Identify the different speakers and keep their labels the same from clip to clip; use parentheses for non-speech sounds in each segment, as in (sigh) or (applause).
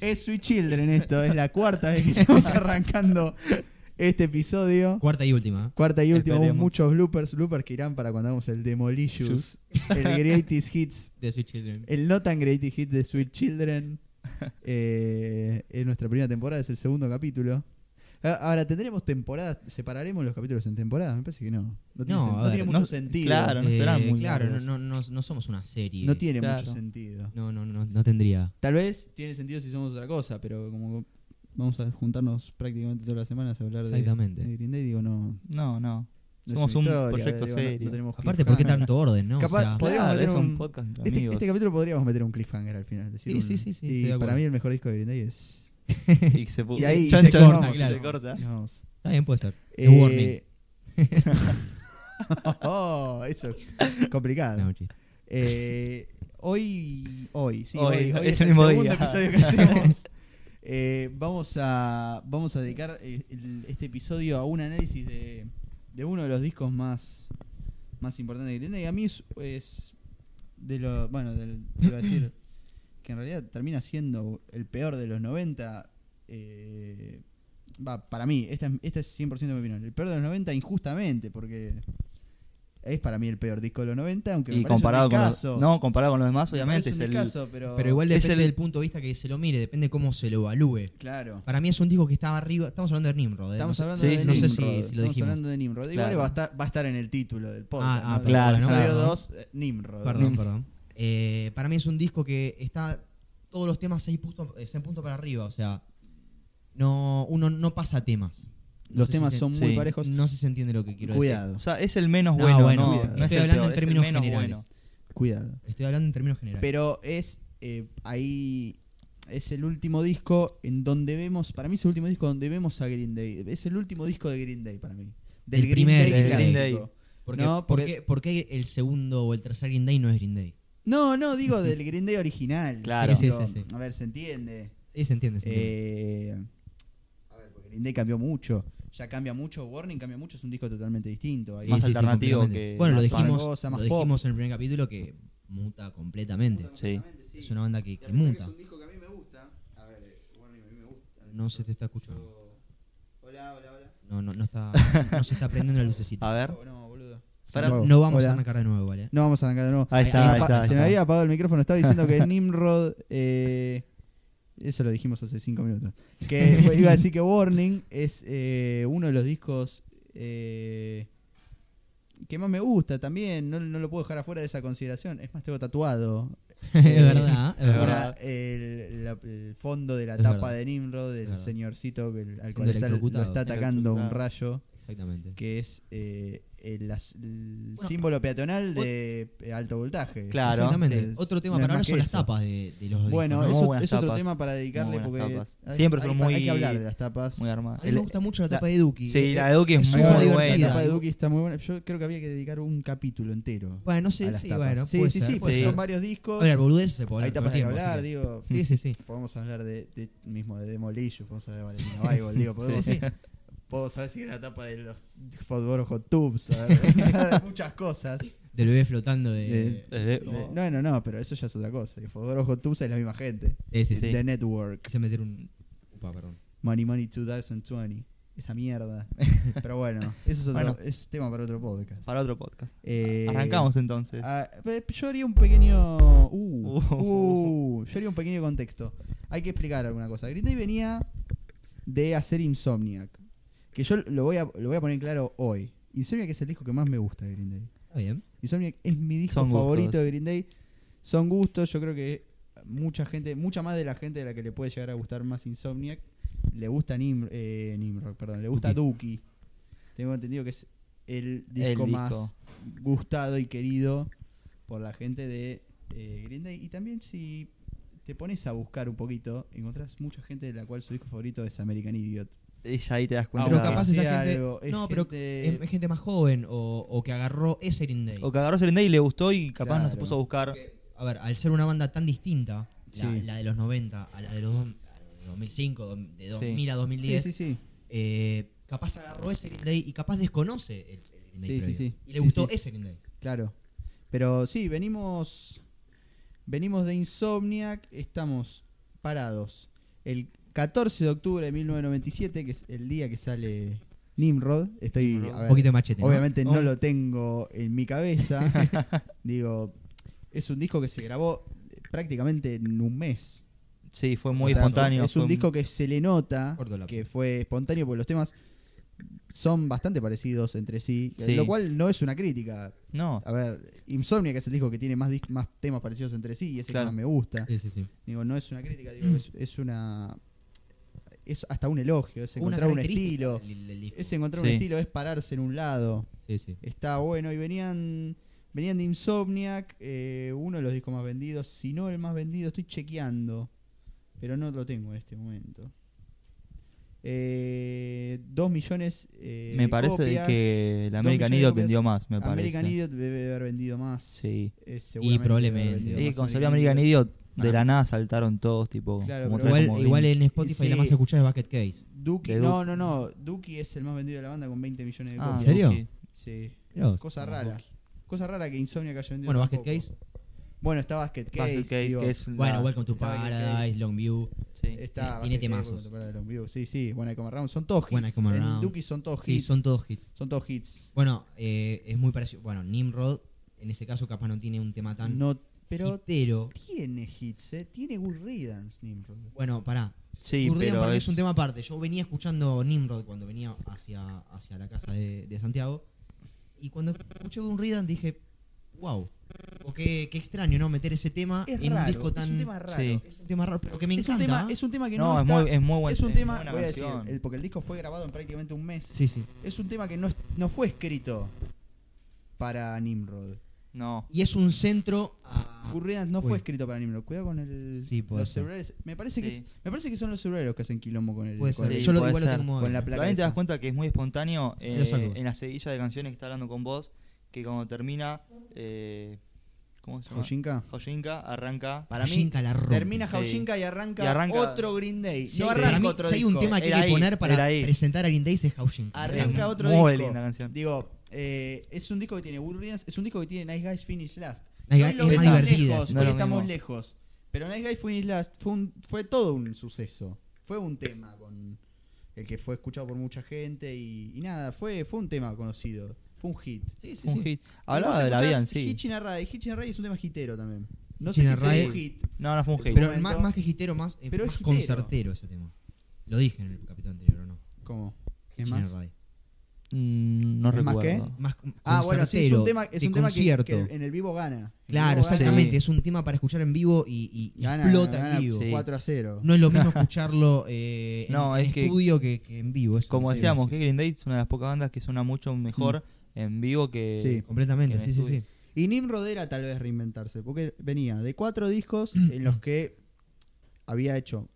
Speaker 1: Es Sweet Children esto, es la cuarta vez que
Speaker 2: (laughs)
Speaker 1: estamos arrancando este episodio.
Speaker 2: Cuarta y última.
Speaker 1: Cuarta y última, hubo
Speaker 3: Esperemos.
Speaker 1: muchos bloopers, bloopers que irán para cuando hagamos el Demolicious, el Greatest Hits,
Speaker 2: De Sweet Children.
Speaker 1: el No Tan Greatest Hits de Sweet
Speaker 2: (laughs)
Speaker 1: Children. Eh, en nuestra primera temporada es el segundo capítulo. A- Ahora, ¿tendremos temporadas? ¿Separaremos los capítulos en temporadas? Me parece que no. No tiene,
Speaker 2: No,
Speaker 1: sen-
Speaker 2: a
Speaker 1: no
Speaker 2: ver,
Speaker 1: tiene
Speaker 2: no-
Speaker 1: mucho sentido.
Speaker 3: claro. no serán muy
Speaker 2: Eh, claro, no,
Speaker 3: largos.
Speaker 2: no, no, no somos una serie.
Speaker 1: No tiene
Speaker 3: Claro.
Speaker 1: mucho sentido.
Speaker 2: No, no, no, no tendría.
Speaker 1: Tal vez tiene sentido si somos otra cosa, pero como vamos a juntarnos prácticamente todas las semanas a hablar de,
Speaker 2: Exactamente.
Speaker 1: de Green Day, digo, no.
Speaker 3: No, no.
Speaker 1: no es
Speaker 3: Somos
Speaker 1: una
Speaker 3: un
Speaker 1: historia,
Speaker 3: proyecto
Speaker 1: digo, no- no
Speaker 3: serio.
Speaker 1: tenemos
Speaker 2: Aparte, ¿por qué
Speaker 1: cliffhanger.
Speaker 2: tanto orden, no? O
Speaker 1: Capaz-
Speaker 2: sea,
Speaker 1: podríamos
Speaker 3: Claro,
Speaker 1: meter
Speaker 3: es
Speaker 1: un-
Speaker 3: un podcast entre
Speaker 1: Este,
Speaker 3: amigos.
Speaker 1: este capítulo podríamos meter un cliffhanger al final. decir
Speaker 2: Sí,
Speaker 1: un-
Speaker 2: sí, sí, sí, estoy de
Speaker 1: Y
Speaker 2: acuerdo.
Speaker 1: para mí el mejor disco de Green Day es.
Speaker 3: y se puso.
Speaker 1: Y ahí
Speaker 3: Chan,
Speaker 1: se,
Speaker 3: chan,
Speaker 1: corta,
Speaker 3: (laughs) se
Speaker 2: claro.
Speaker 3: corta.
Speaker 1: Vamos.
Speaker 2: está bien, puede ser. The
Speaker 1: Eh, (laughs)
Speaker 2: Warning.
Speaker 1: oh, eso es complicado.
Speaker 2: No, chiste.
Speaker 1: Eh, hoy, hoy, sí, hoy,
Speaker 3: Hoy,
Speaker 1: hoy
Speaker 3: es
Speaker 1: es
Speaker 3: el
Speaker 1: el,
Speaker 3: mismo
Speaker 1: segundo
Speaker 3: día. (laughs)
Speaker 1: episodio que hacemos. Eh, vamos, a, vamos a dedicar el- el- este episodio a un análisis de, de uno de los discos más, más importantes de Green Day. A mí es, es de lo, bueno, del, iba a decir que en realidad termina siendo el peor de los 90. eh, va, para mí, esta, es- esta es 100% mi opinión. El peor de los 90 injustamente, porque es para mí el peor disco de los 90, aunque me
Speaker 3: Y
Speaker 1: parece
Speaker 3: comparado
Speaker 1: un
Speaker 3: con los,
Speaker 1: discazo.
Speaker 3: no, comparado con los demás, obviamente
Speaker 1: Me
Speaker 3: es
Speaker 1: parece un
Speaker 3: el
Speaker 1: discazo, pero,
Speaker 2: Pero igual
Speaker 3: es
Speaker 2: depende
Speaker 3: el-
Speaker 2: del punto de vista que se lo mire, depende cómo se lo evalúe.
Speaker 1: Claro.
Speaker 2: Para mí es un disco que estaba arriba. Estamos hablando de Nimrod. eh,
Speaker 1: Estamos
Speaker 2: Ah, no
Speaker 1: hablando
Speaker 2: sé-
Speaker 3: sí,
Speaker 1: de
Speaker 3: sí,
Speaker 2: no
Speaker 1: Nimrod.
Speaker 2: sé si- si lo
Speaker 1: Estamos
Speaker 2: dijimos.
Speaker 1: hablando de Nimrod. Igual
Speaker 3: Claro.
Speaker 1: va, a estar, va a estar en el título del podcast.
Speaker 2: Ah, ah,
Speaker 1: ¿no? Del
Speaker 3: claro,
Speaker 1: episodio
Speaker 2: claro.
Speaker 1: 2, eh, Nimrod.
Speaker 2: Perdón,
Speaker 3: Nim-
Speaker 2: perdón. Eh, para mí es un disco que está todos los temas 6 puntos punto para arriba, o sea, no uno no pasa temas. No
Speaker 1: Los
Speaker 2: sé
Speaker 1: temas
Speaker 2: si se-
Speaker 1: son muy
Speaker 3: sí.
Speaker 1: parejos.
Speaker 2: No sé si se entiende lo que quiero
Speaker 1: Cuidado,
Speaker 3: O sea, es el menos
Speaker 2: No,
Speaker 3: bueno,
Speaker 2: bueno,
Speaker 3: no,
Speaker 1: cuidado.
Speaker 3: no es
Speaker 2: Estoy
Speaker 3: el
Speaker 2: hablando
Speaker 3: peor,
Speaker 2: en
Speaker 3: es el
Speaker 2: términos
Speaker 3: menos
Speaker 2: generales.
Speaker 3: bueno.
Speaker 1: cuidado.
Speaker 2: decir. Estoy hablando en términos generales.
Speaker 1: Pero es eh, ahí. Es el último disco en donde vemos. Para mí es el último disco donde vemos a Green Day. Es el último disco de Green Day para mí. Del
Speaker 2: El
Speaker 1: Green
Speaker 2: primer,
Speaker 1: Day
Speaker 3: del
Speaker 1: clásico.
Speaker 3: Green Day.
Speaker 2: porque,
Speaker 1: no,
Speaker 2: ¿por,
Speaker 1: porque-
Speaker 2: qué, por qué el segundo o el tercer Green Day no es Green Day?
Speaker 1: No, no, digo del Green Day
Speaker 2: (laughs)
Speaker 1: original.
Speaker 3: Claro.
Speaker 2: Sí, sí,
Speaker 1: Pero,
Speaker 2: sí, sí.
Speaker 1: A ver, se entiende.
Speaker 2: Sí, se entiende. se entiende.
Speaker 1: Eh, a ver, porque Green Day cambió mucho. Ya cambia mucho, Warning cambia mucho, es un disco totalmente distinto. Ahí
Speaker 3: más
Speaker 2: Sí, sí, sí,
Speaker 3: alternativo
Speaker 2: completamente.
Speaker 3: que
Speaker 2: Bueno, lo
Speaker 1: más
Speaker 2: dijimos,
Speaker 1: cosa, más
Speaker 2: lo
Speaker 1: pop.
Speaker 2: dijimos en el primer capítulo que muta completamente.
Speaker 3: Sí.
Speaker 1: Sí.
Speaker 2: Es una banda que,
Speaker 1: Y
Speaker 2: que
Speaker 1: a pesar que
Speaker 2: muta.
Speaker 1: Es un disco que a mí me gusta. A ver, eh, Warning a mí me gusta.
Speaker 2: No se te está escuchando.
Speaker 1: Yo- Hola, hola, hola.
Speaker 2: No, no, no está no se está prendiendo la
Speaker 3: (laughs)
Speaker 2: lucecita.
Speaker 3: A ver,
Speaker 1: Oh, no, boludo.
Speaker 3: Pará.
Speaker 1: Nuevo.
Speaker 2: No vamos
Speaker 1: Hola.
Speaker 2: a arrancar de nuevo, ¿vale?
Speaker 1: No vamos a arrancar de nuevo.
Speaker 3: ahí
Speaker 2: Ahí
Speaker 1: Se me
Speaker 3: está, ahí
Speaker 1: apa-
Speaker 3: está. ahí
Speaker 1: se me
Speaker 3: está.
Speaker 1: había apagado el micrófono. Estaba diciendo que Nimrod. eh, eso lo dijimos hace cinco minutos. Que
Speaker 2: (laughs)
Speaker 1: iba a decir que Warning es eh, uno de los discos eh, que más me gusta también. No, no lo puedo dejar afuera de esa consideración. Es más, tengo tatuado
Speaker 2: (laughs) es verdad, es
Speaker 1: una-
Speaker 2: verdad.
Speaker 3: verdad.
Speaker 1: el, la- el fondo de la
Speaker 2: Es
Speaker 1: tapa
Speaker 2: verdad.
Speaker 1: de Nimrod, del
Speaker 2: verdad.
Speaker 1: señorcito que el- al
Speaker 2: Siendo
Speaker 1: cual está, lo
Speaker 2: electrocutado.
Speaker 1: está atacando un
Speaker 3: Electrocutado.
Speaker 1: rayo,
Speaker 2: Exactamente.
Speaker 1: que es eh, el, as- el
Speaker 2: Bueno,
Speaker 1: símbolo peatonal de eh, alto voltaje.
Speaker 3: Claro.
Speaker 2: Exactamente.
Speaker 1: sí, es-
Speaker 2: Otro tema
Speaker 1: no es
Speaker 2: para
Speaker 1: más
Speaker 2: ahora
Speaker 1: que
Speaker 2: son las
Speaker 1: eso.
Speaker 2: tapas de, de los
Speaker 1: Bueno,
Speaker 3: Muy
Speaker 2: discos,
Speaker 1: eso-
Speaker 3: buenas
Speaker 1: es otro
Speaker 3: tapas.
Speaker 1: tema para dedicarle
Speaker 3: Muy
Speaker 1: porque
Speaker 3: buenas tapas.
Speaker 1: hay-
Speaker 3: Siempre son
Speaker 1: hay, pa-
Speaker 3: muy-
Speaker 1: hay que hablar de las tapas.
Speaker 3: Muy
Speaker 2: ¿no?
Speaker 3: armado.
Speaker 2: A mí me gusta mucho la tapa de Duki.
Speaker 3: Sí,
Speaker 2: Eh,
Speaker 3: la de Duki es
Speaker 2: súper
Speaker 3: muy
Speaker 2: divertida.
Speaker 3: buena.
Speaker 1: La tapa de Duki está muy buena. Yo creo que había que dedicar un capítulo entero.
Speaker 2: Bueno, no
Speaker 1: a
Speaker 2: sé,
Speaker 1: las
Speaker 2: sí,
Speaker 1: tapas.
Speaker 2: bueno.
Speaker 1: sí,
Speaker 2: puede
Speaker 1: sí,
Speaker 2: ser,
Speaker 1: sí,
Speaker 2: puede
Speaker 1: porque
Speaker 3: sí.
Speaker 2: ser.
Speaker 1: son varios discos.
Speaker 2: A ver, boludeces se puede
Speaker 1: hay tapas de que
Speaker 2: cualquier cosa,
Speaker 1: hablar,
Speaker 2: sí.
Speaker 1: digo.
Speaker 2: (laughs) Sí, sí, sí.
Speaker 1: Podemos hablar de, de- mismo de Demolition, podemos hablar de
Speaker 3: (laughs)
Speaker 1: Valentina Bible, digo, podemos,
Speaker 2: Sí.
Speaker 1: podemos saber si era la tapa de los Fodboro Hot Tubs, a
Speaker 3: (laughs)
Speaker 1: ver, podemos hablar de muchas cosas.
Speaker 2: Del bebé flotando de...
Speaker 1: De-
Speaker 3: Eh,
Speaker 1: De- no, no, no, pero eso ya es otra cosa, que Fodboro Hot Tubs es la misma gente.
Speaker 2: Sí, sí, sí.
Speaker 1: The Network,
Speaker 2: Quise meter un... Upa, perdón.
Speaker 1: Money Money 2020, esa mierda. Pero bueno, eso es, otro,
Speaker 3: Bueno.
Speaker 1: es tema para otro podcast.
Speaker 3: Para otro podcast.
Speaker 1: Eh,
Speaker 3: Arrancamos entonces.
Speaker 1: Ah, pe- yo haría un pequeño. Uh,
Speaker 3: Uh.
Speaker 1: uh, yo haría un pequeño contexto. Hay que explicar alguna cosa. Green Day venía de hacer Insomniac. Que yo lo voy a, lo voy a poner claro hoy. Insomniac es el disco que más me gusta de Green Day.
Speaker 2: Está bien.
Speaker 1: Insomniac es mi disco
Speaker 3: Son
Speaker 1: favorito
Speaker 3: gustos.
Speaker 1: de Green Day. Son gustos, yo creo que mucha gente, mucha más de la gente de la que le puede llegar a gustar más Insomniac, le gusta Nim, eh, Nimrod, perdón, le gusta Dookie. Tengo entendido que es el disco
Speaker 3: disco.
Speaker 1: más gustado y querido por la gente de eh, Green Day. Y también si te pones a buscar un poquito, encontrás mucha gente de la cual su disco favorito es American Idiot.
Speaker 3: Y ya ahí te das cuenta.
Speaker 2: Pero
Speaker 1: Aunque
Speaker 2: Ah, capaz
Speaker 1: sea
Speaker 2: esa gente-
Speaker 1: Ah, algo, es
Speaker 2: no, pero
Speaker 1: gente-
Speaker 2: Es, es gente más joven o, o que agarró ese Green Day.
Speaker 3: O que agarró Serendai y le gustó y capaz no se
Speaker 1: Claro.
Speaker 3: puso a buscar.
Speaker 2: Porque, a ver, al ser una banda tan distinta, la,
Speaker 1: Sí.
Speaker 2: la de los 90 a la de los dos- a la de 2005, do- de 2000 a
Speaker 1: Sí,
Speaker 2: 2010,
Speaker 1: sí, sí.
Speaker 2: eh, capaz agarró ese Green Day y capaz desconoce el, el Green Day.
Speaker 1: Sí, sí,
Speaker 2: previo.
Speaker 1: sí.
Speaker 2: Y
Speaker 1: Sí,
Speaker 2: le gustó
Speaker 1: sí.
Speaker 2: ese Green Day.
Speaker 1: Claro. Pero sí, venimos. Venimos de Insomniac, estamos parados el 14 de octubre de 1997, que es el día que sale Nimrod. Estoy,
Speaker 3: Nimrod.
Speaker 1: a
Speaker 2: Un
Speaker 1: ver,
Speaker 2: poquito de machete. ¿no?
Speaker 1: obviamente no
Speaker 3: Oh.
Speaker 1: lo tengo en mi
Speaker 3: (laughs)
Speaker 1: cabeza. Digo, es un disco que se grabó prácticamente en un mes.
Speaker 3: Sí, fue muy
Speaker 1: O sea,
Speaker 3: espontáneo.
Speaker 1: Es un
Speaker 3: fue-
Speaker 1: disco que se le nota
Speaker 2: Corto lapso.
Speaker 1: que fue espontáneo porque los temas son bastante parecidos entre sí,
Speaker 3: Sí.
Speaker 1: lo cual no es una crítica.
Speaker 3: No,
Speaker 1: A ver, Insomnia, que es el disco que tiene más, dis- más temas parecidos entre sí y es el
Speaker 3: Claro.
Speaker 1: que más
Speaker 3: Mm.
Speaker 1: me gusta.
Speaker 2: Sí, sí, sí.
Speaker 1: Digo, no es una crítica, digo, es, es una. Es hasta un elogio, es
Speaker 2: Una
Speaker 1: encontrar un
Speaker 2: característica
Speaker 1: estilo.
Speaker 2: del- del disco.
Speaker 1: Es encontrar
Speaker 3: Sí.
Speaker 1: un estilo, es pararse en un lado.
Speaker 2: Sí, sí.
Speaker 1: Está bueno. Y venían. Venían de Insomniac, eh, uno de los discos más vendidos, si no el más vendido, estoy chequeando. Pero no lo tengo en este momento. Eh, dos millones eh,
Speaker 3: me
Speaker 1: de
Speaker 3: parece de
Speaker 1: copias.
Speaker 3: que la
Speaker 1: dos millones
Speaker 3: American
Speaker 1: de
Speaker 3: Idiot
Speaker 1: copias.
Speaker 3: vendió más, me parece.
Speaker 1: American Idiot debe haber vendido más.
Speaker 3: Sí.
Speaker 1: Eh, seguramente debe haber
Speaker 2: probablemente.
Speaker 1: vendido
Speaker 3: Y
Speaker 1: más
Speaker 3: cuando salió American Idiot, de
Speaker 2: Ah.
Speaker 3: la nada saltaron todos, tipo.
Speaker 1: Claro,
Speaker 3: como
Speaker 1: pero
Speaker 3: tres
Speaker 2: Igual,
Speaker 3: comodines.
Speaker 2: igual en Spotify
Speaker 1: Sí.
Speaker 2: la más escuchada es Basket Case.
Speaker 1: Duki,
Speaker 3: De
Speaker 1: no, no, no. Duki es el más vendido de la banda con 20 millones de
Speaker 3: Ah,
Speaker 1: copias.
Speaker 2: ¿en serio?
Speaker 3: ok.
Speaker 1: Sí.
Speaker 2: Mirá vos.
Speaker 1: Cosa rara. Cosa rara que Insomnia que haya vendido.
Speaker 2: Bueno, Basket
Speaker 1: tampoco.
Speaker 2: Case.
Speaker 1: Bueno, está Basket Case.
Speaker 3: Basket Case,
Speaker 1: digo, eh,
Speaker 3: que es la-
Speaker 2: Bueno, Welcome to
Speaker 1: Está Basket Case.
Speaker 2: Paradise, Longview.
Speaker 3: sí.
Speaker 1: Está
Speaker 2: tiene
Speaker 1: Basket Case,
Speaker 2: temazos.
Speaker 1: Welcome to Paradise View. Sí, sí. Bueno, Come Around. Son todos hits.
Speaker 2: When I Come
Speaker 1: En
Speaker 2: Around.
Speaker 1: Duki son todos
Speaker 2: Sí,
Speaker 1: hits.
Speaker 2: son todos hits.
Speaker 1: Son todos hits.
Speaker 2: Bueno, eh, es muy parecido. Bueno, Nimrod, en ese caso, capaz no tiene un tema tan
Speaker 1: No, pero
Speaker 2: hitero.
Speaker 1: tiene hits, ¿eh? Tiene Good Riddance, Nimrod.
Speaker 2: Bueno, pará.
Speaker 3: Sí,
Speaker 2: Gurdjieff
Speaker 3: pero
Speaker 2: para mí
Speaker 3: es,
Speaker 2: es un tema aparte. Yo venía escuchando Nimrod cuando venía hacia, hacia la casa de, de Santiago. Y cuando escuché un Ridan dije, wow. O qué, qué extraño, ¿no? Meter ese tema
Speaker 1: Es
Speaker 2: Ah, en
Speaker 1: raro.
Speaker 2: un disco tan.
Speaker 1: Es un tema raro.
Speaker 3: Sí.
Speaker 2: es un tema raro, pero que me
Speaker 1: Es, un
Speaker 2: encanta.
Speaker 1: tema,
Speaker 2: ¿eh?
Speaker 1: es un tema que no,
Speaker 3: No, es
Speaker 1: está-
Speaker 3: muy, es muy buen
Speaker 1: es un
Speaker 3: es
Speaker 1: tema,
Speaker 3: buena
Speaker 1: voy a decir,
Speaker 3: canción.
Speaker 1: el- porque el disco fue grabado en prácticamente un mes.
Speaker 2: Sí, sí.
Speaker 1: Es un tema que no, es- no fue escrito para Nimrod.
Speaker 3: No,
Speaker 2: Y es un centro. a-
Speaker 1: Curridas no fue
Speaker 2: Ah. Uy.
Speaker 1: escrito para Nimrod. Cuidado con el,
Speaker 2: Sí, puede
Speaker 1: los
Speaker 2: ser.
Speaker 1: celulares. Me parece, que
Speaker 3: Sí.
Speaker 1: es- me parece que son los celulares los que hacen quilombo con el.
Speaker 2: puede
Speaker 1: con
Speaker 2: ser.
Speaker 1: el-
Speaker 3: Sí,
Speaker 2: Yo lo,
Speaker 3: puede
Speaker 2: igual lo
Speaker 3: ser.
Speaker 2: tengo como-
Speaker 1: con la placa.
Speaker 3: También te
Speaker 1: esa.
Speaker 3: das cuenta que es muy espontáneo eh,
Speaker 2: Lo salvo.
Speaker 3: en la seguilla de canciones que está hablando con vos, que cuando termina, eh, ¿cómo se llama?
Speaker 1: Jaujinka.
Speaker 3: Hojinka arranca.
Speaker 1: Para mí,
Speaker 2: Jaujinka la rompe.
Speaker 1: termina
Speaker 3: Sí.
Speaker 1: Jaujinka y, arranca
Speaker 3: Y arranca-
Speaker 1: otro Green Day.
Speaker 2: Sí,
Speaker 1: no
Speaker 2: sí.
Speaker 1: arranca
Speaker 2: Para mí,
Speaker 1: otro
Speaker 2: si hay un
Speaker 1: disco.
Speaker 2: tema que
Speaker 3: Era
Speaker 2: hay que
Speaker 3: ahí,
Speaker 2: poner
Speaker 3: era
Speaker 2: para
Speaker 3: ahí.
Speaker 2: presentar a Green Days es Houshing.
Speaker 1: Arranca
Speaker 3: Muy
Speaker 1: otro disco.
Speaker 3: linda canción.
Speaker 1: Digo, eh, es un disco que tiene Good Riddance, es un disco que tiene Nice Guys Finish Last.
Speaker 2: Nice
Speaker 1: Hoy
Speaker 2: Guys
Speaker 1: lo
Speaker 2: es más
Speaker 1: estamos
Speaker 2: divertida,
Speaker 1: lejos,
Speaker 2: sí.
Speaker 3: No
Speaker 1: hoy
Speaker 3: es lo
Speaker 1: estamos
Speaker 3: mismo.
Speaker 1: lejos. Pero Nice Guys Finish Last fue, un- fue todo un suceso. Fue un tema con el que fue escuchado por mucha gente y, y nada, fue, fue un tema conocido. Fue un hit.
Speaker 2: Sí, sí,
Speaker 3: un
Speaker 2: sí.
Speaker 3: hit. Hablaba
Speaker 1: Vos
Speaker 3: de la
Speaker 1: escuchás
Speaker 3: vida en sí.
Speaker 1: Hitchin' a Ride. Hitchin' a Ride es un tema hitero también. No
Speaker 2: Hitchin'
Speaker 1: sé
Speaker 2: a
Speaker 1: si fue un
Speaker 2: Ride-
Speaker 1: hit.
Speaker 3: No, no fue un hit.
Speaker 1: Pero-
Speaker 2: Pero
Speaker 1: momento.
Speaker 2: más, más que hitero, más, eh,
Speaker 1: Pero es
Speaker 2: más
Speaker 1: hitero.
Speaker 2: concertero ese tema. Lo dije en el capítulo anterior, ¿o ¿no?
Speaker 1: ¿Cómo? ¿Es
Speaker 2: Hitchin'
Speaker 1: más?
Speaker 2: and Ride.
Speaker 3: Mm, no
Speaker 1: ¿Es más
Speaker 3: recuerdo.
Speaker 2: Más con-
Speaker 1: Ah, bueno, sí, es
Speaker 2: concertero,
Speaker 1: un tema, es
Speaker 2: de
Speaker 1: un tema que,
Speaker 2: concierto.
Speaker 1: que en el vivo gana. En el
Speaker 2: Claro,
Speaker 1: vivo gana,
Speaker 2: exactamente.
Speaker 3: Sí.
Speaker 2: Es un tema para escuchar en vivo y, y
Speaker 1: Gana,
Speaker 2: explota
Speaker 1: gana
Speaker 2: en vivo.
Speaker 3: sí.
Speaker 1: 4 a 0.
Speaker 2: No es lo
Speaker 1: (laughs)
Speaker 2: mismo escucharlo eh, en,
Speaker 3: No,
Speaker 2: en
Speaker 3: es que-
Speaker 2: estudio que, que en vivo. eso
Speaker 3: Como
Speaker 2: sí,
Speaker 3: decíamos,
Speaker 2: sí.
Speaker 3: que Green Day es una de las pocas bandas que suena mucho mejor en vivo que.
Speaker 1: Mm. Sí.
Speaker 2: Completamente,
Speaker 3: que en
Speaker 2: sí, sí,
Speaker 3: estudio.
Speaker 2: sí.
Speaker 1: Y Nimrod era tal vez reinventarse, porque venía de cuatro
Speaker 2: (clears throat)
Speaker 1: discos en los que había hecho,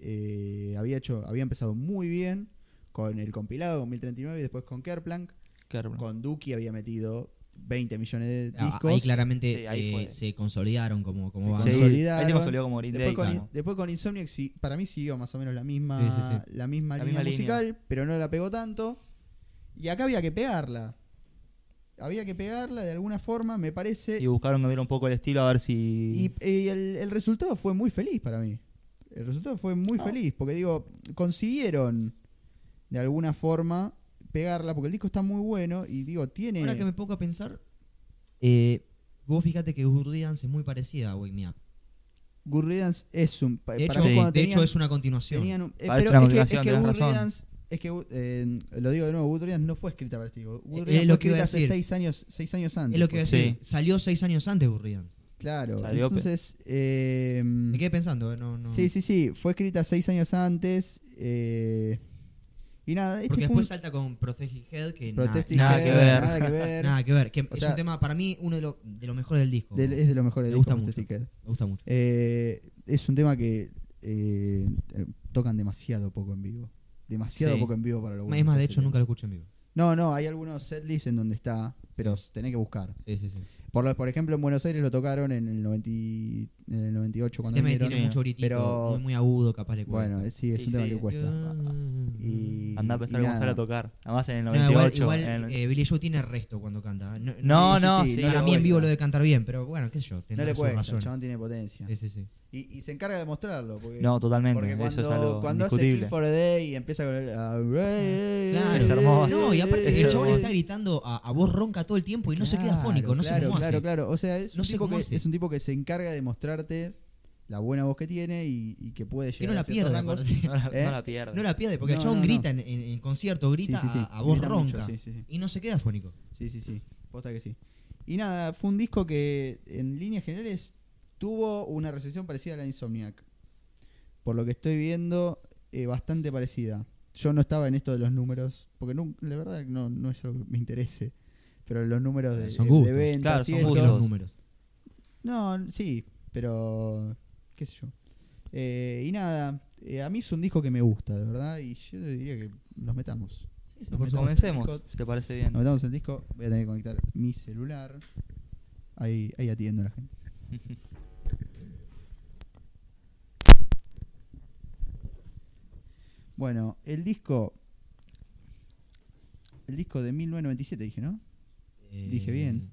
Speaker 1: eh, había hecho, había empezado muy bien con el compilado con 1039 y después con Kerplank.
Speaker 3: Kerber.
Speaker 1: Con Duki había metido 20 millones de
Speaker 2: Ah,
Speaker 1: discos.
Speaker 2: Ahí claramente
Speaker 3: Sí, ahí
Speaker 2: eh,
Speaker 3: fue.
Speaker 2: se consolidaron como, como
Speaker 1: Se
Speaker 2: banda.
Speaker 3: Sí,
Speaker 1: consolidaron.
Speaker 3: ahí se consolidó como Green
Speaker 1: Después
Speaker 3: Day.
Speaker 1: con,
Speaker 3: claro.
Speaker 1: después con Insomniac, sí, para mí siguió más o menos la misma,
Speaker 2: Sí,
Speaker 1: La misma
Speaker 3: La
Speaker 1: línea
Speaker 3: misma
Speaker 1: musical, pero no la pegó tanto. Y acá había que pegarla. Había que pegarla de alguna forma, me parece.
Speaker 3: Y buscaron cambiar un poco el estilo a ver si.
Speaker 1: Y, eh, y el, el resultado fue muy feliz para mí. El resultado fue muy
Speaker 3: Ah.
Speaker 1: feliz, porque digo, consiguieron de alguna forma pegarla, porque el disco está muy bueno y digo, tiene...
Speaker 2: Ahora que me pongo a pensar, eh, vos fíjate que Good Riddance es muy parecida a Wake Me Up.
Speaker 1: Good Riddance es un... pa-
Speaker 2: De,
Speaker 1: Eh, para
Speaker 2: hecho,
Speaker 1: mí
Speaker 3: Sí.
Speaker 1: cuando
Speaker 2: de
Speaker 1: tenían-
Speaker 2: hecho, es una continuación.
Speaker 1: tenían un- eh,
Speaker 3: Parece
Speaker 1: pero es
Speaker 3: una
Speaker 1: que, es
Speaker 3: obligación,
Speaker 1: que
Speaker 3: tenés
Speaker 1: Good
Speaker 3: razón.
Speaker 1: Riddance- es que, eh, lo digo de nuevo, Good Riddance no fue escrita para este disco. Good
Speaker 2: Eh,
Speaker 1: Riddance
Speaker 2: es
Speaker 1: fue
Speaker 2: lo que iba
Speaker 1: escrita
Speaker 2: a
Speaker 1: hace
Speaker 2: decir.
Speaker 1: seis años, seis años antes.
Speaker 2: Es lo que iba a
Speaker 1: fue.
Speaker 2: decir.
Speaker 3: Sí.
Speaker 2: Salió seis años antes Good Riddance.
Speaker 1: Claro.
Speaker 3: Salió, pe-
Speaker 1: Entonces, eh,
Speaker 2: Me quedé pensando, eh, no, no.
Speaker 1: Sí, sí, sí. Fue escrita seis años antes. eh, y nada, este
Speaker 2: Porque
Speaker 1: fue un
Speaker 2: después salta con Protected Head, que nada-
Speaker 1: Protest y
Speaker 3: nada
Speaker 1: Head,
Speaker 3: que ver.
Speaker 1: Nada que ver.
Speaker 2: Nada que ver. Que es
Speaker 1: sea,
Speaker 2: un tema, para mí, uno de los de lo mejores del disco.
Speaker 1: Del- es de los mejores
Speaker 2: Me
Speaker 1: discos
Speaker 2: gusta
Speaker 1: Protest
Speaker 2: mucho.
Speaker 1: y Head.
Speaker 2: Me gusta mucho.
Speaker 1: Eh, es un tema que eh, eh, tocan demasiado poco en vivo. Demasiado
Speaker 3: Sí.
Speaker 1: poco en vivo para lo bueno.
Speaker 2: es más,
Speaker 1: que
Speaker 2: de
Speaker 1: es
Speaker 2: hecho,
Speaker 1: el
Speaker 2: nunca lo escuché en vivo.
Speaker 1: tema. No, no, hay algunos setlists en donde está, pero tenés que buscar.
Speaker 2: Sí, sí, sí.
Speaker 1: Por, lo- por ejemplo, en Buenos Aires lo tocaron en el, 90 y- en el 98
Speaker 2: El
Speaker 1: cuando
Speaker 2: tema que
Speaker 1: vinieron.
Speaker 2: Este tiene
Speaker 3: sí,
Speaker 2: mucho gritito,
Speaker 1: pero-
Speaker 2: muy, muy agudo, capaz le cuesta.
Speaker 1: Bueno, eh, sí, es
Speaker 3: Sí,
Speaker 1: un tema
Speaker 3: sí.
Speaker 1: que cuesta. Y,
Speaker 3: Andá a pensar
Speaker 1: y
Speaker 3: cómo sale
Speaker 1: nada.
Speaker 3: a tocar. Además en el
Speaker 2: No, igual
Speaker 3: 98.
Speaker 2: igual,
Speaker 3: en el-
Speaker 2: eh, Billy Joe tiene resto cuando canta. ¿eh? No,
Speaker 3: No,
Speaker 1: sí,
Speaker 3: no,
Speaker 1: sí,
Speaker 3: sí.
Speaker 1: sí,
Speaker 2: no,
Speaker 1: no
Speaker 2: a
Speaker 1: le
Speaker 2: mí en vivo
Speaker 1: cuesta.
Speaker 2: lo de cantar bien, pero bueno, qué sé yo,
Speaker 1: No
Speaker 2: tendrá
Speaker 1: le
Speaker 2: sus
Speaker 1: cuesta, el
Speaker 2: razones.
Speaker 1: chabón tiene potencia.
Speaker 2: Sí, sí, sí.
Speaker 1: Y, y se encarga de mostrarlo. Porque,
Speaker 3: No, totalmente.
Speaker 1: porque cuando,
Speaker 3: eso es algo
Speaker 1: cuando hace
Speaker 3: indiscutible.
Speaker 1: Kill for a Day y empieza con el. ah,
Speaker 2: Claro.
Speaker 1: Es
Speaker 3: Es hermoso.
Speaker 2: No, y aparte
Speaker 3: Es
Speaker 2: el chabón
Speaker 3: hermoso.
Speaker 2: está gritando a, a voz ronca todo el tiempo y no se queda fónico, no
Speaker 1: claro,
Speaker 2: sé cómo
Speaker 1: Claro,
Speaker 2: hace.
Speaker 1: claro. O sea, es,
Speaker 2: No
Speaker 1: un
Speaker 2: sé
Speaker 1: tipo
Speaker 2: cómo
Speaker 1: que,
Speaker 2: hace.
Speaker 1: es un tipo que se encarga de mostrarte la buena voz que tiene y, y que puede
Speaker 2: Que
Speaker 1: llegar
Speaker 2: no la
Speaker 1: a ciertos rangos. (laughs)
Speaker 2: pierde. aparte.
Speaker 3: (laughs) No la,
Speaker 1: ¿Eh?
Speaker 3: no la pierde.
Speaker 2: No la pierde, porque el
Speaker 1: No,
Speaker 2: chabón
Speaker 1: no, no.
Speaker 2: grita en, en- en concierto, grita
Speaker 1: Sí, sí, sí.
Speaker 2: A, a voz
Speaker 1: Grita mucho,
Speaker 2: ronca.
Speaker 1: sí, sí, sí.
Speaker 2: Y no se queda fónico.
Speaker 1: Sí, sí, sí. Posta que sí. Y nada, fue un disco que en líneas generales tuvo una recepción parecida a la de Insomniac. Por lo que estoy viendo, eh, bastante parecida. Yo no estaba en esto de los números, porque nun- la verdad no, no es algo que me interese. Pero los números de,
Speaker 2: Son
Speaker 1: de
Speaker 2: gustos.
Speaker 1: ventas y
Speaker 3: Claro, son
Speaker 2: Muy
Speaker 1: eso.
Speaker 3: gustos.
Speaker 2: los números.
Speaker 1: No, sí, pero qué sé yo. Eh, y nada, eh, a mí es un disco que me gusta, de verdad, y yo diría que nos metamos.
Speaker 2: Sí, sí,
Speaker 1: Nos
Speaker 2: por supuesto.
Speaker 3: Comencemos, si te parece bien.
Speaker 1: Nos metamos en el disco, voy a tener que conectar mi celular. Ahí, ahí atiendo a la
Speaker 2: (laughs)
Speaker 1: gente. Bueno, el disco... El disco de 1997 dije, ¿no?
Speaker 2: Eh,
Speaker 1: Dije bien.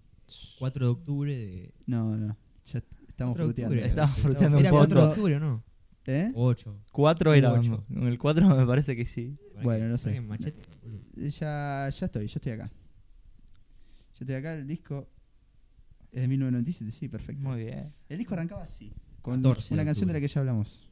Speaker 2: 4 de octubre de.
Speaker 1: No, no, ya estamos
Speaker 2: 4 de
Speaker 1: fruteando.
Speaker 2: octubre, Oh.
Speaker 3: Estamos
Speaker 2: sí.
Speaker 3: fruteando un
Speaker 2: Era 4 de
Speaker 3: poco.
Speaker 2: octubre, ¿o ¿no?
Speaker 1: ¿Eh?
Speaker 2: 8.
Speaker 3: 4 era.
Speaker 2: Ocho.
Speaker 3: En el 4 me parece que sí.
Speaker 1: Bueno, no sé.
Speaker 2: Machete, boludo.
Speaker 1: Ya, ya estoy, ya estoy acá. Ya estoy acá, el disco es de 1997, sí, perfecto.
Speaker 3: Muy bien.
Speaker 1: El disco arrancaba así, con
Speaker 2: 14 de
Speaker 1: una canción de la
Speaker 2: octubre.
Speaker 1: que ya hablamos.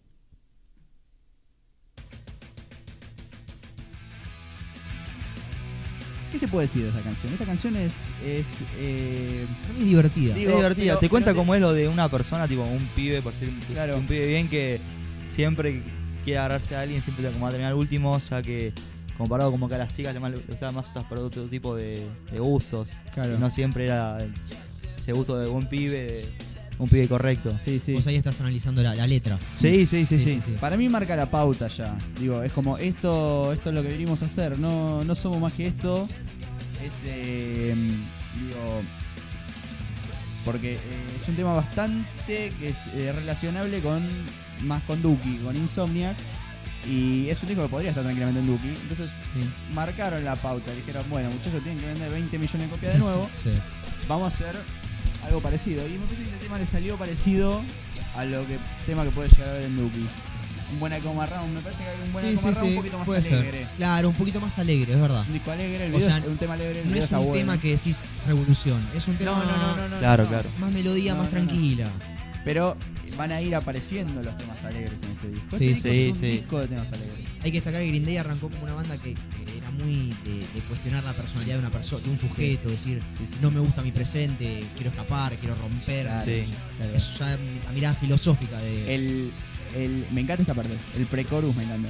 Speaker 1: ¿Qué se puede decir de esta canción? Esta canción es... es eh,
Speaker 2: Para mí es divertida.
Speaker 1: Digo,
Speaker 3: Es divertida.
Speaker 1: pero-
Speaker 3: te cuenta
Speaker 1: pero te-
Speaker 3: cómo es lo de una persona, tipo un pibe, por decir,
Speaker 1: Claro.
Speaker 3: un pibe bien que siempre quiere agarrarse a alguien, siempre como va a terminar el último, ya que comparado como que a las chicas le más- le gustaban más otras para otro tipo de, de gustos.
Speaker 1: claro.
Speaker 3: Y no siempre era ese gusto de un pibe, de un pibe correcto.
Speaker 1: sí, sí.
Speaker 2: Vos ahí estás analizando la, la letra.
Speaker 3: Sí, sí, sí, sí.
Speaker 2: Sí, sí, sí.
Speaker 1: Para mí marca la pauta ya. Digo, es como esto, esto es lo que venimos a hacer. No, no somos más que esto. Es, eh, digo, porque eh, es un tema bastante que es eh, relacionable con más con Duki, con Insomniac. Y es un disco que podría estar tranquilamente en Duki. Entonces marcaron la pauta. Dijeron, bueno, muchachos, tienen que vender 20 millones de copias de
Speaker 2: (laughs)
Speaker 1: nuevo
Speaker 2: Sí.
Speaker 1: vamos a hacer algo parecido. Y me parece que este tema le salió parecido a lo que tema que puede llegar a ver en Duki. Un buen Acoma Round, me parece que hay un buen
Speaker 2: Sí,
Speaker 1: Acoma
Speaker 2: sí,
Speaker 1: Round
Speaker 2: sí,
Speaker 1: un poquito más
Speaker 2: puede ser.
Speaker 1: alegre.
Speaker 2: Claro, un poquito más alegre, es verdad.
Speaker 1: Un disco alegre, el
Speaker 2: O
Speaker 1: video
Speaker 2: sea,
Speaker 1: es un tema alegre, el
Speaker 2: No
Speaker 1: video
Speaker 2: es
Speaker 1: está
Speaker 2: un
Speaker 1: bueno.
Speaker 2: tema que decís revolución, es un tema
Speaker 1: No, no, no, no, no,
Speaker 3: Claro,
Speaker 1: no.
Speaker 3: claro.
Speaker 2: más melodía,
Speaker 1: No,
Speaker 2: más
Speaker 1: no, no.
Speaker 2: tranquila.
Speaker 1: Pero van a ir apareciendo los temas alegres en este disco.
Speaker 2: Sí,
Speaker 1: Este disco
Speaker 3: sí,
Speaker 1: es un
Speaker 3: sí.
Speaker 1: disco de temas alegres.
Speaker 2: Hay que destacar que Green Day arrancó como una banda que, que era muy de, de cuestionar la personalidad de una persona, de un sujeto, decir,
Speaker 1: Sí, sí,
Speaker 2: no
Speaker 1: sí.
Speaker 2: me gusta mi presente, quiero escapar, quiero romper.
Speaker 1: Claro.
Speaker 3: Sí.
Speaker 1: Claro.
Speaker 2: Es ya la mirada filosófica de...
Speaker 1: El, el, me encanta esta parte. El pre-chorus me encanta.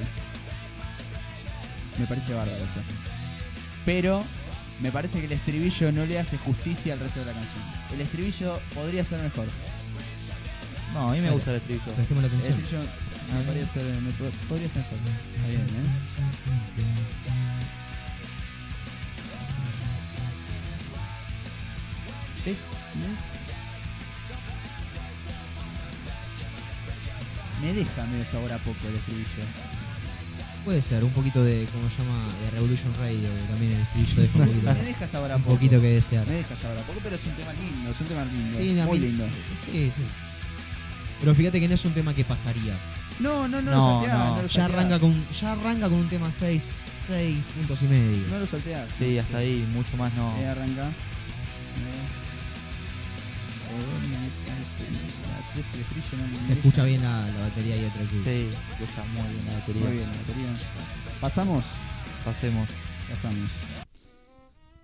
Speaker 1: Me parece bárbaro esto. Pero me parece que el estribillo no le hace justicia al resto de la canción. El estribillo podría ser mejor.
Speaker 3: No, a mí me gusta el estribillo.
Speaker 2: Prestemos la
Speaker 1: El
Speaker 2: atención.
Speaker 1: estribillo
Speaker 2: Ah,
Speaker 1: me podría ser, me po- podría ser mejor. Está bien, ¿eh? ¿Ves? ¿No? Me deja medio sabor a poco el estribillo.
Speaker 2: Puede ser, un poquito de, ¿cómo se llama? De Revolution Radio, que también el estribillo deja un
Speaker 1: (laughs)
Speaker 2: poquito,
Speaker 1: Me deja sabor a
Speaker 2: Ah. un
Speaker 1: poco.
Speaker 2: poquito que desear.
Speaker 1: Me deja sabor a poco, pero es un tema lindo, es un tema lindo.
Speaker 2: Sí, a
Speaker 1: muy
Speaker 2: mí-
Speaker 1: lindo.
Speaker 2: Sí, sí. Pero fíjate que no es un tema que pasarías.
Speaker 1: No, no, no,
Speaker 3: No,
Speaker 1: lo salteás.
Speaker 3: no.
Speaker 1: No, lo
Speaker 2: Ya
Speaker 1: salteás.
Speaker 2: arranca con, ya arranca con un tema 6, 6 puntos y medio.
Speaker 1: No lo salteás.
Speaker 3: Sí, hasta ahí, mucho más no.
Speaker 1: Ahí arranca. Eh,
Speaker 2: Se escucha bien la, la batería y el track.
Speaker 3: Sí, escucha muy bien la batería.
Speaker 1: Muy bien, la batería. Pasamos.
Speaker 3: Pasemos.
Speaker 1: Pasamos.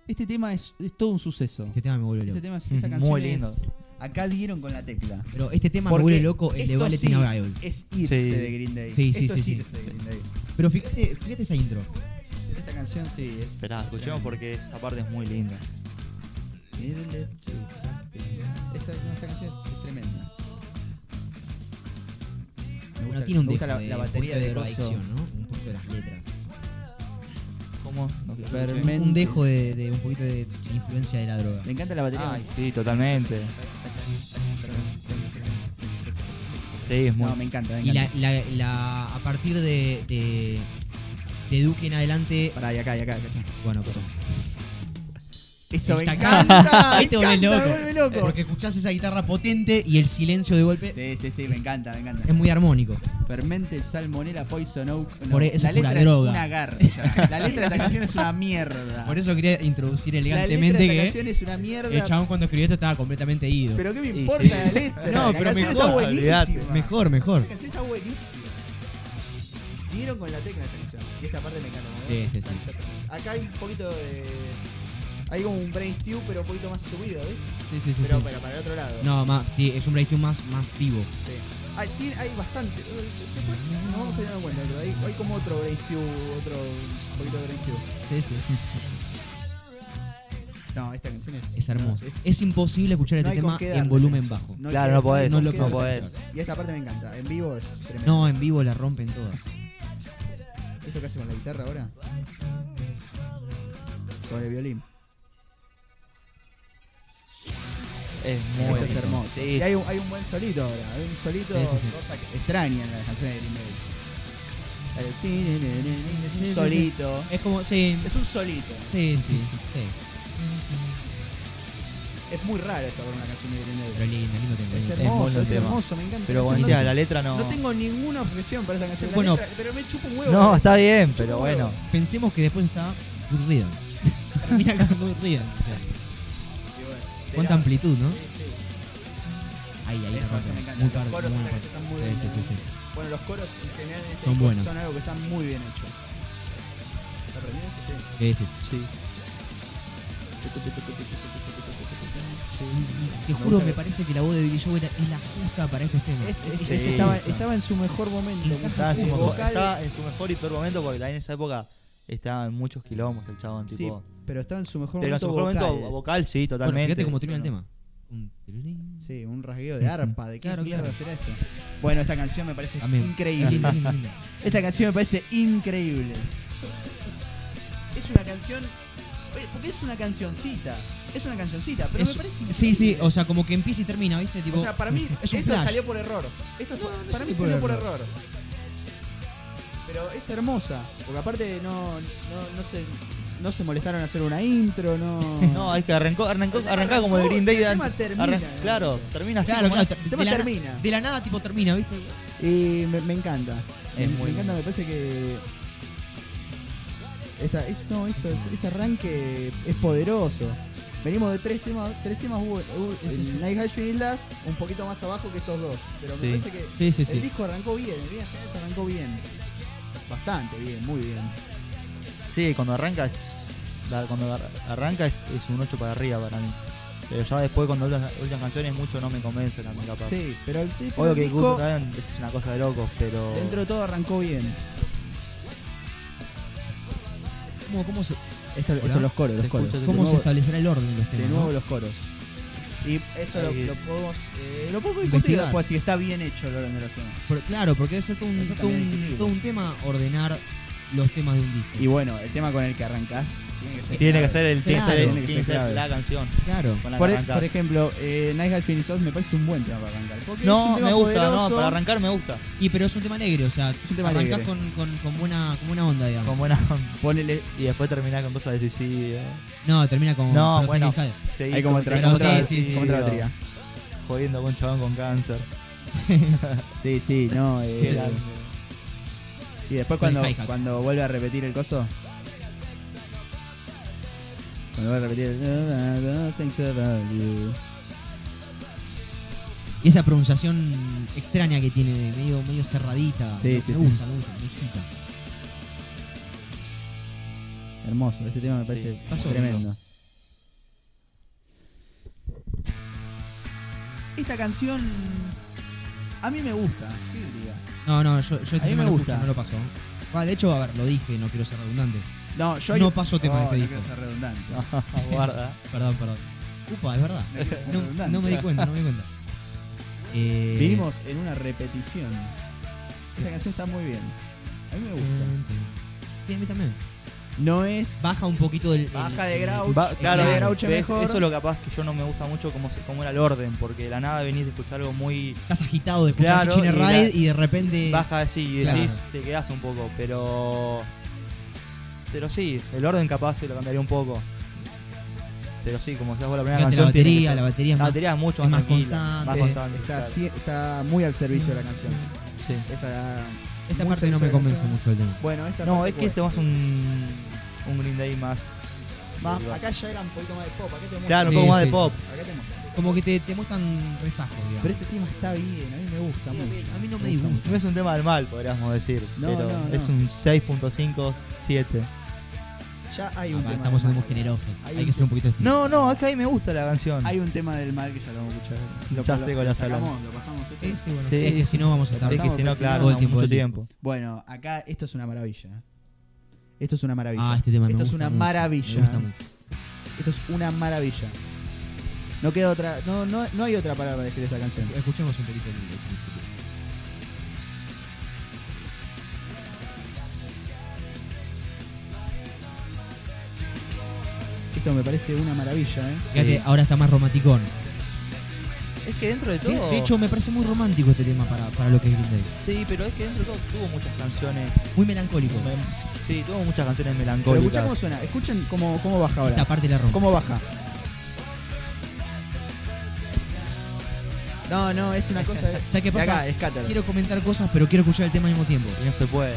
Speaker 1: Este tema es, es todo un suceso.
Speaker 2: Este tema me vuelve loco.
Speaker 1: Este tema, es- esta
Speaker 3: Muy
Speaker 1: canción
Speaker 3: lindo.
Speaker 1: es- acá dieron con la tecla.
Speaker 2: Pero este tema me
Speaker 1: Porque
Speaker 2: vuelve loco el de
Speaker 1: esto
Speaker 2: Ballet
Speaker 1: sí eh,
Speaker 2: Inaudible.
Speaker 1: Es irse
Speaker 3: Sí.
Speaker 1: de Green Day.
Speaker 2: Sí, sí,
Speaker 1: Esto
Speaker 2: sí,
Speaker 1: es
Speaker 2: sí.
Speaker 1: irse de Green Day.
Speaker 2: Pero fíjate, fíjate esta intro.
Speaker 1: Esta canción sí es.
Speaker 3: Esperá, escuchemos porque esa parte es muy linda.
Speaker 1: Esta, esta canción es, es tremenda. Me gusta,
Speaker 2: Bueno, tiene un
Speaker 1: me gusta
Speaker 2: dejo
Speaker 1: la, la
Speaker 2: un
Speaker 1: batería de
Speaker 2: poquito la
Speaker 1: coso.
Speaker 2: adicción, ¿no? Un poquito de las letras.
Speaker 3: ¿Cómo?
Speaker 1: Fermen-
Speaker 2: Un dejo de, de un poquito de, de influencia de la droga.
Speaker 1: Me encanta la batería.
Speaker 3: Ay, sí, totalmente. Sí, es muy.
Speaker 1: no, me encanta, me
Speaker 2: Y la,
Speaker 1: encanta.
Speaker 2: la- la- a partir de, de- de Duque en adelante.
Speaker 3: Pará, y acá, y acá, y acá.
Speaker 2: Bueno, perdón.
Speaker 1: Eso me
Speaker 2: Está
Speaker 1: encanta.
Speaker 2: (laughs) Ahí te
Speaker 1: me
Speaker 2: volvés
Speaker 1: encanta,
Speaker 2: Este loco.
Speaker 1: me vuelve loco.
Speaker 2: Porque escuchás esa guitarra potente y el silencio de golpe
Speaker 1: Sí, sí, sí, me encanta, me encanta.
Speaker 2: es muy armónico.
Speaker 1: Fermente, salmonella, poison oak. no,
Speaker 2: Por eso es
Speaker 1: la
Speaker 2: pura
Speaker 1: letra
Speaker 2: droga.
Speaker 1: es una garra. La letra de esta canción es una mierda.
Speaker 2: Por eso quería introducir
Speaker 1: la letra de
Speaker 2: elegantemente
Speaker 1: esta
Speaker 2: que
Speaker 1: canción es una mierda.
Speaker 2: el chabón cuando escribió esto estaba completamente ido.
Speaker 1: Pero qué me
Speaker 3: Y
Speaker 1: importa
Speaker 3: sí.
Speaker 1: la letra.
Speaker 2: No,
Speaker 1: la
Speaker 2: pero
Speaker 1: canción
Speaker 2: mejor,
Speaker 1: está buenísima.
Speaker 3: olvidate.
Speaker 2: Mejor, mejor.
Speaker 1: La canción está buenísima. Dieron con la tecla esta canción. Y esta parte me encanta. ¿no?
Speaker 2: Sí, sí, sí.
Speaker 1: Acá hay un poquito de. Hay como un brain stew, pero un poquito más subido, ¿eh?
Speaker 2: Sí, sí, sí.
Speaker 1: pero,
Speaker 2: sí.
Speaker 1: pero para el otro lado.
Speaker 2: No, más, sí, es un breakdown más, más vivo.
Speaker 1: Sí. Hay, tiene- hay bastante. Después nos vamos a ir dando cuenta, pero hay, hay como otro brain stew, otro un poquito de brain stew.
Speaker 2: Sí, sí.
Speaker 1: No, esta canción es.
Speaker 2: Es hermoso.
Speaker 1: es-
Speaker 2: Es, imposible escuchar este
Speaker 1: no hay con
Speaker 2: tema
Speaker 1: qué darle,
Speaker 2: en volumen
Speaker 1: Lorenzo.
Speaker 2: bajo.
Speaker 1: hay
Speaker 3: Claro,
Speaker 1: qué-
Speaker 3: no podés,
Speaker 1: hay
Speaker 2: no
Speaker 1: qué
Speaker 2: lo
Speaker 1: darle.
Speaker 3: podés.
Speaker 1: Y esta parte me encanta. En vivo es tremendo.
Speaker 2: No, en vivo la rompen todas.
Speaker 1: ¿Esto que hace con la guitarra ahora? Con el violín.
Speaker 3: Es muy
Speaker 1: Esto
Speaker 3: bueno.
Speaker 1: es hermoso.
Speaker 3: Sí,
Speaker 1: Y hay un, hay un buen solito ahora. Hay un solito,
Speaker 2: Sí, sí, sí.
Speaker 1: cosa que extraña en las canciones de Green Day. El
Speaker 2: Sí,
Speaker 1: tin,
Speaker 2: sí, sí.
Speaker 1: Solito.
Speaker 2: Es como, sí,
Speaker 1: Es un solito.
Speaker 2: sí, sí, sí.
Speaker 1: Es muy raro esto para una canción de Green
Speaker 2: Pero
Speaker 1: Day.
Speaker 2: lindo, lindo tema.
Speaker 1: Es
Speaker 2: lindo tema.
Speaker 1: hermoso,
Speaker 3: buen
Speaker 1: es
Speaker 3: tema.
Speaker 1: hermoso, me encanta.
Speaker 3: pero
Speaker 1: la
Speaker 2: bueno,
Speaker 1: canción.
Speaker 3: bonita, la letra no.
Speaker 1: no, tengo ninguna objeción para esta canción. La
Speaker 2: Bueno.
Speaker 1: letra- pero me chupa un huevo.
Speaker 3: No,
Speaker 1: eh.
Speaker 3: está bien,
Speaker 1: Chupa
Speaker 3: pero
Speaker 1: un huevo.
Speaker 3: bueno.
Speaker 2: Pensemos que después está Good Riddance. (laughs) Termina con Good Riddance. o sea,
Speaker 1: (laughs) Y bueno,
Speaker 2: cuánta
Speaker 1: verá.
Speaker 2: amplitud, ¿no?
Speaker 1: Sí, sí.
Speaker 2: Ahí, ahí,
Speaker 1: Eso,
Speaker 2: la parte,
Speaker 1: eso me encanta.
Speaker 2: Muy
Speaker 1: Los
Speaker 2: tarde,
Speaker 1: coros
Speaker 2: muy buena
Speaker 1: son
Speaker 2: parte.
Speaker 1: muy bien,
Speaker 2: Sí, sí, sí, sí.
Speaker 1: Bueno, los coros en general en este
Speaker 2: Son
Speaker 1: disco
Speaker 2: buenos.
Speaker 1: son algo que están muy bien hechos. ¿Te aprendió eso? Sí.
Speaker 2: Sí, sí.
Speaker 3: Sí.
Speaker 2: Te
Speaker 1: Me
Speaker 2: juro,
Speaker 1: gusta
Speaker 2: me
Speaker 1: que-
Speaker 2: parece que la voz de Billy Joel era es la justa para este estos temas.
Speaker 1: Es- es-
Speaker 3: Sí.
Speaker 1: es- estaba, estaba en su mejor momento.
Speaker 2: Encaja
Speaker 3: Estaba en, su
Speaker 1: musical,
Speaker 3: mejor,
Speaker 1: vocal,
Speaker 3: estaba en su mejor y peor momento porque también en esa época estaba en muchos quilombos el chabón,
Speaker 1: Sí,
Speaker 3: tipo.
Speaker 1: pero estaba en su mejor
Speaker 3: Pero en
Speaker 1: momento.
Speaker 3: su mejor momento
Speaker 1: vocal.
Speaker 3: vocal, sí,
Speaker 2: Bueno,
Speaker 3: totalmente.
Speaker 2: fíjate cómo termina el
Speaker 3: Pero-
Speaker 2: tema. Un tilín.
Speaker 1: Sí, un rasgueo de arpa. ¿De qué
Speaker 2: Claro,
Speaker 1: mierda
Speaker 2: claro.
Speaker 1: será eso? Bueno, esta canción me parece
Speaker 2: Amén.
Speaker 1: increíble.
Speaker 2: Lindo, lindo, lindo.
Speaker 1: Esta canción me parece increíble. Es una canción. eh, Porque es una cancioncita. Es una cancioncita, (laughs) pero me
Speaker 2: Es-
Speaker 1: parece.
Speaker 2: Sí, sí,
Speaker 1: increíble.
Speaker 2: o sea, como que empieza y termina, ¿viste? Tipo,
Speaker 1: O sea, para mí
Speaker 2: es un
Speaker 1: esto
Speaker 2: flash.
Speaker 1: salió por error. Esto es
Speaker 2: No,
Speaker 1: por-
Speaker 2: no
Speaker 1: para
Speaker 2: salió
Speaker 1: mí
Speaker 2: por
Speaker 1: salió por
Speaker 2: error.
Speaker 1: error. Pero es hermosa, porque aparte no, no, no se no se molestaron a hacer una intro, no.
Speaker 3: (laughs) No, es que arrancó, arrancó,
Speaker 1: El tema
Speaker 3: arrancaba como de
Speaker 1: arrancó,
Speaker 3: Green Day.
Speaker 1: el tema
Speaker 3: antes.
Speaker 1: termina,
Speaker 3: Arran-
Speaker 1: ¿no?
Speaker 3: claro, termina así.
Speaker 2: Claro,
Speaker 3: como
Speaker 2: claro,
Speaker 1: El tema
Speaker 2: de la na-
Speaker 1: termina.
Speaker 2: de la nada, tipo, termina, ¿viste?
Speaker 1: Y me, me encanta.
Speaker 3: Es
Speaker 1: me,
Speaker 3: muy
Speaker 1: me encanta,
Speaker 3: lindo.
Speaker 1: me parece que. Esa, es- no, eso, es- ese arranque es poderoso. Venimos de tres temas, tres temas uh, hubo- hubo- el Night High Finish Last, un poquito más abajo que estos dos. Pero me
Speaker 3: Sí.
Speaker 1: parece que
Speaker 2: Sí, sí,
Speaker 1: el
Speaker 2: sí.
Speaker 1: disco arrancó bien, el Vidas Generales arrancó bien. Bastante bien, muy bien.
Speaker 3: Sí, cuando arranca es. da- Cuando ar- arranca es, es un 8 para arriba para mí. Pero ya después cuando las últimas canciones mucho no me convence la capaz.
Speaker 1: Sí, pero el, pero
Speaker 3: Obvio
Speaker 1: el
Speaker 3: que
Speaker 1: disco
Speaker 3: Good Riddance es una cosa de locos, pero.
Speaker 1: dentro de todo arrancó bien.
Speaker 2: ¿Cómo, cómo se,
Speaker 1: Esto, esto,
Speaker 2: Hola.
Speaker 1: los coros, los
Speaker 3: Se
Speaker 1: coros. De
Speaker 3: escucha de
Speaker 2: cómo se
Speaker 1: nuevo-
Speaker 2: establecerá el orden de los
Speaker 1: de
Speaker 2: temas?
Speaker 1: nuevo
Speaker 2: no?
Speaker 1: los coros. Y eso lo,
Speaker 3: Ahí.
Speaker 1: lo podemos eh, lo podemos discutir
Speaker 2: Investigar.
Speaker 1: después si está bien hecho el orden de los temas.
Speaker 2: Por- claro, porque debe ser todo un,
Speaker 1: Eso
Speaker 2: todo,
Speaker 1: también es
Speaker 2: un,
Speaker 1: discutible.
Speaker 2: todo un tema ordenar los temas de un disco.
Speaker 1: Y bueno, el tema con el que arrancás tiene que ser.
Speaker 3: Tiene que
Speaker 1: clave.
Speaker 3: ser el, tiene que ser, el-
Speaker 1: Claro.
Speaker 3: tiene que ser la canción
Speaker 2: claro.
Speaker 3: con la
Speaker 1: Por,
Speaker 3: que
Speaker 1: e-
Speaker 3: arrancás.
Speaker 1: por ejemplo, eh, Night High Finish Lost me parece un buen tema para arrancar. porque es un
Speaker 3: No,
Speaker 1: tema
Speaker 3: me gusta, no,
Speaker 1: poderoso.
Speaker 3: para arrancar me gusta.
Speaker 2: Y pero es un tema alegre, o sea,
Speaker 1: un tema
Speaker 2: arrancás
Speaker 1: alegre.
Speaker 2: con, con, con buena, con buena onda, digamos.
Speaker 3: Con buena.
Speaker 1: Ponele.
Speaker 3: Y después terminar con cosas de suicidio.
Speaker 2: No, termina con
Speaker 3: No,
Speaker 2: Perfect
Speaker 3: bueno.
Speaker 2: Hijade.
Speaker 3: Seguir
Speaker 1: Ahí como
Speaker 3: con
Speaker 1: entra,
Speaker 2: pero
Speaker 1: como
Speaker 2: sí,
Speaker 1: entra-
Speaker 2: sí, sí,
Speaker 1: como entra la batería.
Speaker 3: Jodiendo con un chabón
Speaker 1: (laughs)
Speaker 3: con cáncer.
Speaker 1: Sí, sí, no. eh,
Speaker 3: Qué
Speaker 1: (laughs)
Speaker 3: grande.
Speaker 1: y después
Speaker 2: Con el
Speaker 1: cuando,
Speaker 2: hi-hat.
Speaker 1: cuando vuelve a repetir el coso. Cuando vuelve a repetir el. Thanks about you.
Speaker 2: Y esa pronunciación extraña que tiene, de medio, medio cerradita.
Speaker 1: Sí,
Speaker 2: me,
Speaker 1: sí,
Speaker 2: me
Speaker 1: sí.
Speaker 2: gusta, me gusta, me excita.
Speaker 1: Hermoso, este tema me
Speaker 3: Sí,
Speaker 1: parece
Speaker 2: está sólido.
Speaker 1: tremendo. Esta canción a mí me gusta. ¿qué les diga?
Speaker 2: No, no, yo, yo
Speaker 1: A mí
Speaker 2: este
Speaker 1: me
Speaker 2: tema no
Speaker 1: gusta.
Speaker 2: escucho, no lo paso. Va, de hecho, a ver, lo dije, no quiero ser redundante.
Speaker 1: No, yo Oh,
Speaker 2: No paso tema de
Speaker 1: no,
Speaker 2: este
Speaker 1: no
Speaker 2: disco.
Speaker 1: quiero ser
Speaker 2: (laughs)
Speaker 1: redundante.
Speaker 3: (laughs) Guarda.
Speaker 2: Perdón, perdón. Upa, es verdad.
Speaker 1: No quiero ser
Speaker 2: No,
Speaker 1: redundante.
Speaker 2: no me di cuenta, no me
Speaker 1: (laughs)
Speaker 2: di cuenta. Eh,
Speaker 1: Vivimos en una repetición. Esta canción está muy bien. A mí me
Speaker 2: Eh.
Speaker 1: gusta.
Speaker 2: Sí, a mí también.
Speaker 1: No es
Speaker 2: Baja un poquito del.
Speaker 1: baja
Speaker 2: el-
Speaker 1: de
Speaker 2: el-
Speaker 1: Grouch.
Speaker 3: Va- claro,
Speaker 1: de
Speaker 2: eh,
Speaker 1: Grouch es
Speaker 3: ves,
Speaker 1: mejor.
Speaker 3: eso es lo capaz que yo no me gusta mucho como, se- como era el orden, porque de la nada venís de escuchar algo muy
Speaker 2: Estás agitado de escuchar
Speaker 3: Claro,
Speaker 2: China
Speaker 3: y la-
Speaker 2: Ride y de repente.
Speaker 3: baja así y
Speaker 2: claro.
Speaker 3: decís, te quedás un poco, pero Pero sí, el orden capaz se lo cambiaría un poco. Pero sí, como decías vos, la primera
Speaker 2: Fíjate, la
Speaker 3: canción tiene que
Speaker 2: batería,
Speaker 3: ser-
Speaker 2: la batería es
Speaker 3: la
Speaker 2: más-
Speaker 3: batería es mucho
Speaker 2: es
Speaker 3: más,
Speaker 2: más
Speaker 3: tranquila,
Speaker 2: constante,
Speaker 3: más
Speaker 1: Eh,
Speaker 3: constante,
Speaker 1: está,
Speaker 3: claro.
Speaker 1: sí- está muy al servicio de la canción.
Speaker 3: Sí.
Speaker 1: Esa,
Speaker 2: Esta
Speaker 1: muy
Speaker 2: parte no me
Speaker 1: servicio de la
Speaker 2: convence
Speaker 1: canción.
Speaker 2: mucho el tema.
Speaker 1: Bueno, esta
Speaker 3: No,
Speaker 1: parte
Speaker 3: es que este más un, un Green Day más.
Speaker 1: Más, Eh, acá ya era un poquito más de pop, acá te muestran-
Speaker 3: Claro, un
Speaker 2: Sí,
Speaker 3: poco más de
Speaker 2: sí.
Speaker 3: pop.
Speaker 1: Acá te muestran.
Speaker 2: Como que te, te muestran rezajos, digamos.
Speaker 1: Pero este tema está bien, a mí me gusta
Speaker 2: Sí, a mí-
Speaker 1: mucho.
Speaker 2: a mí no me
Speaker 1: gusta
Speaker 2: disgusta.
Speaker 1: mucho.
Speaker 3: No es un tema del mal, podríamos decir.
Speaker 1: No,
Speaker 3: pero
Speaker 1: no, no.
Speaker 3: es un 6.5 7.
Speaker 1: Ya hay
Speaker 2: Ah,
Speaker 1: un
Speaker 2: va,
Speaker 1: tema.
Speaker 2: estamos
Speaker 1: del
Speaker 2: siendo muy
Speaker 1: mal.
Speaker 2: generosos.
Speaker 1: Hay
Speaker 2: Hay,
Speaker 1: un-
Speaker 2: que ser un poquito estrictos.
Speaker 3: No, no, acá ahí me gusta la canción.
Speaker 1: Hay un tema del mal que ya lo vamos a escuchar. Lo,
Speaker 3: Ya
Speaker 1: lo-
Speaker 3: sé cuál
Speaker 1: lo
Speaker 3: es, hablamos.
Speaker 1: sacamos, lo pasamos. este.
Speaker 2: Sí, sí, bueno.
Speaker 3: Sí.
Speaker 2: Es que si no vamos a estar
Speaker 3: es que si no,
Speaker 1: porque si no,
Speaker 3: claro,
Speaker 2: todo el
Speaker 3: no,
Speaker 2: tiempo,
Speaker 3: mucho
Speaker 2: todo el tiempo.
Speaker 3: tiempo.
Speaker 1: Bueno, acá esto es una maravilla. Esto es una maravilla.
Speaker 2: Ah, este tema me
Speaker 1: Esto es
Speaker 2: gusta
Speaker 1: una
Speaker 2: mucho,
Speaker 1: maravilla.
Speaker 2: Me gusta mucho.
Speaker 1: Esto es una maravilla. No queda otra. No, no, no hay otra palabra para describir esta canción.
Speaker 2: Escuchemos un poquito el-
Speaker 1: Esto me parece una maravilla, ¿eh?
Speaker 2: Fíjate, ahora está más romanticón.
Speaker 3: Es que dentro de
Speaker 2: De,
Speaker 3: todo.
Speaker 2: de hecho, me parece muy romántico este tema para, para lo que es Green Day.
Speaker 3: sí, pero es que dentro de todo tuvo muchas canciones.
Speaker 2: Muy melancólico.
Speaker 3: me- Sí, tuvo muchas canciones
Speaker 1: Pero escuchá
Speaker 3: melancólicas.
Speaker 1: cómo suena. Escuchen cómo, cómo baja
Speaker 2: Esta
Speaker 1: ahora.
Speaker 2: parte la rompe.
Speaker 1: Cómo baja. No, no, es una cosa. de-
Speaker 2: ¿Sabes qué
Speaker 1: Y
Speaker 2: pasa?
Speaker 1: acá, Scatter.
Speaker 2: Quiero comentar cosas, pero quiero escuchar el tema al mismo tiempo.
Speaker 3: Y no se puede.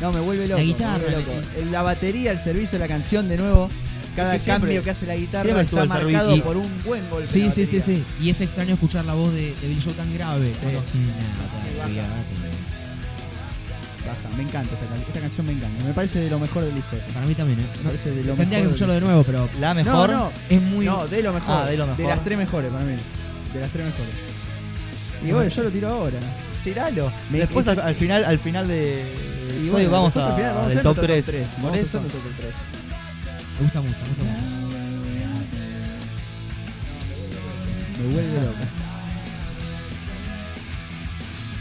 Speaker 1: No, me vuelve loco.
Speaker 2: La guitarra,
Speaker 1: me vuelve loco.
Speaker 2: la-
Speaker 1: El- La batería, el servicio de la canción de nuevo. Cada
Speaker 3: Es que siempre-
Speaker 1: cambio que hace la guitarra
Speaker 3: siempre estuvo
Speaker 1: está
Speaker 3: al
Speaker 1: marcado
Speaker 3: servicio.
Speaker 1: por un buen golpe. en
Speaker 2: Sí,
Speaker 1: la
Speaker 2: sí, sí,
Speaker 1: batería.
Speaker 2: sí. Y es extraño escuchar la voz de, de Billy Joel tan grave. Cuando-
Speaker 1: baja. Baja, me encanta esta, can- esta canción, me encanta. Me parece de lo mejor del disco.
Speaker 2: Para mí también, ¿eh?
Speaker 1: Me
Speaker 2: No,
Speaker 1: parece de lo
Speaker 2: tendría que
Speaker 1: mejor.
Speaker 2: escucharlo de nuevo, pero
Speaker 3: La
Speaker 1: del-
Speaker 3: mejor.
Speaker 1: No, no,
Speaker 2: es muy...
Speaker 1: no, de lo mejor.
Speaker 3: Ah, de lo mejor.
Speaker 1: las tres mejores para mí. De las tres mejores. Y bueno, yo lo tiro ahora.
Speaker 3: Tiralo.
Speaker 1: Me-
Speaker 3: Después al, al final, al final de.
Speaker 1: Y
Speaker 3: hoy
Speaker 1: bueno,
Speaker 3: vamos
Speaker 1: después
Speaker 3: a,
Speaker 1: al final vamos a
Speaker 3: del
Speaker 1: hacer
Speaker 3: top
Speaker 1: nuestro
Speaker 3: 3.
Speaker 1: tres.
Speaker 3: Por
Speaker 1: Vamos a
Speaker 3: eso.
Speaker 1: hacer nuestro top tres.
Speaker 2: Me gusta mucho, me gusta mucho.
Speaker 1: Me vuelve loco.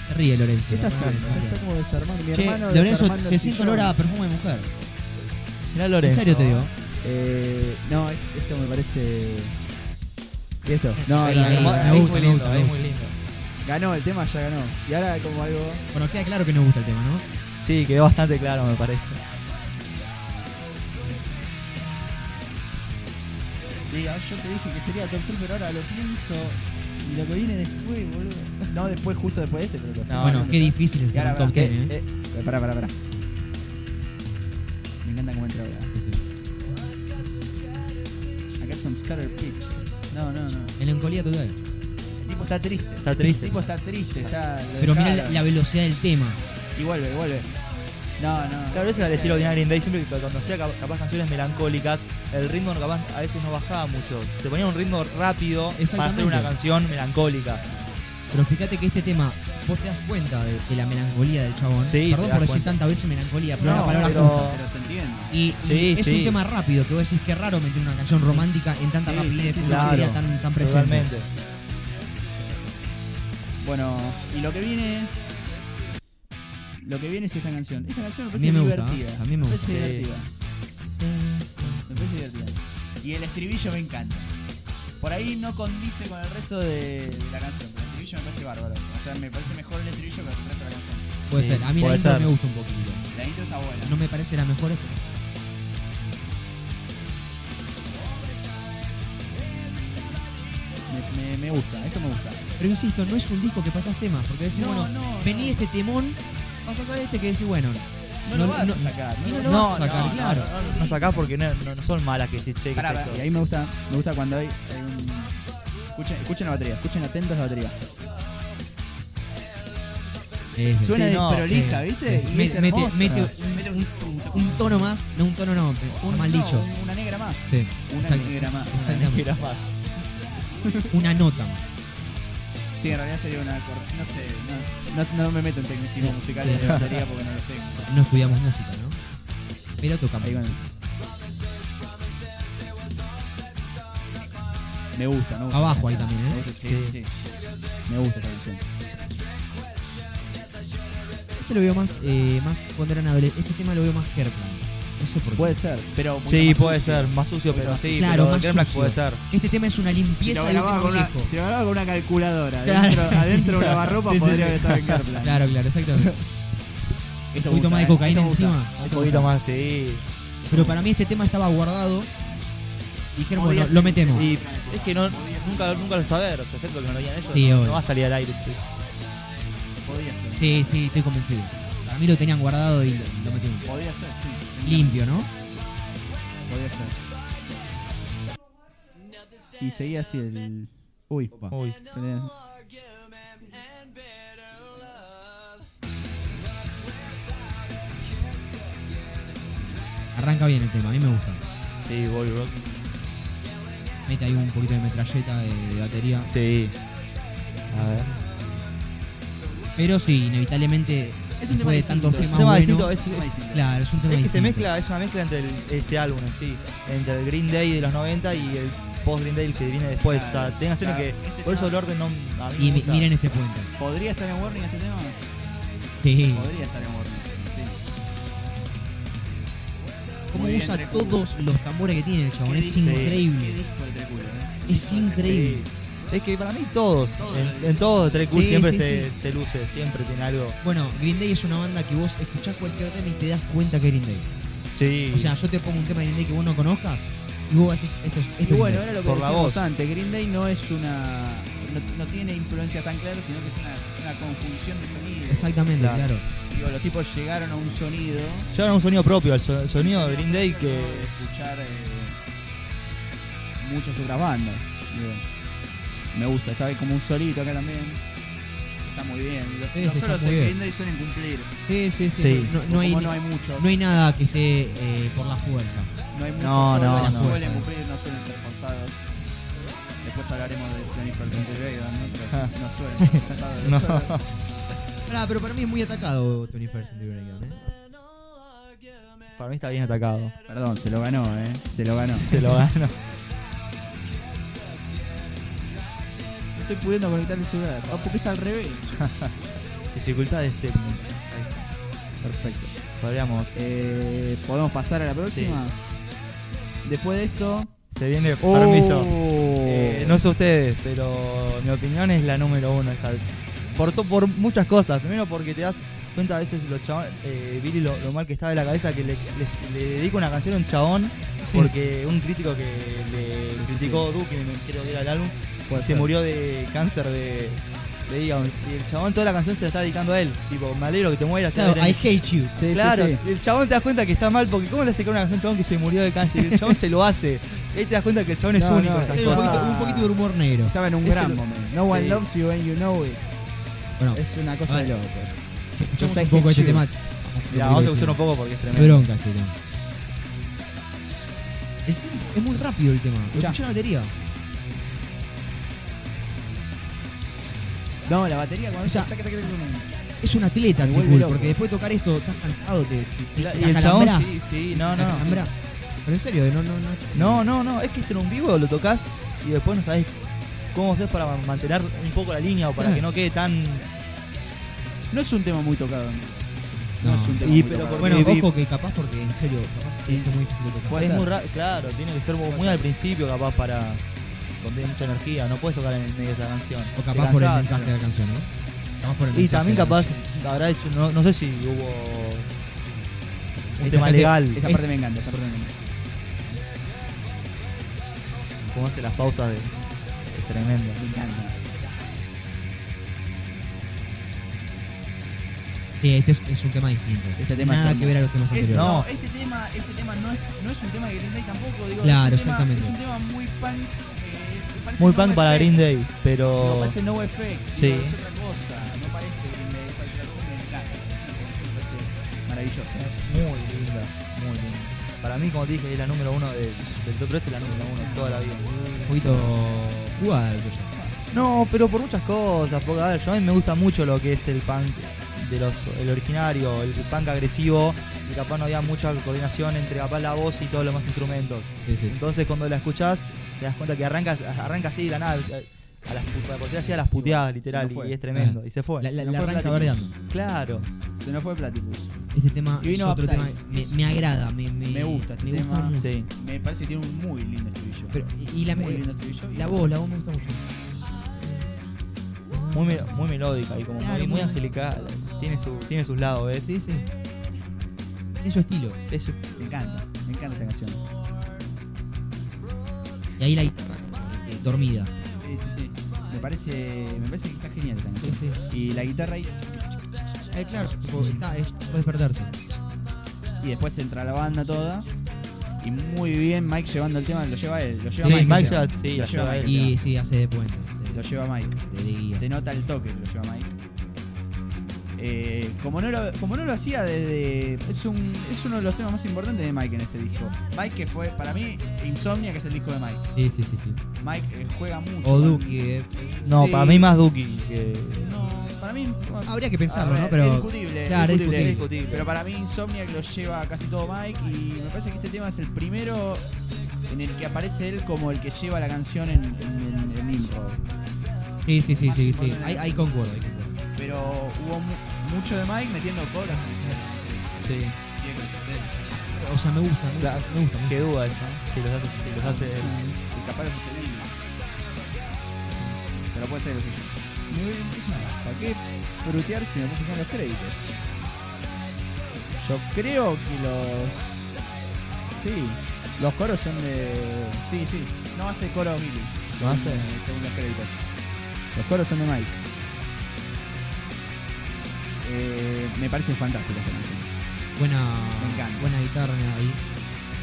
Speaker 2: Te ríe, Lorenzo.
Speaker 1: ¿Qué está
Speaker 2: Te ríe,
Speaker 1: haciendo?
Speaker 2: te ríe.
Speaker 1: Está como desarmando. Mi
Speaker 2: Che,
Speaker 1: hermano
Speaker 2: Lorenzo,
Speaker 1: desarmando
Speaker 2: te
Speaker 1: el
Speaker 2: siento
Speaker 1: sillón.
Speaker 2: olor a perfume de mujer.
Speaker 3: Mirá
Speaker 2: En
Speaker 3: Lorenzo.
Speaker 2: serio te digo.
Speaker 1: Eh, no, es- esto me parece. ¿Y esto? No,
Speaker 2: Ahí,
Speaker 1: no,
Speaker 2: ahí,
Speaker 1: no,
Speaker 2: me
Speaker 1: ahí
Speaker 2: gusta,
Speaker 1: fue
Speaker 2: me
Speaker 1: lindo.
Speaker 2: gusta, me
Speaker 3: es
Speaker 2: gusta.
Speaker 3: muy lindo.
Speaker 1: Ganó, el tema ya ganó. Y ahora como algo.
Speaker 2: Bueno, queda claro que nos gusta el tema, ¿no?
Speaker 3: Sí, quedó bastante claro, me parece.
Speaker 1: Diga, yo te dije que sería top 3, pero ahora lo pienso. Y lo que viene después, boludo. No, después, justo después de este, pero.
Speaker 3: No,
Speaker 2: bueno,
Speaker 3: no,
Speaker 2: qué difícil es
Speaker 1: Y ahora
Speaker 2: hacer un top
Speaker 1: habrá-
Speaker 2: 10, ¿eh?
Speaker 3: Eh,
Speaker 1: Eh, Pará, pará, pará. Me encanta cómo entra ahora. I got some scattered pictures. No, no, no.
Speaker 2: Melancolía total.
Speaker 1: El tipo está triste.
Speaker 3: Está
Speaker 1: El
Speaker 3: triste.
Speaker 1: tipo está triste, está. lo
Speaker 2: Pero mirá la,
Speaker 1: dejaron.
Speaker 2: la velocidad del tema.
Speaker 1: Y vuelve, vuelve. No, no.
Speaker 3: Claro, eso era el estilo de Green Day, siempre que cuando hacía cap- capaz canciones melancólicas, el ritmo capaz a veces no bajaba mucho. Te ponía un ritmo rápido para hacer
Speaker 2: Exactamente.
Speaker 3: una canción melancólica.
Speaker 2: Pero fíjate que este tema, vos te das cuenta de, de la melancolía del chabón.
Speaker 3: Sí, te
Speaker 2: Perdón
Speaker 3: das
Speaker 2: por decir
Speaker 3: cuenta.
Speaker 2: tantas veces melancolía, pero
Speaker 3: No,
Speaker 2: es una palabra
Speaker 3: pero-
Speaker 2: justa.
Speaker 1: pero se entiende.
Speaker 2: Y, y
Speaker 3: Sí,
Speaker 2: es
Speaker 3: sí.
Speaker 2: un tema rápido, que vos decís que raro meter una canción romántica en tanta
Speaker 1: Sí, sí,
Speaker 2: rapidez,
Speaker 1: sí,
Speaker 2: con una
Speaker 3: claro.
Speaker 2: serie tan, tan presente.
Speaker 3: Totalmente.
Speaker 1: Bueno, y lo que viene. Lo que viene es esta canción. Esta canción me
Speaker 2: A
Speaker 1: parece
Speaker 2: mí me gusta,
Speaker 1: divertida.
Speaker 2: ¿eh? A mí me gusta.
Speaker 1: parece
Speaker 3: Sí.
Speaker 1: divertida. Me parece divertida. Y el estribillo me encanta. Por ahí no condice con el resto de, de la canción, pero el estribillo me parece bárbaro. O sea, me parece mejor el estribillo que el resto de la canción.
Speaker 2: Puede
Speaker 3: Sí,
Speaker 2: ser. A mí
Speaker 3: puede
Speaker 2: la intro
Speaker 3: ser.
Speaker 2: me gusta un poquito.
Speaker 1: La intro está buena.
Speaker 2: No me parece la mejor. pero-
Speaker 1: Me, me- me gusta, esto me gusta.
Speaker 2: Pero insisto, no es un disco que pasas temas, porque decís,
Speaker 1: No,
Speaker 2: bueno,
Speaker 1: no,
Speaker 2: vení
Speaker 1: no.
Speaker 2: este temón, pasas a este que decís, bueno,
Speaker 1: No, lo vas a sacar.
Speaker 2: y
Speaker 1: lo
Speaker 2: no
Speaker 1: vas
Speaker 2: lo
Speaker 1: a
Speaker 2: vas a sacar,
Speaker 1: no,
Speaker 2: claro.
Speaker 1: no, no, no.
Speaker 3: No sacás porque no, no- no son malas que decís, che, ¿qué es
Speaker 1: Pará, pará,
Speaker 3: esto?
Speaker 1: y ahí me gusta, me gusta cuando hay, hay un- Escuchen, escuchen la batería, escuchen atentos la batería.
Speaker 2: Es-
Speaker 1: Suena
Speaker 3: Sí, no,
Speaker 1: desprolija,
Speaker 2: eh,
Speaker 1: ¿viste?
Speaker 2: es-
Speaker 1: Y
Speaker 2: me-
Speaker 1: es
Speaker 2: mete
Speaker 1: hermosa.
Speaker 2: mete un, un- un tono más, no un tono no, un, mal
Speaker 1: no,
Speaker 2: dicho.
Speaker 1: Una negra más.
Speaker 2: Sí,
Speaker 1: Una
Speaker 2: exacto.
Speaker 1: negra más.
Speaker 2: Exactamente.
Speaker 3: (laughs) Mirá más.
Speaker 2: Una nota más.
Speaker 1: Sí, en realidad sería una cor- No sé, no, no, no me meto en tecnicismo
Speaker 2: Sí,
Speaker 1: musical
Speaker 2: sí.
Speaker 1: de batería porque no lo tengo.
Speaker 2: No estudiamos música, ¿no? Pero tocamos.
Speaker 1: Ahí van. Me gusta, me gusta.
Speaker 2: Abajo ahí también, ¿eh?
Speaker 1: Me gusta, sí, sí, sí. Me gusta esta canción.
Speaker 2: Este lo veo más, eh, más cuando eran adolescentes. Este tema lo veo más Kerplan. No sé por qué.
Speaker 1: Puede ser, pero. mucho
Speaker 3: Sí,
Speaker 1: más
Speaker 3: puede
Speaker 1: sucio.
Speaker 3: ser, más sucio,
Speaker 1: Mucho
Speaker 3: pero
Speaker 1: más
Speaker 3: sí,
Speaker 2: Claro,
Speaker 3: pero
Speaker 2: más
Speaker 3: Green Black
Speaker 2: sucio.
Speaker 3: puede ser.
Speaker 2: Este tema es una
Speaker 1: Si lo
Speaker 2: limpieza de un
Speaker 1: grababa
Speaker 2: tema
Speaker 1: con una,
Speaker 2: viejo.
Speaker 1: si lo grababa con una calculadora
Speaker 2: Claro.
Speaker 1: adentro, adentro de una barropa
Speaker 2: (laughs) Sí, sí,
Speaker 1: podría
Speaker 2: sí.
Speaker 1: estar en Carplan. (laughs)
Speaker 2: Claro, claro, exactamente.
Speaker 1: Esto
Speaker 2: un poquito
Speaker 1: Este gusta,
Speaker 2: más de
Speaker 1: eh.
Speaker 2: cocaína
Speaker 1: Esto gusta.
Speaker 2: encima.
Speaker 3: Un
Speaker 2: Esto
Speaker 3: poquito
Speaker 2: gusta.
Speaker 3: más, sí.
Speaker 2: Pero para mí este tema estaba guardado. Y dijeron,
Speaker 1: Podía
Speaker 2: bueno,
Speaker 1: ser
Speaker 2: lo
Speaker 1: un
Speaker 2: metemos.
Speaker 3: Y es que no, nunca, nunca lo saber, o sea, excepto que me lo digan ellos,
Speaker 2: Sí,
Speaker 3: no, no
Speaker 2: obvio.
Speaker 3: va a salir al aire. sí.
Speaker 1: Podría ser.
Speaker 2: Sí, sí, estoy convencido. Para mí lo tenían guardado y lo, lo metimos.
Speaker 1: Podría ser, sí.
Speaker 2: Limpio, ¿no?
Speaker 1: Podría ser. Y seguía así el. Uy,
Speaker 3: Uy.
Speaker 1: tenés-
Speaker 2: Arranca bien el tema, a mí me gusta.
Speaker 3: Sí, Bobby Rock.
Speaker 2: Mete ahí un poquito de metralleta de, de batería.
Speaker 3: Sí. A ver.
Speaker 2: Pero sí, inevitablemente.
Speaker 1: Es un tema
Speaker 2: después de
Speaker 1: distinto,
Speaker 2: tantos
Speaker 1: es
Speaker 2: temas
Speaker 3: un tema distinto,
Speaker 2: buenos,
Speaker 3: es, es-
Speaker 2: Claro, Oh, es un tema
Speaker 3: es que se
Speaker 2: distinto.
Speaker 3: mezcla, es una mezcla entre el- este álbum en sí, entre el Green Day de los 90 y el post Green Day que viene después. O sea, tengas
Speaker 1: Claro.
Speaker 3: que.
Speaker 1: Este
Speaker 3: Por eso el
Speaker 1: tema-
Speaker 3: orden no. A mí
Speaker 2: Y
Speaker 3: me
Speaker 2: mi-
Speaker 3: gusta.
Speaker 2: miren este puente.
Speaker 1: ¿Podría estar en Warning este tema?
Speaker 2: Sí.
Speaker 1: Podría estar en Warning. Sí.
Speaker 2: Cómo
Speaker 1: Muy bien,
Speaker 2: usa
Speaker 1: Treculo.
Speaker 2: todos los tambores que tiene el chabón.
Speaker 1: Qué
Speaker 2: Es
Speaker 1: disco,
Speaker 2: increíble.
Speaker 1: Qué disco de Treculo, eh.
Speaker 2: Es increíble.
Speaker 3: Sí. Es que para mí todos,
Speaker 1: Todos.
Speaker 3: en, en todos Trey Cool
Speaker 2: Sí,
Speaker 3: siempre
Speaker 2: sí,
Speaker 3: se,
Speaker 2: sí.
Speaker 3: se luce, siempre tiene algo.
Speaker 2: Bueno, Green Day es una banda que vos escuchás cualquier tema y te das cuenta que es Green Day.
Speaker 3: Sí.
Speaker 2: O sea, yo te pongo un tema de Green Day que vos no conozcas y vos decís, esto es. Esto
Speaker 1: Y
Speaker 2: es
Speaker 1: bueno,
Speaker 2: Green Day.
Speaker 1: era lo que
Speaker 3: Por la
Speaker 1: decíamos
Speaker 3: voz.
Speaker 1: antes. Green Day no es una. No, no tiene influencia tan clara, sino que es una, una conjunción de sonidos.
Speaker 2: Exactamente,
Speaker 3: Claro.
Speaker 2: claro.
Speaker 1: Digo, los tipos llegaron a un sonido.
Speaker 3: Llevan un sonido propio, el, so- el sonido de Green Day que.
Speaker 1: escuchar eh, muchas otras bandas. Digo, me gusta, está como un solito acá también. Está muy bien. Los,
Speaker 2: Sí,
Speaker 1: los
Speaker 2: sí, está
Speaker 1: solos
Speaker 2: muy
Speaker 1: en
Speaker 2: bien.
Speaker 1: Green Day suelen cumplir.
Speaker 2: Sí, sí, sí.
Speaker 3: Sí.
Speaker 2: No, no
Speaker 1: Como
Speaker 2: hay,
Speaker 1: no hay muchos.
Speaker 2: no hay nada que esté eh, por la fuerza.
Speaker 1: No hay muchos
Speaker 3: No,
Speaker 1: solos,
Speaker 3: no, no.
Speaker 1: suelen cumplir, no suelen ser forzados. Después hablaremos de Jennifer Century Vega, ¿no? Pero
Speaker 3: Ah.
Speaker 1: no suelen ser
Speaker 2: (laughs)
Speaker 1: forzados. los
Speaker 3: No.
Speaker 1: solos.
Speaker 2: Pará, pero para mí es muy atacado Tony First Century Breakdown, ¿eh?
Speaker 3: Para mí está bien atacado.
Speaker 1: Perdón, se lo ganó, ¿eh? Se lo ganó.
Speaker 3: Se lo gano.
Speaker 1: No estoy pudiendo conectar el celular. Ah, porque es al revés.
Speaker 3: Dificultad de este. Ahí está. Perfecto. Podríamos.
Speaker 1: Eh, ¿Podemos pasar a la próxima? Después de esto...
Speaker 3: Se viene.
Speaker 1: Oh.
Speaker 3: Permiso. Eh, no sé ustedes, pero mi opinión es la número uno. esta. Por, to- por muchas cosas. Primero porque te das cuenta a veces los chabones, eh, Billy lo, lo mal que estaba de la cabeza que le, le- le dedico una canción a un chabón porque un crítico que le criticó Du, que me quiero ir al álbum,
Speaker 1: Puede
Speaker 3: se
Speaker 1: ser.
Speaker 3: murió de cáncer de, de hígado. Y el chabón toda la canción se la está dedicando a él. Tipo, me alegro que te mueras. te
Speaker 2: Claro,
Speaker 3: alegro
Speaker 2: I
Speaker 3: que-
Speaker 2: hate you.
Speaker 1: Sí, sí,
Speaker 3: Claro,
Speaker 1: sí.
Speaker 3: el chabón te das cuenta que está mal porque ¿cómo le hace caer una canción a un chabón que se murió de cáncer? El chabón se lo hace. Y ahí te das cuenta que el chabón es
Speaker 1: No,
Speaker 3: único
Speaker 1: no,
Speaker 3: en estas
Speaker 1: es
Speaker 2: Era un
Speaker 1: cosa-
Speaker 2: poquito,
Speaker 3: cosas.
Speaker 2: un poquito de humor negro.
Speaker 1: Estaba en un
Speaker 3: Ese
Speaker 1: gran
Speaker 3: lo-
Speaker 1: momento. No one
Speaker 3: sí.
Speaker 1: loves you and you know it.
Speaker 2: Bueno,
Speaker 1: Es una cosa
Speaker 2: A ver.
Speaker 1: de loco.
Speaker 2: si escuchamos
Speaker 1: I
Speaker 2: un poco
Speaker 1: hate
Speaker 2: este
Speaker 1: you.
Speaker 2: tema.
Speaker 3: Mira, vamos a gustar un poco porque es
Speaker 2: Qué
Speaker 3: tremendo.
Speaker 2: bronca este tema. El tema- Es muy rápido el tema.
Speaker 1: Ya.
Speaker 2: Escucha la batería.
Speaker 1: No, la batería cuando
Speaker 2: O sea,
Speaker 1: tac, tac, tac, tac.
Speaker 2: Es un atleta,
Speaker 1: Me
Speaker 2: Trey
Speaker 1: vuelve
Speaker 2: Cool,
Speaker 1: loco.
Speaker 2: porque después de tocar esto estás cansado, te, te, te
Speaker 3: Y el chabón,
Speaker 2: acalambrás,
Speaker 3: sí, sí, no,
Speaker 2: te
Speaker 3: no.
Speaker 2: acalambrás. Pero en serio, no, no, no.
Speaker 3: No, no, no, es que esto en un vivo lo tocas y después no sabés cómo hacer para mantener un poco la línea o para que no quede tan.
Speaker 1: No es un tema muy tocado. amigo. No,
Speaker 2: No.
Speaker 1: es un tema
Speaker 3: Y
Speaker 1: muy
Speaker 3: pero
Speaker 1: tocado.
Speaker 3: por-
Speaker 2: Bueno,
Speaker 3: Y- y-
Speaker 2: ojo que capaz porque en serio, capaz que es muy difícil de tocar.
Speaker 1: Puede
Speaker 3: Es
Speaker 1: ser.
Speaker 3: muy raro, claro, tiene que ser muy al principio capaz para contener mucha energía, no puedes tocar en el medio de la canción.
Speaker 2: O
Speaker 3: te
Speaker 2: capaz por el
Speaker 3: cansás.
Speaker 2: mensaje de la canción, ¿no? Capaz por el
Speaker 3: Y
Speaker 2: mensaje
Speaker 3: también
Speaker 2: de la
Speaker 3: capaz
Speaker 2: canción.
Speaker 3: habrá hecho, no, no sé si hubo un
Speaker 2: Esta
Speaker 3: tema
Speaker 2: parte-
Speaker 3: legal,
Speaker 1: Esta parte me encanta, esta parte me encanta.
Speaker 3: como hace las pausas de... Es tremendo.
Speaker 1: Me encanta.
Speaker 2: Sí, este es, es un tema distinto.
Speaker 1: Este tema es
Speaker 2: Nada
Speaker 1: hermoso.
Speaker 2: que ver a los temas
Speaker 1: Es-
Speaker 2: anteriores.
Speaker 1: no,
Speaker 3: No.
Speaker 1: este tema, este tema no, es, no es un tema de Green Day tampoco. Digo,
Speaker 2: Claro,
Speaker 1: es un tema,
Speaker 2: exactamente.
Speaker 1: Es un tema muy punk. eh, parece
Speaker 3: Muy
Speaker 1: No
Speaker 3: punk para
Speaker 1: FX.
Speaker 3: Green Day,
Speaker 1: No,
Speaker 3: pero...
Speaker 1: parece No FX.
Speaker 3: Sí.
Speaker 1: digo, Es otra cosa. No parece Green Day, parece otra cosa. Me encanta. Es una canción que me parece maravillosa.
Speaker 3: Es muy linda, muy linda. Para mí, como te dije, es la número uno de- del top 3 es la número uno toda la vida.
Speaker 2: Un poquito jugada la tuya.
Speaker 3: No, pero por muchas cosas, porque a ver, yo a mí me gusta mucho lo que es el punk de los el originario, el punk agresivo, y capaz no había mucha coordinación entre capaz la voz y todos los más instrumentos.
Speaker 2: Sí, sí.
Speaker 3: Entonces cuando la escuchás, te das cuenta que arranca, arranca así de la nada, a las, pu- porque así a las puteadas, literal,
Speaker 1: Se nos fue.
Speaker 3: y es tremendo, y se fue.
Speaker 2: La, la-
Speaker 1: no
Speaker 2: la
Speaker 1: fue
Speaker 2: arranca
Speaker 1: Platinum.
Speaker 2: verdeando.
Speaker 3: Claro.
Speaker 1: Se nos fue Platypus.
Speaker 2: Este tema
Speaker 1: Y vino
Speaker 2: es otro
Speaker 1: Uptight.
Speaker 2: tema que me, me agrada, me, me,
Speaker 1: Me gusta este
Speaker 2: me
Speaker 1: tema.
Speaker 2: mucho.
Speaker 3: Sí.
Speaker 1: Me parece que tiene un muy lindo estribillo.
Speaker 2: Pero- y, y la, eh,
Speaker 1: muy lindo este estribillo.
Speaker 2: la voz, la voz me gusta mucho.
Speaker 3: Muy, me- muy melódica y como
Speaker 2: Claro,
Speaker 3: muy, muy
Speaker 2: muy-
Speaker 3: angelical. Tiene, su, tiene sus lados, ¿ves?
Speaker 2: Sí, sí. Preso estilo.
Speaker 1: Eso, me encanta, me encanta esta canción.
Speaker 2: Y ahí la guitarra, eh, dormida.
Speaker 1: Sí, sí, sí. Me parece, me parece que está genial esta
Speaker 2: Sí,
Speaker 1: canción.
Speaker 2: sí.
Speaker 1: Y la guitarra ahí.
Speaker 2: Eh, claro, tipo, está, es, puedes perderse.
Speaker 1: Y después entra la banda toda. Y muy bien Mike llevando el tema, lo lleva él, lo lleva
Speaker 2: Sí,
Speaker 1: Mike.
Speaker 2: Mike
Speaker 1: el tema.
Speaker 3: ya- sí,
Speaker 1: lo lleva
Speaker 3: la lleva
Speaker 1: Mike. el
Speaker 2: Y sí, hace de puente.
Speaker 1: tema. Lo
Speaker 2: De,
Speaker 1: lleva Mike.
Speaker 2: de- de guía.
Speaker 1: Se nota el toque que lo lleva Mike. Eh, como, no lo, como no lo hacía desde. Es, un, es uno de los temas más importantes de Mike en este disco. Mike, que fue, para mí, Insomnia, que es el disco de Mike.
Speaker 2: Sí, sí, sí, sí.
Speaker 1: Mike eh, juega mucho.
Speaker 2: O
Speaker 1: con-
Speaker 2: Duki. eh.
Speaker 3: No,
Speaker 1: Sí.
Speaker 3: para mí más Duki que.
Speaker 1: No, para mí.
Speaker 2: Habría que pensarlo,
Speaker 1: a ver,
Speaker 2: ¿no? Pero.
Speaker 1: es discutible,
Speaker 2: claro, es
Speaker 1: discutible.
Speaker 2: discutible.
Speaker 1: Pero para mí Insomniac lo lleva casi todo Mike y me parece que este tema es el primero en el que aparece él como el que lleva la canción en, en, en- en intro.
Speaker 2: Sí, sí, sí,
Speaker 1: Más
Speaker 2: sí, sí.
Speaker 1: importante.
Speaker 2: Ahí, ahí concuerdo, ahí concuerdo.
Speaker 1: Pero hubo mu- mucho de Mike metiendo colas.
Speaker 3: Sí.
Speaker 2: O sea, me gusta, me gusta,
Speaker 3: Claro.
Speaker 2: me gusta. me gusta.
Speaker 3: Qué duda eso. Si los hace, si los hace él.
Speaker 1: Y capaz lo hace él. Pero puede ser lo que yo. No, es nada, ¿Para qué frutear si me puedo fijar en los créditos? Yo creo que los. Sí. Los coros son de. Sí, sí. No hace coro Billy.
Speaker 3: ¿No hace?
Speaker 1: Según- Según los créditos. Los coros son de Mike. Eh, me parece fantástico esta canción.
Speaker 2: Buena,
Speaker 1: Me encanta.
Speaker 2: buena guitarra ahí.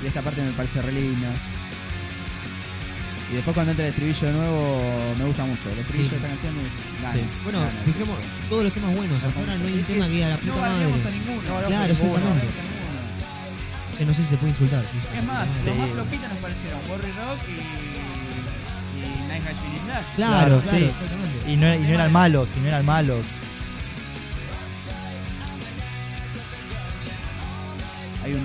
Speaker 1: Y esta parte me parece re linda. Y después cuando entra el estribillo de nuevo me gusta mucho. El estribillo
Speaker 2: Sí.
Speaker 1: de esta canción es gana,
Speaker 2: Sí. Bueno,
Speaker 1: gana.
Speaker 2: fijemos todos los temas buenos.
Speaker 1: Hermoso.
Speaker 2: Ahora no hay un
Speaker 1: Es que
Speaker 2: tema que diga la puta
Speaker 1: No
Speaker 2: madre.
Speaker 1: bardeamos a ninguno. No, no,
Speaker 2: Claro,
Speaker 1: pero ninguno, no
Speaker 2: exactamente.
Speaker 1: bardeamos a ninguno.
Speaker 2: Que no sé si se puede insultar. sí.
Speaker 1: Es más,
Speaker 2: Sí.
Speaker 1: los más flojitos nos parecieron Worry Rock y, y Night Guy Shooting Black.
Speaker 2: Claro,
Speaker 3: Claro,
Speaker 2: claro,
Speaker 3: sí.
Speaker 2: exactamente.
Speaker 3: Y no, y no eran malos, y no eran malos.
Speaker 1: Hay un...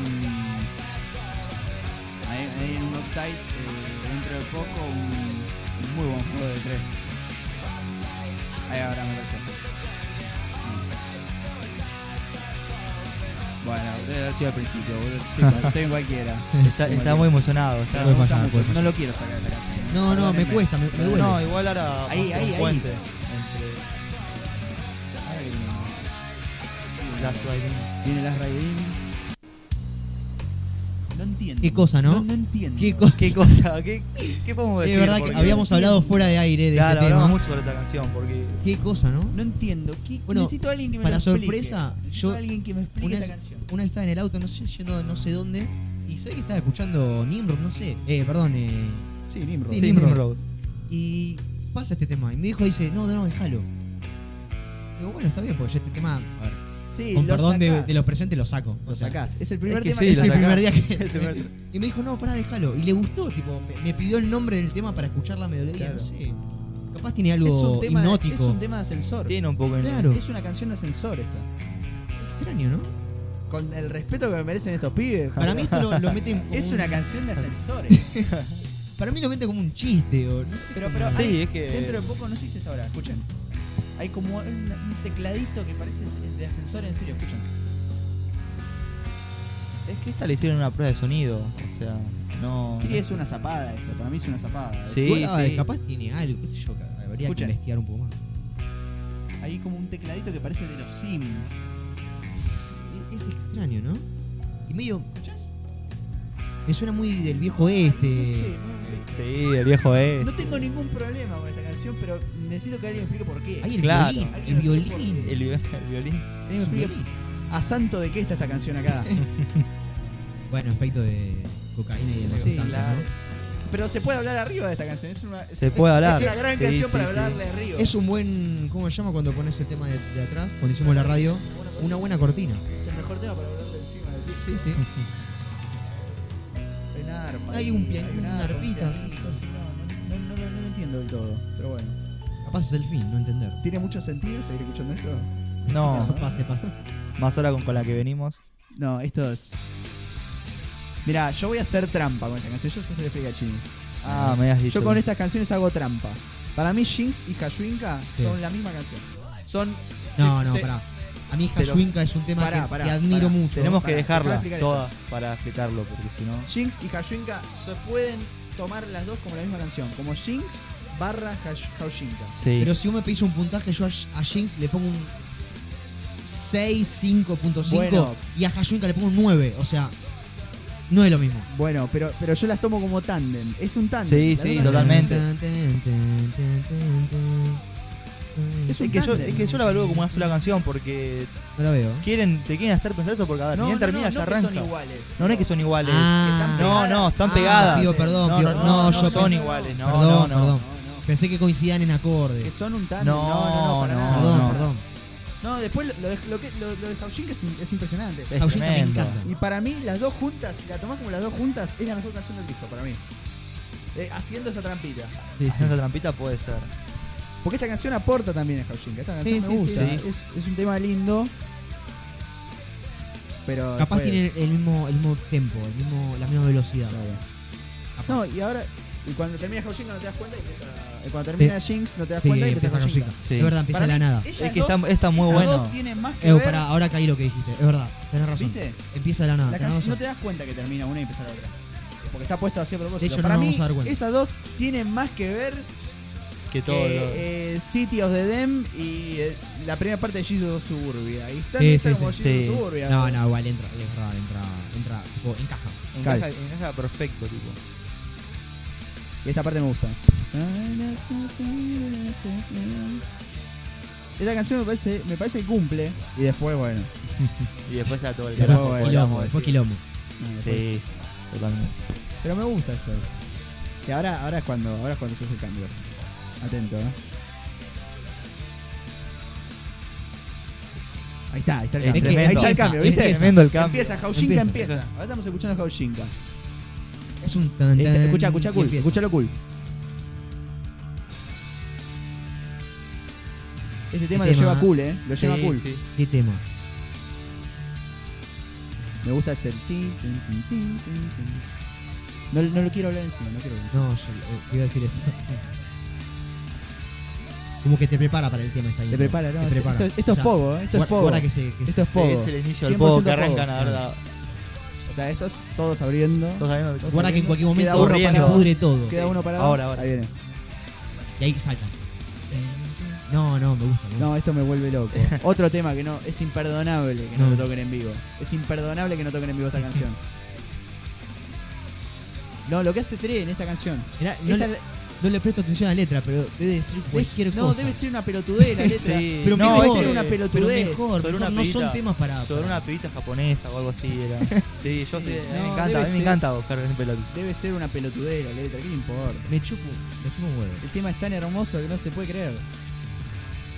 Speaker 1: Hay, hay un Uptight eh, dentro de poco, un, un muy buen juego de tres. Ahí ahora me parece. Mm. Bueno, debe haber sido al principio, boludo. Estoy, estoy en
Speaker 2: (laughs)
Speaker 1: cualquiera.
Speaker 3: Está, está muy emocionado.
Speaker 1: Me
Speaker 3: Está
Speaker 1: gusta
Speaker 2: puede fallar,
Speaker 1: mucho.
Speaker 2: puede fallar.
Speaker 1: No lo quiero sacar de la canción.
Speaker 2: No, no, me
Speaker 1: Perdónenme.
Speaker 2: cuesta, me, me duele.
Speaker 3: No, igual ahora vamos
Speaker 1: Ahí,
Speaker 3: a un
Speaker 1: ahí, ahí.
Speaker 3: puente.
Speaker 1: Ay,
Speaker 3: Last Riding.
Speaker 1: Viene las Raidin. No entiendo.
Speaker 2: Qué cosa, ¿no?
Speaker 1: No, entiendo.
Speaker 2: Qué cosa.
Speaker 3: ¿Qué cosa? ¿Qué, qué podemos
Speaker 2: Es
Speaker 3: decir?
Speaker 2: verdad que
Speaker 3: Porque-
Speaker 2: habíamos hablado fuera de aire de
Speaker 3: Claro,
Speaker 2: este tema.
Speaker 3: hablamos mucho sobre esta canción porque.
Speaker 2: Qué cosa, ¿no?
Speaker 1: No entiendo. ¿Qué-
Speaker 2: Bueno,
Speaker 1: necesito a alguien que me
Speaker 2: para
Speaker 1: lo explique.
Speaker 2: sorpresa,
Speaker 1: necesito
Speaker 2: yo-
Speaker 1: a alguien que me explique
Speaker 2: una,
Speaker 1: la canción.
Speaker 2: una estaba en el auto, no sé, yendo no sé dónde, y sé que estaba escuchando Nimrod, no sé. Eh, perdón, eh,
Speaker 1: Sí, Nimrod.
Speaker 2: Sí,
Speaker 3: Sí,
Speaker 2: Nimrod.
Speaker 3: Nimrod.
Speaker 2: y pasa este tema. Y mi hijo dice, no, no, no, déjalo. Digo, bueno, está bien, porque yo este tema, a ver,
Speaker 1: Sí,
Speaker 2: con
Speaker 1: Eh, lo
Speaker 2: perdón de,
Speaker 1: sacás.
Speaker 2: de los presentes, lo saco.
Speaker 1: Lo
Speaker 2: O sea,
Speaker 1: sacás. Es el primer
Speaker 3: que
Speaker 1: tema
Speaker 3: sí,
Speaker 1: que
Speaker 2: es
Speaker 3: lo
Speaker 2: el
Speaker 1: sacás.
Speaker 3: sacás.
Speaker 2: primer día
Speaker 3: (laughs)
Speaker 2: que...
Speaker 3: Es el primer-
Speaker 2: y me dijo, no, pará, déjalo. Y le gustó, tipo, me, me pidió el nombre del tema para escuchar la melodía,
Speaker 1: Claro.
Speaker 2: no sé. Capaz tiene
Speaker 1: Es
Speaker 2: algo
Speaker 1: un tema, de,
Speaker 2: hipnótico.
Speaker 1: es un tema de ascensor.
Speaker 3: Tiene un poco en
Speaker 2: Claro.
Speaker 1: Es una canción de ascensor esta.
Speaker 2: Extraño, ¿no?
Speaker 1: Con el respeto que me merecen estos pibes.
Speaker 2: Para mí esto lo, lo meten como
Speaker 1: Es
Speaker 2: un-
Speaker 1: una canción de ascensores.
Speaker 2: Para mí lo meten como un chiste o no sé.
Speaker 1: Pero,
Speaker 2: cómo-
Speaker 1: pero
Speaker 3: Sí,
Speaker 1: hay-
Speaker 3: es que-
Speaker 1: dentro de poco no sé si es ahora, escuchen. Hay como un, un tecladito que parece de- de ascensor en serio, escuchen.
Speaker 3: Es que esta le hicieron una prueba de sonido. O sea, no.
Speaker 1: Sí, es una zapada esto, para mí es una zapada.
Speaker 3: Sí,
Speaker 2: Bueno,
Speaker 3: sí.
Speaker 2: Capaz tiene algo, qué sé yo, ca- habría
Speaker 1: Escuchen.
Speaker 2: que investigar un poco más.
Speaker 1: Hay como un tecladito que parece de los Sims.
Speaker 2: E- Es extraño, ¿no? Y medio,
Speaker 1: ¿Escuchás?
Speaker 2: me suena muy del viejo este.
Speaker 1: No sé, no-
Speaker 3: Sí, el viejo es.
Speaker 1: no tengo ningún problema con esta canción, pero necesito que alguien me explique por qué.
Speaker 2: Ahí el
Speaker 3: Claro.
Speaker 2: violín,
Speaker 1: Alguien
Speaker 2: el
Speaker 1: lo
Speaker 2: violín.
Speaker 1: explicó.
Speaker 3: El, vi- el violín.
Speaker 1: Alguien me
Speaker 2: Es un
Speaker 1: explique
Speaker 2: violín.
Speaker 1: a santo de qué está esta canción acá.
Speaker 2: Bueno, efecto de cocaína y de las
Speaker 1: Sí,
Speaker 2: sustancias,
Speaker 3: claro.
Speaker 1: pero se puede hablar arriba de esta canción, es una, es-
Speaker 3: Se puede hablar.
Speaker 1: es una gran
Speaker 3: Sí,
Speaker 1: canción
Speaker 3: sí,
Speaker 1: para
Speaker 3: sí.
Speaker 1: hablarle arriba.
Speaker 2: ¿no? Es un buen, ¿cómo se llama cuando pones el tema de, de atrás? Cuando hicimos la radio, una buena cortina.
Speaker 1: Es el mejor tema para hablarle encima del piso.
Speaker 2: Sí, sí.
Speaker 1: Hay una arpa.
Speaker 2: Hay
Speaker 1: ahí,
Speaker 2: un pian- una
Speaker 1: arpa, un
Speaker 2: arpita, sí,
Speaker 1: pianito, sí, no, no, no, no, no lo entiendo del todo, pero bueno.
Speaker 2: (laughs) Capaz es el fin, no entender.
Speaker 1: ¿Tiene mucho sentido seguir escuchando esto?
Speaker 3: No,
Speaker 2: Pase, pase.
Speaker 3: más hora con, con la que venimos.
Speaker 1: No, esto es. Mirá, yo voy a hacer trampa con esta canción. Yo sé hacer explica a Chini.
Speaker 3: Ah, me has dicho.
Speaker 1: Yo con estas canciones hago trampa. Para mí, Jinx y Hashwinka
Speaker 2: Sí.
Speaker 1: son la misma canción. Son.
Speaker 2: No,
Speaker 1: se-
Speaker 2: no,
Speaker 1: se-
Speaker 2: pará. A mí
Speaker 3: Pero-
Speaker 2: Hashwinka es un tema
Speaker 1: Pará,
Speaker 2: que,
Speaker 1: pará,
Speaker 2: que admiro
Speaker 1: pará.
Speaker 2: mucho.
Speaker 3: Tenemos que
Speaker 1: Pará,
Speaker 3: dejarla
Speaker 1: dejá explicar
Speaker 3: toda para explicarlo, porque si no.
Speaker 1: Jinx y Hashwinka se pueden tomar las dos como la misma canción. Como Jinx barra Hash- Hashwinka.
Speaker 3: Sí.
Speaker 2: Pero si vos me pedís un puntaje, yo a, a Jinx le pongo un 6, 5.5
Speaker 1: Bueno.
Speaker 2: y a Hashunka le pongo un 9. O sea, no es lo mismo.
Speaker 1: Bueno, pero, pero yo las tomo como tándem. Es un tándem.
Speaker 3: Sí,
Speaker 1: Las
Speaker 3: sí,
Speaker 1: dos las-
Speaker 3: totalmente.
Speaker 1: Es
Speaker 3: Es
Speaker 1: un
Speaker 3: que, yo,
Speaker 1: tándem.
Speaker 3: es que yo la evalúo como una sola canción porque
Speaker 2: No la veo.
Speaker 3: quieren, te quieren hacer pensar eso porque a ver,
Speaker 1: No,
Speaker 3: ni bien
Speaker 1: no,
Speaker 3: termina
Speaker 1: no,
Speaker 3: ya
Speaker 1: no que
Speaker 3: arranca.
Speaker 1: son iguales.
Speaker 3: no, no es que son iguales.
Speaker 2: Ah,
Speaker 3: no, no, están
Speaker 2: Ah,
Speaker 3: pegadas.
Speaker 2: pido perdón,
Speaker 3: no,
Speaker 2: pido-
Speaker 3: no,
Speaker 2: no,
Speaker 3: no
Speaker 2: yo
Speaker 3: son
Speaker 2: pensé-
Speaker 3: iguales, no,
Speaker 2: perdón,
Speaker 3: no, no.
Speaker 2: perdón.
Speaker 1: no.
Speaker 2: Pensé que coincidían en acordes.
Speaker 1: Que son un tándem.
Speaker 3: No,
Speaker 1: No, no, no, para
Speaker 3: no,
Speaker 1: nada.
Speaker 2: perdón,
Speaker 3: no.
Speaker 2: perdón.
Speaker 1: No, después lo, lo de- lo que, lo, lo de Hawking es, es impresionante.
Speaker 3: Es
Speaker 2: Hawking también
Speaker 3: tremendo.
Speaker 2: encanta.
Speaker 1: Y para mí, las dos juntas, si la tomás como las dos juntas, es la mejor canción del disco, para mí. Eh, haciendo esa trampita.
Speaker 2: Sí, sí.
Speaker 3: Haciendo trampita puede ser.
Speaker 1: Porque esta canción aporta también a Hawking. Esta
Speaker 2: Sí,
Speaker 1: canción
Speaker 2: sí,
Speaker 1: me gusta.
Speaker 2: sí.
Speaker 1: Es, es un tema lindo. Pero.
Speaker 2: Capaz
Speaker 1: después-
Speaker 2: tiene el, el mismo, el mismo tempo, el mismo, la misma velocidad.
Speaker 1: Claro.
Speaker 2: Capaz.
Speaker 1: No, y ahora. Y cuando termina Hawking no te das cuenta y empieza. y cuando termina Jinx no te das
Speaker 2: Sí,
Speaker 1: cuenta y empieza
Speaker 2: empieza
Speaker 1: Hawking.
Speaker 2: Hawking.
Speaker 3: Sí.
Speaker 2: Es verdad, empieza de la nada.
Speaker 1: Es
Speaker 3: Es que está- está muy bueno.
Speaker 1: tienen más que
Speaker 2: Eh,
Speaker 1: ver,
Speaker 2: pará, ahora caí lo que dijiste. Es verdad, tenés razón.
Speaker 1: ¿Viste?
Speaker 2: Empieza de la nada.
Speaker 1: La
Speaker 2: tenés
Speaker 1: canción no
Speaker 2: razón.
Speaker 1: te das cuenta que termina una y empieza la otra. Porque está puesto así a propósito.
Speaker 2: De hecho, no
Speaker 1: Para
Speaker 2: nos
Speaker 1: mí,
Speaker 2: vamos a dar cuenta.
Speaker 1: esas dos tienen más que ver
Speaker 3: Que todo
Speaker 1: que
Speaker 3: lo-
Speaker 1: eh, City of the Dem y eh, la primera parte de Jesus Suburbia. Y está
Speaker 2: Sí,
Speaker 1: hecha
Speaker 2: sí,
Speaker 1: como
Speaker 2: sí,
Speaker 1: Jesus
Speaker 3: sí.
Speaker 1: Suburbia.
Speaker 2: No, no, igual entra, entra, entra, entra, tipo, encaja.
Speaker 3: encaja, encaja perfecto, tipo.
Speaker 1: Y esta parte me gusta. Esta canción me parece, me parece que cumple. Y después, bueno.
Speaker 3: Y después a todo el
Speaker 1: Después,
Speaker 3: carajo,
Speaker 1: bueno,
Speaker 3: podríamos
Speaker 2: Quilombo, fue
Speaker 3: decir.
Speaker 2: quilombo.
Speaker 1: no, después-
Speaker 3: Sí, totalmente.
Speaker 1: Pero me gusta esto. Y ahora, ahora es cuando, ahora es cuando se hace el cambio. Atento, ¿eh? Ahí está, ahí está el
Speaker 3: Es
Speaker 1: cambio.
Speaker 3: tremendo.
Speaker 1: ahí está el
Speaker 2: Empieza,
Speaker 1: cambio, ¿viste?
Speaker 2: empieza.
Speaker 3: Tremendo el cambio.
Speaker 1: Empieza, Hauschinka empieza.
Speaker 3: Empieza.
Speaker 1: Ahora estamos escuchando Hauschinka.
Speaker 2: Es un tan, tan,
Speaker 1: Este, escucha, escucha
Speaker 2: y
Speaker 1: cool,
Speaker 2: empieza.
Speaker 1: escuchalo cool. Este tema lo
Speaker 2: tema-
Speaker 1: lleva cool, eh. Lo lleva
Speaker 3: Sí,
Speaker 1: cool.
Speaker 3: sí.
Speaker 2: ¿Qué tema?
Speaker 1: Me gusta ese. tin, tin, tin, tin, tin, tin. No, no lo quiero hablar encima, no quiero hablar encima.
Speaker 2: No, yo eh, te iba a decir eso. Como que te prepara para el tema esta
Speaker 1: Te
Speaker 2: intro.
Speaker 1: prepara, no.
Speaker 2: Te prepara.
Speaker 1: Esto, esto es
Speaker 2: O sea,
Speaker 1: pogo, eh, esto es
Speaker 2: guarda-
Speaker 1: pogo.
Speaker 2: guarda que se, que se-
Speaker 1: Esto es pogo.
Speaker 3: Sí, es el inicio
Speaker 1: 100%
Speaker 3: del pogo
Speaker 1: pogo.
Speaker 3: que arrancan, la verdad.
Speaker 1: O sea, estos todos abriendo.
Speaker 3: Todos sabiendo que-
Speaker 2: Guarda que en cualquier
Speaker 1: Queda
Speaker 2: momento
Speaker 1: uno
Speaker 2: se
Speaker 1: parado.
Speaker 2: pudre todo.
Speaker 1: Queda
Speaker 3: Sí.
Speaker 1: uno parado.
Speaker 3: Ahora, ahora.
Speaker 1: Ahí viene.
Speaker 2: Y ahí salta. No, no, me gusta. me gusta.
Speaker 1: No, esto me vuelve
Speaker 3: (laughs)
Speaker 1: loco. Otro tema que no. Es imperdonable que no,
Speaker 2: No.
Speaker 1: lo toquen en vivo. Es imperdonable que no toquen en vivo esta canción. No, lo que hace Tre en esta canción.
Speaker 2: Mirá, no,
Speaker 1: Esta-
Speaker 2: le, no le presto atención a la letra, pero debe decir cualquier
Speaker 1: es-
Speaker 2: cosa.
Speaker 1: No, debe ser una pelotudez
Speaker 2: (laughs)
Speaker 1: la letra.
Speaker 3: Sí.
Speaker 2: Pero
Speaker 3: No,
Speaker 1: debe
Speaker 2: mejor,
Speaker 1: ser
Speaker 3: ese-
Speaker 1: una
Speaker 2: pero
Speaker 1: pelotudez.
Speaker 2: mejor,
Speaker 3: Sobre
Speaker 2: mejor,
Speaker 3: una
Speaker 2: no son
Speaker 3: pibita-
Speaker 2: temas para.
Speaker 3: Sobre
Speaker 2: para-
Speaker 3: una pibita japonesa o algo así
Speaker 1: (laughs)
Speaker 3: era. Sí, yo sé, a mí
Speaker 1: No,
Speaker 3: me encanta, a
Speaker 1: debe
Speaker 3: mí me
Speaker 1: ser.
Speaker 3: encanta buscar en pelotudo.
Speaker 1: Debe ser una pelotudez la letra. ¿Qué le importa?
Speaker 2: Me chupo, me chupo un huevo.
Speaker 1: El tema es tan hermoso que no se puede creer.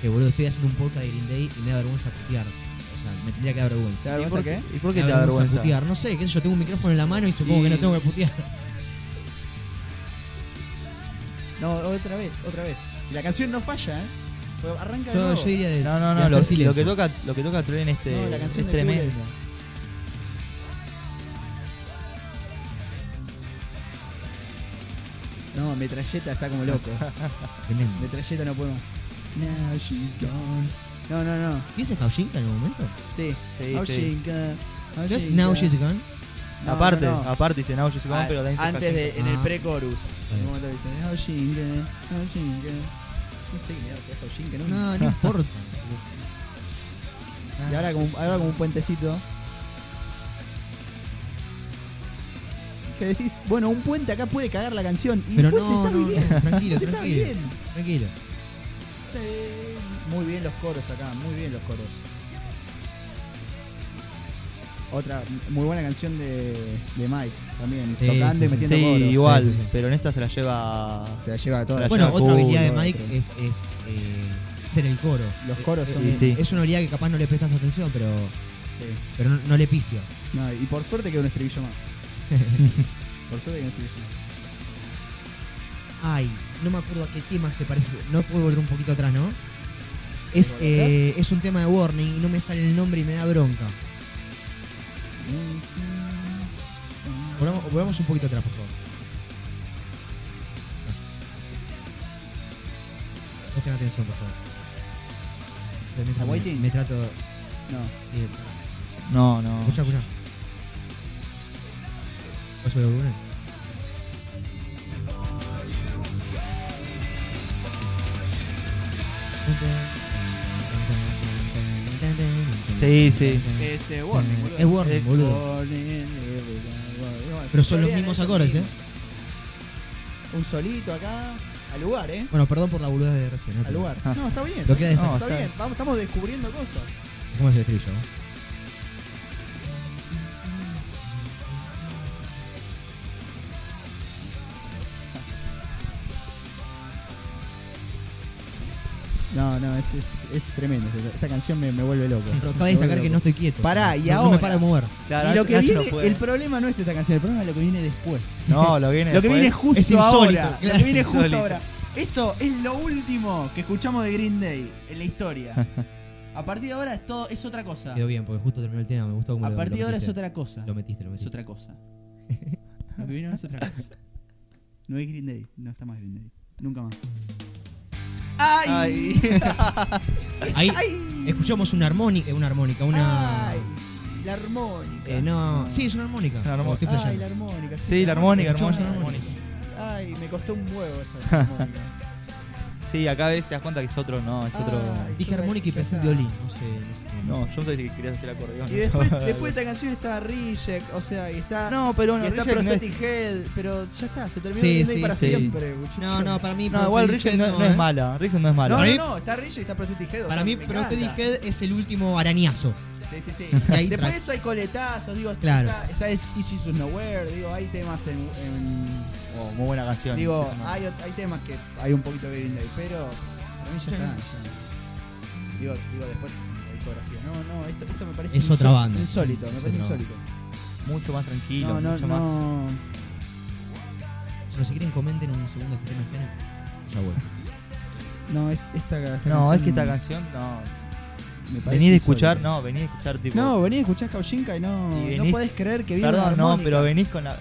Speaker 2: Que boludo, estoy haciendo un podcast de Green Day y me da vergüenza putear. O sea, me tendría que dar vergüenza.
Speaker 1: ¿Te da
Speaker 3: ¿Y
Speaker 1: vergüenza
Speaker 3: por
Speaker 1: qué?
Speaker 3: ¿Y por qué
Speaker 2: Me
Speaker 3: te da vergüenza?
Speaker 2: putear? No sé, que yo tengo un micrófono en la mano y supongo
Speaker 3: Y-
Speaker 2: que no tengo que putear.
Speaker 1: No, otra vez, otra vez. Y la canción no falla, ¿eh? Porque Arranca de
Speaker 2: Yo,
Speaker 1: nuevo.
Speaker 2: yo diría de.
Speaker 3: No, no,
Speaker 2: de
Speaker 3: no,
Speaker 2: hacer
Speaker 3: lo,
Speaker 2: silencio.
Speaker 3: lo que toca, lo que toca Troy en este
Speaker 1: No, la canción
Speaker 3: es
Speaker 1: de Cool
Speaker 3: tremendo.
Speaker 1: es- No, metralleta está como
Speaker 3: (laughs)
Speaker 1: loco.
Speaker 2: Tremendo.
Speaker 1: metralleta no puede más. Now she's gone. No, no, no.
Speaker 2: ¿Dice Hawshinka en algún momento?
Speaker 1: Ah, Sí.
Speaker 3: Sí,
Speaker 1: Now
Speaker 3: sí.
Speaker 1: she's gone.
Speaker 2: ¿No es Now She's Gone?
Speaker 1: No,
Speaker 3: aparte,
Speaker 1: no, no.
Speaker 3: aparte dice Now She's Gone,
Speaker 1: Ah,
Speaker 3: pero también dice
Speaker 1: Antes de,
Speaker 3: Hawking.
Speaker 1: en el
Speaker 2: Ah.
Speaker 1: pre-chorus. En
Speaker 2: bien.
Speaker 1: un momento dice, Now she's gone, now she's gone". No sé qué mierda sea Hawking, ¿no?
Speaker 2: No, no importa.
Speaker 1: Y ahora como, ahora como un puentecito. Que decís, bueno, un puente acá puede cagar la canción. Y
Speaker 2: Pero
Speaker 1: el puente
Speaker 2: no,
Speaker 1: está
Speaker 2: no, (laughs)
Speaker 1: bien.
Speaker 2: no, tranquilo,
Speaker 1: Está
Speaker 2: tranquilo.
Speaker 1: bien.
Speaker 2: Tranquilo.
Speaker 1: Eh, Muy bien los coros acá, muy bien los coros. Otra muy buena canción de, de Mike también,
Speaker 2: Sí,
Speaker 1: tocando
Speaker 2: sí,
Speaker 1: y
Speaker 2: sí.
Speaker 1: metiendo
Speaker 3: Sí,
Speaker 1: coros.
Speaker 3: igual,
Speaker 2: Sí, sí, sí.
Speaker 3: pero en esta se la lleva
Speaker 1: Se la lleva a
Speaker 3: Se
Speaker 1: todas.
Speaker 3: la
Speaker 2: Bueno,
Speaker 3: lleva
Speaker 2: otra
Speaker 3: cool,
Speaker 2: habilidad de
Speaker 1: otra.
Speaker 2: Mike es, es, eh, ser el coro.
Speaker 1: Los coros son-
Speaker 2: Eh,
Speaker 3: Sí.
Speaker 2: Es una habilidad que capaz no le prestas atención, pero,
Speaker 1: Sí.
Speaker 2: pero no, no le pifia.
Speaker 1: No, y por suerte quedó un estribillo
Speaker 2: (laughs)
Speaker 1: más. por suerte quedó un estribillo más.
Speaker 2: Ay, no me acuerdo a qué tema se parece. No puedo volver un poquito atrás, ¿no? Es,
Speaker 1: ¿Volver atrás?
Speaker 2: eh, es un tema de Warning y no me sale el nombre y me da bronca. Volvamos, volvamos un poquito atrás, por favor. Presten atención, por favor. Pero mientras
Speaker 1: ¿A
Speaker 2: me-
Speaker 1: Waiting?
Speaker 2: Me trato.
Speaker 1: No,
Speaker 2: eh,
Speaker 3: No, no.
Speaker 2: Escucha, escucha. ¿Puedo subir el volumen?
Speaker 3: Sí, sí.
Speaker 1: Es eh, Warning, boludo.
Speaker 2: Es Warning,
Speaker 1: Es
Speaker 2: boludo.
Speaker 1: Warning, everybody, warning. Bueno,
Speaker 2: Pero
Speaker 1: se
Speaker 2: son los
Speaker 1: pelean
Speaker 2: mismos
Speaker 1: ellos
Speaker 2: acordes,
Speaker 1: mismos. Un solito acá, al lugar, ¿eh?
Speaker 2: Bueno, perdón por la boludez de recién. ¿eh? ¿no?
Speaker 1: Al lugar.
Speaker 3: Ah.
Speaker 1: No, está bien.
Speaker 2: Lo que era
Speaker 1: está,
Speaker 3: de-
Speaker 1: está
Speaker 3: no, está-
Speaker 1: bien. Vamos, estamos descubriendo cosas.
Speaker 2: ¿Cómo es el estribillo?
Speaker 1: No, no, es, es, es tremendo. Esta canción me, me vuelve loco.
Speaker 2: (laughs) Pero cabe
Speaker 1: Me vuelve
Speaker 2: destacar que
Speaker 1: loco.
Speaker 2: no estoy quieto.
Speaker 1: Pará, y
Speaker 2: No- No
Speaker 1: ahora.
Speaker 2: me para de mover.
Speaker 3: Claro,
Speaker 1: Y lo que
Speaker 3: Nacho
Speaker 1: viene,
Speaker 3: no puede.
Speaker 1: el problema no es esta canción, el problema es lo que viene después.
Speaker 3: No, lo que
Speaker 1: (laughs)
Speaker 3: viene
Speaker 1: Lo que
Speaker 3: después.
Speaker 1: viene justo
Speaker 2: Es insólito,
Speaker 1: ahora. Lo que
Speaker 3: (laughs)
Speaker 2: claro.
Speaker 1: viene justo
Speaker 3: Insólito.
Speaker 1: ahora. Esto es lo último que escuchamos de Green Day en la historia. A partir de ahora es, todo, es otra cosa.
Speaker 2: Quedó bien, porque justo terminó el tema, me gustó como
Speaker 1: A
Speaker 2: lo-
Speaker 1: partir de
Speaker 2: lo
Speaker 1: ahora es
Speaker 2: metiste.
Speaker 1: otra cosa.
Speaker 2: Lo metiste, lo
Speaker 1: Es
Speaker 2: metiste.
Speaker 1: otra
Speaker 2: (laughs)
Speaker 1: cosa. Lo que vino es otra cosa. No es Green Day. No está más Green Day. Nunca más. ¡Ay!
Speaker 3: Ay.
Speaker 2: (laughs) Ahí
Speaker 1: ¡Ay!
Speaker 2: escuchamos una armónica, eh, una armónica, una...
Speaker 1: ¡Ay! La armónica.
Speaker 2: Eh, no, sí, es una armónica.
Speaker 3: Es una armó-
Speaker 2: O estoy
Speaker 1: ¡Ay, la
Speaker 2: flasheando.
Speaker 1: armónica!
Speaker 3: Sí, la armónica,
Speaker 2: Escuchamos
Speaker 3: armónica.
Speaker 2: una armónica.
Speaker 1: ¡Ay! Me costó un huevo
Speaker 2: (laughs)
Speaker 1: esa armónica.
Speaker 3: Sí, acá ves, te das cuenta que es otro, no, es otro.
Speaker 1: Ay.
Speaker 2: Dije armónica y pensé en violín, no sé, no sé. qué.
Speaker 3: No, yo pensé que querías hacer acordeón.
Speaker 1: Y
Speaker 2: (laughs)
Speaker 3: (laughs)
Speaker 1: después, después de esta canción está Reject, o sea, y está.
Speaker 3: No, pero
Speaker 1: y
Speaker 3: bueno,
Speaker 1: está
Speaker 3: Reject no es-
Speaker 1: Prosthetic Head, pero ya está, se terminó
Speaker 2: Sí,
Speaker 1: Green Day
Speaker 2: sí,
Speaker 1: para
Speaker 2: sí.
Speaker 1: siempre, muchachos.
Speaker 2: No, no, para mí...
Speaker 3: No, igual
Speaker 2: Prophetic
Speaker 3: Rixon no,
Speaker 2: Head
Speaker 3: no es
Speaker 2: ¿eh?
Speaker 3: mala. Rixon no es
Speaker 1: No,
Speaker 3: mala.
Speaker 1: no,
Speaker 2: Para mí-
Speaker 1: no, está Reject y está Prosthetic Head. o
Speaker 2: Para
Speaker 1: sea,
Speaker 2: mí,
Speaker 1: me
Speaker 2: Prophetic
Speaker 1: encanta.
Speaker 2: Head es el último arañazo.
Speaker 1: Sí, sí, sí.
Speaker 2: (laughs) Y ahí
Speaker 1: Después
Speaker 2: track.
Speaker 1: de eso hay coletazos, digo,
Speaker 2: Claro.
Speaker 1: está, está es Easy Sus Nowhere, digo, hay temas en. en-
Speaker 3: Oh, muy buena canción.
Speaker 1: digo,
Speaker 3: Rixon no.
Speaker 1: hay, ot- hay temas que hay un poquito de Green Day, pero. Para mí ya
Speaker 2: Ya
Speaker 1: está.
Speaker 2: no.
Speaker 1: ya. Digo, digo, después hay coreografía. No, no, esto, esto me parece.
Speaker 2: Es otra
Speaker 1: insó-
Speaker 2: banda.
Speaker 1: Insólito, me
Speaker 2: Es
Speaker 1: parece
Speaker 2: otra banda.
Speaker 1: insólito.
Speaker 3: mucho más tranquilo,
Speaker 1: No, no,
Speaker 3: mucho más.
Speaker 1: no.
Speaker 2: Pero si quieren comenten un segundo este tema Ya vuelvo.
Speaker 1: No, es- esta, esta
Speaker 3: No, es
Speaker 1: canción
Speaker 3: que esta canción, no.
Speaker 1: me parece
Speaker 3: Venís de escuchar,
Speaker 1: insólita.
Speaker 3: no, venís de escuchar tipo.
Speaker 1: No, venís a escuchar Kaushinka y no,
Speaker 3: Y
Speaker 1: no
Speaker 3: venís-
Speaker 1: podés creer que vino una
Speaker 3: Perdón, no,
Speaker 1: armónica.
Speaker 3: pero venís con la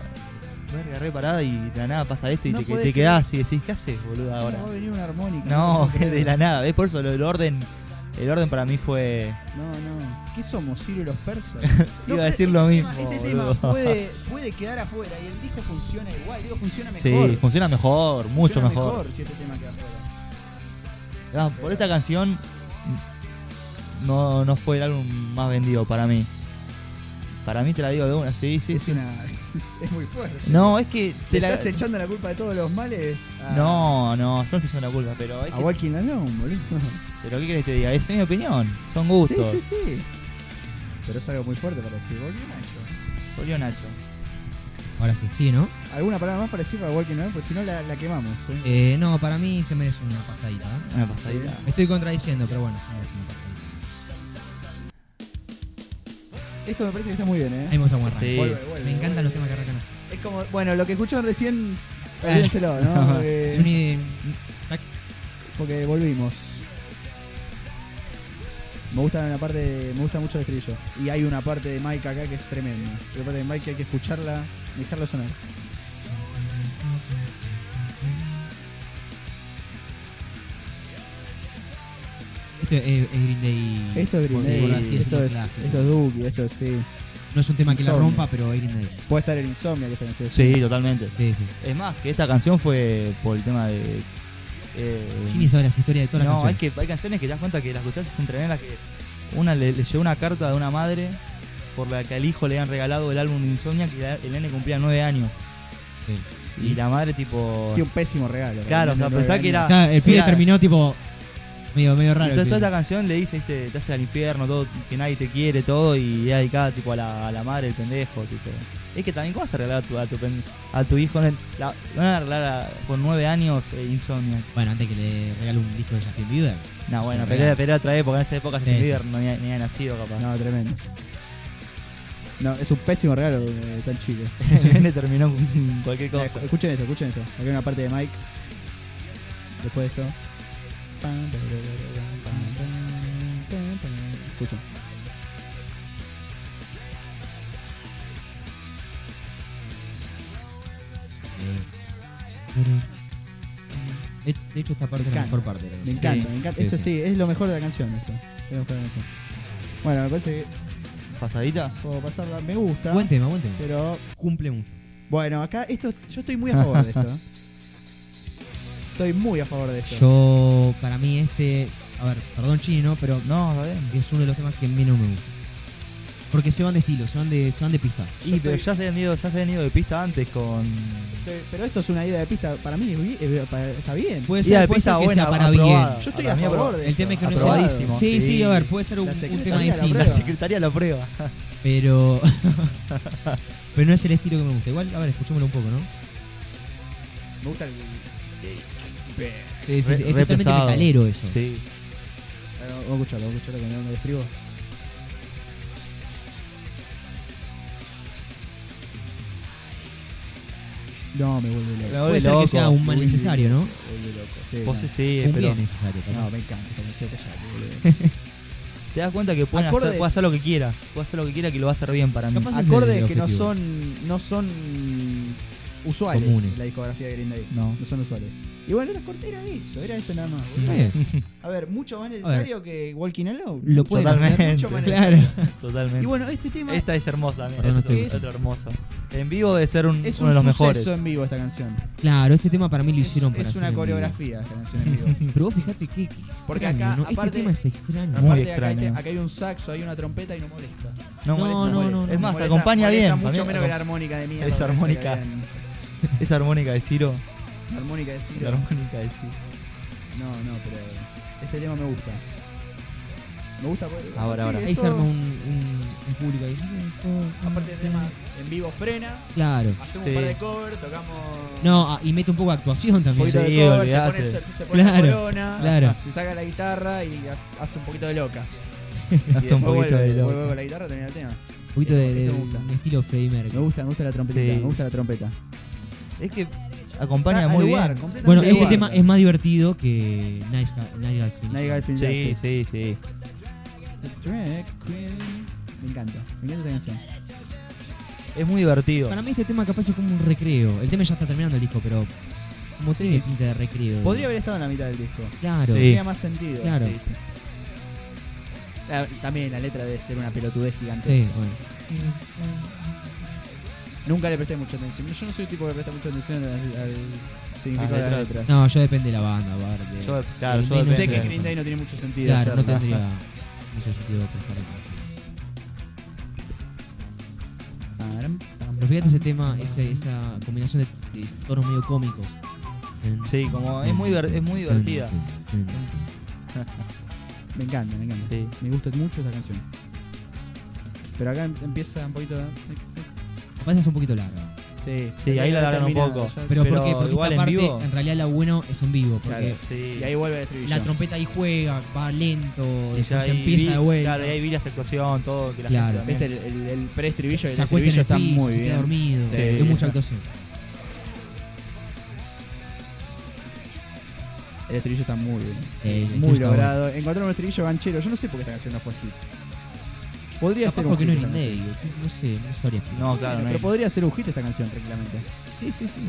Speaker 3: verga re parada y de la nada pasa esto y
Speaker 1: No
Speaker 3: te, que-
Speaker 1: podés
Speaker 3: te quedás y decís, ¿qué haces, boludo,
Speaker 1: ¿Cómo
Speaker 3: ahora?
Speaker 1: va a venir una armónica.
Speaker 3: No, (laughs)
Speaker 1: te
Speaker 3: que
Speaker 1: puedo
Speaker 3: de
Speaker 1: creer.
Speaker 3: la nada, ¿ves? Por eso lo del orden, el orden para mí fue.
Speaker 1: No, no. ¿Qué somos, Ciro y los
Speaker 3: (laughs)
Speaker 1: persas?
Speaker 3: Iba
Speaker 1: No,
Speaker 3: a decir
Speaker 1: este
Speaker 3: lo
Speaker 1: tema-
Speaker 3: mismo,
Speaker 1: Este tema
Speaker 3: boludo. (laughs)
Speaker 1: puede, puede quedar afuera y el disco funciona igual. Digo, funciona mejor.
Speaker 3: Sí, funciona mejor, mucho
Speaker 1: Funciona
Speaker 3: mejor.
Speaker 1: si este tema queda afuera.
Speaker 3: Ah, por esta canción no, no fue el álbum más vendido para mí. Para mí te la digo de una, sí, sí,
Speaker 1: es,
Speaker 3: sí.
Speaker 1: una, (laughs) es, muy fuerte.
Speaker 3: No, es que
Speaker 1: Te
Speaker 3: te la.
Speaker 1: estás echando la culpa de todos los males a,
Speaker 3: No, no, yo no estoy una culpa, pero, es
Speaker 1: a
Speaker 3: que-
Speaker 1: Walking Alone, boludo.
Speaker 3: pero ¿qué querés que te diga? Es mi opinión, son gustos.
Speaker 1: Sí, sí, sí. Pero es algo muy fuerte para decir. Walking Alone.
Speaker 3: Volvió Nacho.
Speaker 2: Ahora sí, sí, ¿no?
Speaker 1: ¿Alguna palabra más para decir para Walking Dead? Porque si no la, la quemamos. ¿eh?
Speaker 2: Eh, no, para mí se merece una pasadita. ¿eh?
Speaker 3: Una pasadita.
Speaker 2: Me estoy contradiciendo, pero bueno, se merece una pasadita.
Speaker 1: Esto me parece que está muy bien,
Speaker 2: A mí
Speaker 1: ¿eh?
Speaker 2: me gusta Warren.
Speaker 3: Sí.
Speaker 1: Vuelve, vuelve,
Speaker 2: Me encantan los temas
Speaker 1: vuelve.
Speaker 2: que arrancan así.
Speaker 1: Es como, bueno, lo que escucharon recién, olvídenselo,
Speaker 2: (laughs)
Speaker 1: ¿no? Eh,
Speaker 2: Es un ide- tac.
Speaker 1: porque volvimos. Me gusta la parte, me gusta mucho el estribillo. Y hay una parte de Mike acá que es tremenda. La parte de Mike que hay que escucharla, dejarla sonar.
Speaker 2: Esto este es, es Green Day.
Speaker 1: Esto es Green
Speaker 2: por-
Speaker 3: Sí,
Speaker 1: Day,
Speaker 2: por así decirlo,
Speaker 1: esto, es,
Speaker 2: clásico.
Speaker 1: esto es Duki, esto es sí.
Speaker 2: No es un tema que la
Speaker 1: Insomnio.
Speaker 2: rompa, pero es Green Day.
Speaker 1: Puede estar el insomnio que está en
Speaker 3: Sí, totalmente.
Speaker 2: Sí, sí.
Speaker 3: Es más, que esta canción fue por el tema de. eh,
Speaker 2: Ginny sabe las historias de todas las
Speaker 3: no, hay,
Speaker 2: canciones.
Speaker 3: que, hay canciones que te das cuenta que las escuchás y son tremendas. Que una le, le llegó una carta de una madre por la que al hijo le habían regalado el álbum de Insomnia que la- el nene cumplía nueve años.
Speaker 2: Sí.
Speaker 3: Y la madre, tipo.
Speaker 1: Sí, un pésimo regalo.
Speaker 3: Claro, o sea, pensá que era-
Speaker 2: O sea, el pibe
Speaker 3: Mira.
Speaker 2: terminó tipo medio, medio raro. el
Speaker 3: Entonces, toda
Speaker 2: pibe.
Speaker 3: esta canción le dice, este, te hace al infierno, todo, que nadie te quiere, todo, y es dedicada tipo a la, a la madre del pendejo, tipo. Es que también, ¿cómo vas a regalar a tu, a tu, pen- a tu hijo? La, le van a regalar a- con nueve años eh, Insomnia.
Speaker 2: Bueno, antes que le regale un disco de Justin Bieber.
Speaker 3: No, bueno,
Speaker 2: Sí,
Speaker 3: pero
Speaker 2: real.
Speaker 3: era, pero era otra época, en esa época Justin
Speaker 2: Sí, sí.
Speaker 3: Bieber no había, ni había nacido capaz.
Speaker 1: No, tremendo. No, es un pésimo regalo eh, tan chico.
Speaker 3: (laughs) El nene terminó con cualquier cosa.
Speaker 1: Escu- Escuchen esto, escuchen esto. Acá hay una parte de Mike. Después de esto. Pam, pa, pa, pa, pa, pa, pa, pa. Escuchen.
Speaker 2: De, eh, de hecho, esta parte es la
Speaker 1: Encanta.
Speaker 2: mejor parte. de la
Speaker 1: Me
Speaker 2: canción.
Speaker 1: encanta, me encanta.
Speaker 2: Sí,
Speaker 1: Esto
Speaker 2: sí.
Speaker 1: sí, es lo mejor de la canción. Esto. Es lo mejor de la canción. Bueno, me parece que
Speaker 3: ¿Pasadita?
Speaker 1: puedo pasarla. Me gusta.
Speaker 2: Buen tema, buen tema.
Speaker 1: Pero
Speaker 2: Cumple mucho.
Speaker 1: bueno, acá esto yo estoy muy a favor de
Speaker 2: (laughs)
Speaker 1: esto. Estoy muy a favor de esto.
Speaker 2: Yo, para mí, este. a ver, perdón Chini, ¿no? Pero
Speaker 3: No, está bien.
Speaker 2: es uno de los temas que menos me gusta. Porque se van de estilo, se van de, se van de pista.
Speaker 3: Y pero ya se han ido, ya se han ido de pista antes con.
Speaker 1: Estoy- Pero esto es una idea de pista. Para mí es bi- eh, pa- está bien.
Speaker 2: Puede ser,
Speaker 3: Ida de
Speaker 2: puede
Speaker 3: pista
Speaker 2: ser que
Speaker 3: buena,
Speaker 2: sea para
Speaker 3: aprobada.
Speaker 2: bien.
Speaker 1: Yo estoy
Speaker 3: Para
Speaker 1: a
Speaker 3: mí
Speaker 1: favor
Speaker 3: apro-
Speaker 1: de
Speaker 2: El tema es que no sea-
Speaker 3: Aprobadísimo.
Speaker 2: Sí, sí,
Speaker 3: sí.
Speaker 2: a ver, puede ser un,
Speaker 1: La
Speaker 2: un tema
Speaker 1: secretaría la
Speaker 3: La
Speaker 2: distinto.
Speaker 1: aprueba.
Speaker 3: secretaría lo (laughs) prueba.
Speaker 2: Pero. (laughs) pero no es el estilo que me gusta. Igual, a ver, escuchémoslo un poco, ¿no?
Speaker 1: Me gusta el.
Speaker 2: Sí, sí, sí,
Speaker 3: Re-
Speaker 2: es
Speaker 3: re
Speaker 2: totalmente
Speaker 3: pesado.
Speaker 2: metalero eso.
Speaker 3: Sí.
Speaker 1: A ver, Vamos a escucharlo, vamos a escucharlo cuando me describo. No, me vuelve loco.
Speaker 3: Me
Speaker 2: Puede
Speaker 3: vuelve
Speaker 2: ser
Speaker 3: loco.
Speaker 2: que sea un mal
Speaker 1: Uy,
Speaker 2: necesario, ¿no?
Speaker 1: Me vuelve loco. Sí,
Speaker 3: Vos
Speaker 1: no.
Speaker 3: sí, sí,
Speaker 2: un
Speaker 3: pero
Speaker 2: bien necesario. capaz.
Speaker 1: No, me encanta, como sea callate, (laughs) boludo.
Speaker 3: te das cuenta que pueden
Speaker 1: Acordes.
Speaker 3: hacer, puede hacer lo que quiera. Puede hacer lo que quiera que lo va a hacer bien para mí.
Speaker 2: Capaz- Ese es
Speaker 1: Acordes
Speaker 2: el
Speaker 1: que no
Speaker 2: objetivo.
Speaker 1: son, no son usuales
Speaker 2: Comunes.
Speaker 1: en la discografía de Green Day.
Speaker 3: No.
Speaker 1: No son usuales. Y bueno, era, corta- era esto, era esto nada más. boludo.
Speaker 2: (laughs) Está bien,
Speaker 1: A ver, mucho más necesario que Walking Alone.
Speaker 2: Lo pueden hacer.
Speaker 3: (laughs)
Speaker 1: Mucho más
Speaker 3: Totalmente.
Speaker 2: Claro.
Speaker 1: Y
Speaker 3: Totalmente.
Speaker 1: bueno, este tema
Speaker 3: Esta es hermosa también.
Speaker 2: Perdón,
Speaker 3: esta
Speaker 2: no te
Speaker 3: es
Speaker 1: gusta.
Speaker 3: otra hermosa. En vivo debe ser un-
Speaker 1: es
Speaker 3: uno de los
Speaker 1: un suceso
Speaker 3: mejores.
Speaker 1: en vivo esta canción.
Speaker 2: Claro, este tema para mí lo
Speaker 1: Es-
Speaker 2: hicieron para
Speaker 1: es,
Speaker 2: hacer en
Speaker 1: una
Speaker 2: vivo.
Speaker 1: coreografía esta canción en vivo.
Speaker 2: Pero vos fijate que.
Speaker 1: Porque
Speaker 2: Porque
Speaker 1: acá,
Speaker 2: acá, ¿no?
Speaker 1: aparte-
Speaker 2: este tema es extraño.
Speaker 3: Muy
Speaker 1: Aparte, acá, hay te-
Speaker 3: extraño.
Speaker 1: acá hay un saxo, hay una trompeta y no molesta.
Speaker 2: No,
Speaker 3: No, molesta,
Speaker 2: no,
Speaker 3: molesta.
Speaker 2: no, no.
Speaker 3: Es más,
Speaker 1: Molesta-
Speaker 3: acompaña
Speaker 1: molesta
Speaker 3: bien.
Speaker 1: Mucho
Speaker 3: Para mí,
Speaker 1: menos que la armónica de mierda.
Speaker 3: Esa
Speaker 1: que
Speaker 3: armónica.
Speaker 1: saca bien.
Speaker 3: Esa armónica de Ciro.
Speaker 1: La armónica de Ciro.
Speaker 3: La armónica de Ciro.
Speaker 1: No, no, pero este tema me gusta. Me gusta porque-
Speaker 3: Ahora,
Speaker 1: sí,
Speaker 3: ahora.
Speaker 2: Ahí
Speaker 1: esto-
Speaker 2: se arma un, un, un público ahí.
Speaker 1: Aparte el tema en vivo frena,
Speaker 2: Claro.
Speaker 1: hacemos un
Speaker 3: Sí.
Speaker 1: par de covers, tocamos
Speaker 2: No, ah, y mete un poco de actuación
Speaker 1: un
Speaker 2: también.
Speaker 1: poquito
Speaker 3: Sí,
Speaker 1: de cover, se
Speaker 3: olvidate.
Speaker 1: pone, se, se pone
Speaker 2: Claro,
Speaker 1: la corona,
Speaker 2: claro.
Speaker 1: se saca la guitarra y ha- hace un poquito de loca.
Speaker 3: Hace un poquito de
Speaker 1: loca.
Speaker 3: loco.
Speaker 1: con la guitarra termina el tema.
Speaker 2: Un poquito de,
Speaker 1: Este
Speaker 2: de-
Speaker 1: me gusta.
Speaker 2: de estilo Freddie Mercury.
Speaker 1: Me gusta, me gusta la trompeta,
Speaker 3: Sí.
Speaker 1: me gusta la trompeta.
Speaker 3: Es que acompaña
Speaker 1: Está al
Speaker 3: muy
Speaker 1: lugar,
Speaker 3: bien.
Speaker 1: completamente
Speaker 2: Bueno,
Speaker 1: al
Speaker 2: este
Speaker 1: lugar.
Speaker 2: tema es más divertido que Night Ga- Night Guys Finish.
Speaker 1: Night Guy Film
Speaker 3: Sí,
Speaker 1: Jazz,
Speaker 3: sí, sí.
Speaker 1: Drag Queen. Me encanta, me encanta esta canción.
Speaker 3: Es muy divertido.
Speaker 2: Para mí este tema capaz es como un recreo. El tema ya está terminando el disco, pero como tiene pinta de recreo.
Speaker 1: Podría haber estado en la mitad del disco.
Speaker 2: Claro,
Speaker 3: Sí.
Speaker 1: Tenía más sentido.
Speaker 2: claro. Sí,
Speaker 3: Sí, sí.
Speaker 1: La- también la letra debe ser una pelotudez gigante.
Speaker 2: bueno.
Speaker 1: Nunca le presté mucha atención. Yo no soy el tipo que presta mucha atención al, al significado
Speaker 3: Las
Speaker 1: de las
Speaker 3: letras.
Speaker 1: letras.
Speaker 2: No, yo depende de la banda, bar, de-
Speaker 3: Yo, claro,
Speaker 2: Green
Speaker 3: yo
Speaker 2: Day no
Speaker 3: depende.
Speaker 1: Sé que
Speaker 2: depende.
Speaker 1: Green Day no tiene mucho sentido.
Speaker 2: Claro, no
Speaker 1: hacerlo.
Speaker 2: tendría mucho sentido prestar atención.
Speaker 1: Param, pam,
Speaker 2: Pero fíjate ese tema, ese- esa combinación de, de tonos medio cómicos.
Speaker 3: Sí, como es muy, ver- es muy divertida.
Speaker 1: Me encanta, me encanta.
Speaker 3: Sí.
Speaker 1: Me gusta mucho esta canción. Pero acá em- empieza un poquito.
Speaker 2: Capaz es un poquito larga.
Speaker 1: Sí,
Speaker 3: Sí, ahí la alargan un poco.
Speaker 2: Pero,
Speaker 3: Pero
Speaker 2: ¿por qué? Porque
Speaker 3: igual en
Speaker 2: esta parte,
Speaker 3: vivo-
Speaker 2: en realidad la bueno es en vivo. Porque
Speaker 1: Claro.
Speaker 3: Sí.
Speaker 1: Y ahí vuelve el estribillo.
Speaker 2: la trompeta ahí juega, va lento,
Speaker 3: Y
Speaker 2: después
Speaker 3: ya ahí
Speaker 2: empieza
Speaker 3: vi-
Speaker 2: de vuelta.
Speaker 3: Claro, y ahí vi la actuación, todo. Que la
Speaker 2: Claro.
Speaker 3: gente también-
Speaker 1: Viste Este, el, el, el preestribillo y el
Speaker 2: se acuesta en
Speaker 1: estribillo
Speaker 2: el
Speaker 1: está
Speaker 2: piso,
Speaker 1: muy
Speaker 2: se queda
Speaker 1: bien.
Speaker 2: dormido.
Speaker 1: Sí.
Speaker 2: Es mucha actuación.
Speaker 1: El estribillo está muy bien.
Speaker 2: Sí, sí,
Speaker 1: muy
Speaker 2: está
Speaker 1: logrado. Encontraron un estribillo ganchero. Yo no sé por qué esta canción no fue hit. Podría
Speaker 2: Capaz
Speaker 1: ser un
Speaker 2: porque
Speaker 1: hit.
Speaker 2: no es
Speaker 1: esta
Speaker 2: Green
Speaker 1: canción.
Speaker 2: Day, yo- no sé, no sabría explicar.
Speaker 3: No, claro,
Speaker 1: Bueno,
Speaker 3: no
Speaker 1: pero
Speaker 3: hay-
Speaker 1: podría ser un hit esta canción tranquilamente.
Speaker 2: Sí, sí, sí.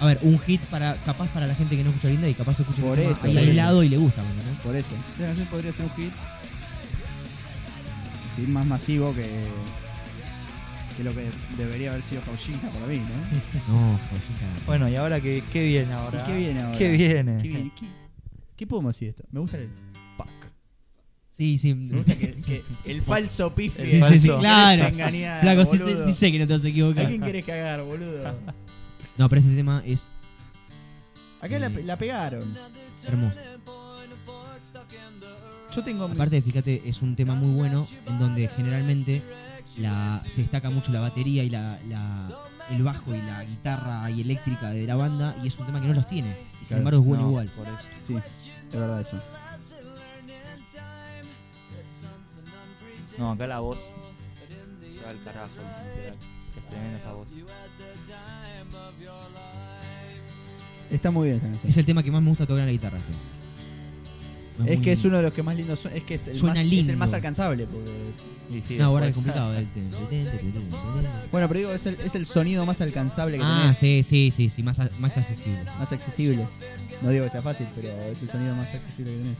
Speaker 2: A ver, un hit para capaz para la gente que no escucha Green Day, capaz escucha
Speaker 1: Por
Speaker 2: el tema
Speaker 1: eso,
Speaker 2: ahí
Speaker 1: por
Speaker 2: aislado y le gusta, ¿me entendés?
Speaker 1: Por eso. Esta canción podría ser un hit. Hit más masivo que. que lo que debería haber sido Faustinka para mí, ¿no?
Speaker 2: No, Jorgita.
Speaker 3: Bueno, y ahora que, qué viene ahora.
Speaker 1: ¿Y qué viene ahora?
Speaker 3: ¿Qué viene?
Speaker 1: ¿Qué, bien- qué- qué podemos decir de esto? Me gusta el. Pac.
Speaker 2: Sí, sí.
Speaker 1: Me gusta que, que el falso pife.
Speaker 2: (laughs)
Speaker 3: El
Speaker 2: Sí, sí, sí,
Speaker 3: falso.
Speaker 2: claro.
Speaker 1: Engañar,
Speaker 2: Flaco, sí, sé-
Speaker 1: boludo.
Speaker 2: sí sé que no te vas a
Speaker 1: ¿A
Speaker 2: equivocar.
Speaker 1: quién querés cagar, boludo?
Speaker 2: No, pero este tema es
Speaker 1: Acá la, pe- la pegaron.
Speaker 2: hermoso.
Speaker 1: Yo tengo. mi-
Speaker 2: Aparte, fíjate, es un tema muy bueno en donde generalmente la, se destaca mucho la batería y la, la- el bajo y la guitarra y eléctrica de la banda y es un tema que no los tiene. Y sin
Speaker 1: Claro,
Speaker 2: embargo es bueno
Speaker 1: no,
Speaker 2: igual.
Speaker 1: Sí, es verdad eso.
Speaker 3: No, acá la voz. Se va al carajo. literal. Es tremenda esta voz.
Speaker 1: Está muy bien esta canción.
Speaker 2: Es el tema que más me gusta tocar en la guitarra. creo.
Speaker 1: Es
Speaker 2: muy
Speaker 1: que es
Speaker 2: lindo.
Speaker 1: uno de los que más lindo suena. Es que es el,
Speaker 2: Suena
Speaker 1: más, es el
Speaker 2: lindo.
Speaker 1: más alcanzable. Porque...
Speaker 3: Y sí,
Speaker 2: No, ahora es
Speaker 3: después-
Speaker 2: complicado. este. el-
Speaker 1: (laughs) Bueno, pero digo, es el, es el sonido más alcanzable que
Speaker 2: ah,
Speaker 1: tenés.
Speaker 2: sí, sí, sí, sí, más, a- más accesible.
Speaker 1: Más accesible. No digo que sea fácil, pero es el sonido más accesible que tenés.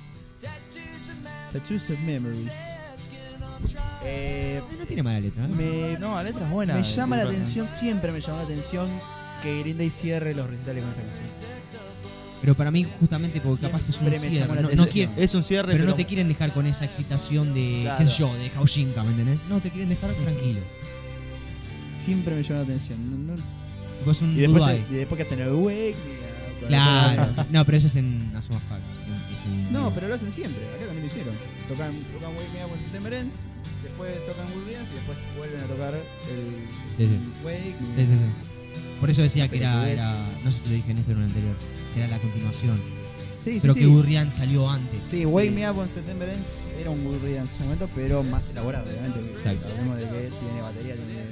Speaker 1: Tattoos of Memories. Eh,
Speaker 2: No tiene mala letra. ¿eh?
Speaker 1: me,
Speaker 3: No, la letra es buena.
Speaker 1: me llama la
Speaker 3: disculpa.
Speaker 1: atención, siempre me llamó la atención que Green Day cierre los recitales con esta canción.
Speaker 2: Pero para mí, justamente, porque capaz es un
Speaker 1: Siempre me llamó
Speaker 2: cierre.
Speaker 1: la
Speaker 2: No,
Speaker 3: es,
Speaker 2: no
Speaker 1: atención.
Speaker 2: quiere-
Speaker 3: es un cierre,
Speaker 2: pero
Speaker 3: pero,
Speaker 2: no te quieren dejar con esa excitación de,
Speaker 3: Claro.
Speaker 2: qué sé yo, de Haushinka, ¿me entendés? No, te quieren dejar tranquilo.
Speaker 1: Siempre me llama la atención. No- no-
Speaker 2: Tipo, es un
Speaker 1: Y, después,
Speaker 2: Dubai.
Speaker 1: y después que hacen el wake. y-
Speaker 2: Claro. no, pero eso es en Asoma Pack.
Speaker 1: No, pero lo hacen siempre. Acá también lo hicieron. Tocan, tocan Wake Me Up con September Ends, después tocan Good Riddance y después vuelven a tocar el,
Speaker 2: Sí, sí.
Speaker 1: el Wake.
Speaker 2: Sí, sí, sí. Por eso decía que era,
Speaker 1: Película.
Speaker 2: era- No sé si lo dije en este o en el anterior. que Era la continuación.
Speaker 1: Sí, sí,
Speaker 2: pero
Speaker 1: sí.
Speaker 2: que Burrian salió antes.
Speaker 1: Sí, Wake Me Up on September Ends era un Good Riddance en su momento, pero más elaborado, obviamente. porque
Speaker 2: Exacto.
Speaker 1: Hablamos de que tiene batería, tiene...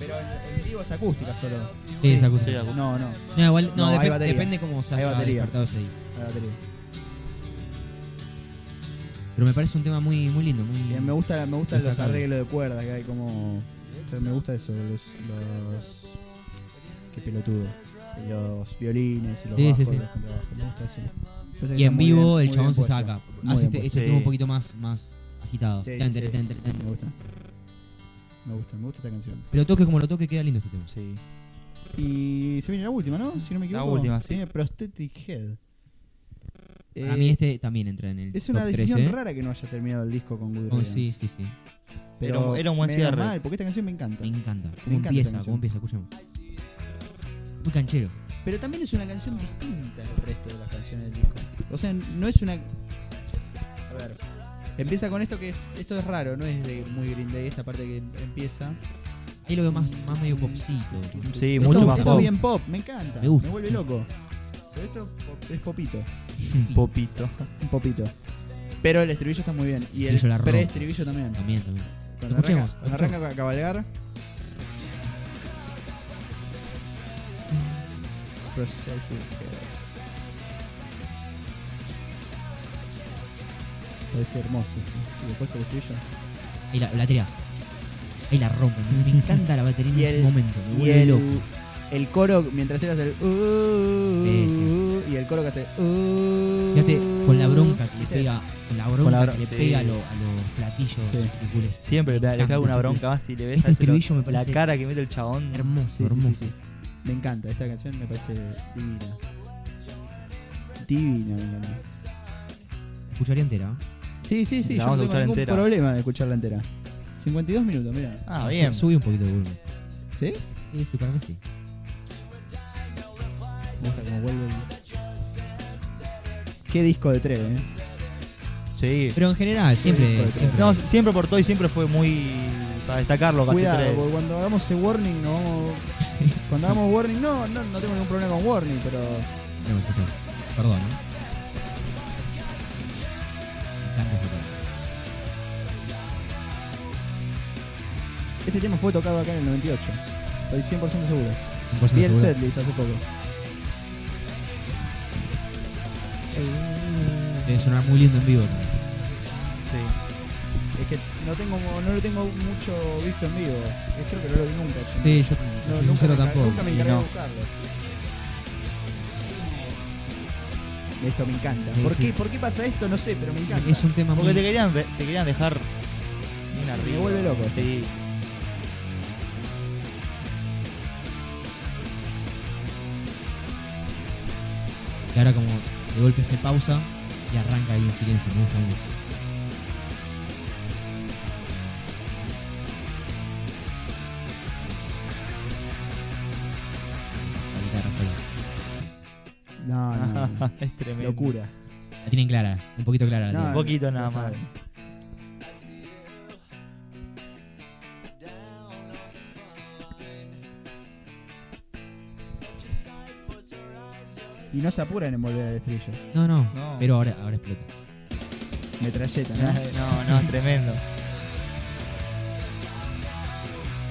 Speaker 1: Pero el, el vivo es acústica solo.
Speaker 2: Sí, esa cosa.
Speaker 3: Sí, acústica.
Speaker 1: No, no,
Speaker 2: No, igual,
Speaker 1: No,
Speaker 2: no,
Speaker 1: hay
Speaker 2: depe-
Speaker 1: batería.
Speaker 2: depende cómo se
Speaker 1: Hay
Speaker 2: haya
Speaker 1: batería.
Speaker 2: despertado ese día.
Speaker 1: la batería.
Speaker 2: Pero me parece un tema muy, muy lindo. Muy...
Speaker 1: Y Eh, me gusta, me gustan los
Speaker 2: Destacable.
Speaker 1: arreglos de cuerdas que hay como. o sea, Me gusta eso, los, los- Qué pelotudo. Los violines y los
Speaker 2: Sí,
Speaker 1: bajos,
Speaker 2: sí, sí.
Speaker 1: los contrabajos. Me gusta eso. Parece que está
Speaker 2: Y en
Speaker 1: muy
Speaker 2: vivo
Speaker 1: bien-
Speaker 2: el
Speaker 1: muy
Speaker 2: chabón se
Speaker 1: bien puesto.
Speaker 2: saca.
Speaker 1: Muy
Speaker 2: Hace
Speaker 1: bien
Speaker 2: este,
Speaker 1: puesto.
Speaker 2: este
Speaker 3: Sí.
Speaker 2: tema un poquito más, más agitado.
Speaker 1: Sí, sí,
Speaker 2: Tan, tan,
Speaker 1: sí.
Speaker 2: tan, tan, tan.
Speaker 1: Me gusta. Me gusta, me gusta esta canción.
Speaker 2: Pero toque como lo toque, queda lindo este tema.
Speaker 3: Sí.
Speaker 1: Y se viene la última, ¿no? Si no me
Speaker 3: La
Speaker 1: equivoco.
Speaker 3: última,
Speaker 1: Se viene Prosthetic Head.
Speaker 2: A
Speaker 1: Eh,
Speaker 2: mí este también entra en el
Speaker 1: es una
Speaker 2: top
Speaker 1: decisión
Speaker 2: 13, ¿eh?
Speaker 1: rara que no haya terminado el disco con Good
Speaker 2: Oh,
Speaker 1: Riddance.
Speaker 2: sí, sí, sí.
Speaker 1: Pero
Speaker 3: Era un- era un buen
Speaker 1: menos
Speaker 3: cierre.
Speaker 1: mal, porque esta canción me encanta.
Speaker 2: Me encanta.
Speaker 1: encanta
Speaker 2: ¿Cómo
Speaker 1: esta
Speaker 2: empieza?
Speaker 1: canción.
Speaker 2: ¿Cómo empieza? Escuchamos. Muy canchero.
Speaker 1: Pero también es una canción distinta al resto de las canciones del disco. O sea, no es una. A ver. Empieza con esto que es. Esto es raro, no es de muy Green Day esta parte que empieza.
Speaker 2: Ahí lo veo más, más medio popcito.
Speaker 3: Sí,
Speaker 1: Pero
Speaker 3: mucho
Speaker 1: esto,
Speaker 3: más
Speaker 1: esto es
Speaker 3: pop.
Speaker 1: bien pop, me encanta.
Speaker 2: Me gusta.
Speaker 1: vuelve loco. Pero esto pop- es popito.
Speaker 3: Popito.
Speaker 1: Un popito. Pero el estribillo está muy bien. Y el
Speaker 2: Estribillo la rompe.
Speaker 1: preestribillo también.
Speaker 2: También, también.
Speaker 1: Cuando
Speaker 2: Escuchemos,
Speaker 1: arranca, cuando arranca a cabalgar. Parece hermoso. Y después el estribillo.
Speaker 2: Ahí la, la tira. Ahí la rompen. Me encanta la batería en
Speaker 1: Y
Speaker 2: ese
Speaker 1: el-
Speaker 2: momento. Me
Speaker 1: Y
Speaker 2: vuelve
Speaker 1: el,
Speaker 2: loco.
Speaker 1: el coro, mientras él hace el. uh, y el coro que hace. uh,
Speaker 2: Fíjate, con la bronca que le
Speaker 1: ¿viste?
Speaker 2: pega, con la bronca
Speaker 3: Con la bron-
Speaker 2: que le
Speaker 3: sí.
Speaker 2: pega a, lo- a los platillos
Speaker 1: Sí.
Speaker 2: circulares.
Speaker 3: Siempre
Speaker 2: Ah,
Speaker 3: le le clavo una bronca más y le ves
Speaker 2: Este
Speaker 3: a ese lo-
Speaker 2: estribillo me
Speaker 3: la
Speaker 2: parece
Speaker 3: cara que mete el chabón.
Speaker 2: Hermoso,
Speaker 1: Sí, sí,
Speaker 2: hermoso.
Speaker 1: sí, sí. Me encanta, esta canción me parece divina. Divina, me encanta.
Speaker 2: Escucharía entera. ¿eh?
Speaker 1: Sí, sí, sí,
Speaker 3: La
Speaker 1: yo
Speaker 3: vamos a
Speaker 1: no tengo
Speaker 3: escuchar
Speaker 1: ningún
Speaker 3: entera.
Speaker 1: problema de escucharla entera. 52 minutos, mira.
Speaker 3: Ah, bien.
Speaker 2: Subí un poquito de volumen.
Speaker 1: ¿Sí?
Speaker 2: Sí, sí, para mí sí.
Speaker 1: Me gusta cómo vuelve. el- Qué disco de tres, eh.
Speaker 3: Sí.
Speaker 2: Pero en general, siempre.
Speaker 1: puede ser.
Speaker 2: siempre
Speaker 3: No, siempre aportó y siempre fue muy. Para destacarlo, casi
Speaker 1: Cuidado,
Speaker 3: tres.
Speaker 1: porque cuando hagamos ese warning, no vamos- (laughs) Cuando hagamos warning, no, no, no tengo ningún problema con warning, pero.
Speaker 2: No, no, no. Perdón, ¿eh? Me encanta esa parte.
Speaker 1: Este tema fue tocado acá en el 98. Estoy 100% seguro.
Speaker 2: Un porcentaje
Speaker 1: Vi el
Speaker 2: seguro.
Speaker 1: setlist hace poco.
Speaker 3: Eh,
Speaker 2: Debe sonar muy lindo en vivo también.
Speaker 3: Sí.
Speaker 1: Es que no tengo no lo tengo mucho visto en vivo. Es creo que no lo vi nunca. yo.
Speaker 2: Sí, yo
Speaker 1: No,
Speaker 2: soy
Speaker 1: nunca,
Speaker 2: sincero
Speaker 1: me,
Speaker 2: tampoco.
Speaker 1: nunca me
Speaker 3: y
Speaker 1: encargué
Speaker 3: no.
Speaker 1: de buscarlo. Esto me encanta.
Speaker 2: Sí,
Speaker 1: ¿Por,
Speaker 2: sí.
Speaker 1: Qué, ¿Por qué pasa esto? No sé, pero me encanta.
Speaker 2: Es un tema muy.
Speaker 3: Porque te querían, ve- te querían dejar. Bien arriba.
Speaker 1: vuelve loco.
Speaker 3: Sí.
Speaker 2: que ahora como de golpe se pausa y arranca ahí en silencio, me gusta mucho. La guitarra sola.
Speaker 1: No, no,
Speaker 2: (laughs)
Speaker 1: no.
Speaker 3: (laughs) es tremendo.
Speaker 1: Locura.
Speaker 2: La tienen clara, un poquito clara la
Speaker 1: No,
Speaker 2: tienen.
Speaker 3: Un poquito nada
Speaker 1: Ya
Speaker 3: más.
Speaker 1: saben. Y no se apuran en volver al estribillo.
Speaker 2: No, no,
Speaker 3: No.
Speaker 2: pero ahora, ahora explota.
Speaker 1: Metralleta, ¿no?
Speaker 2: (laughs)
Speaker 3: No, no, es tremendo.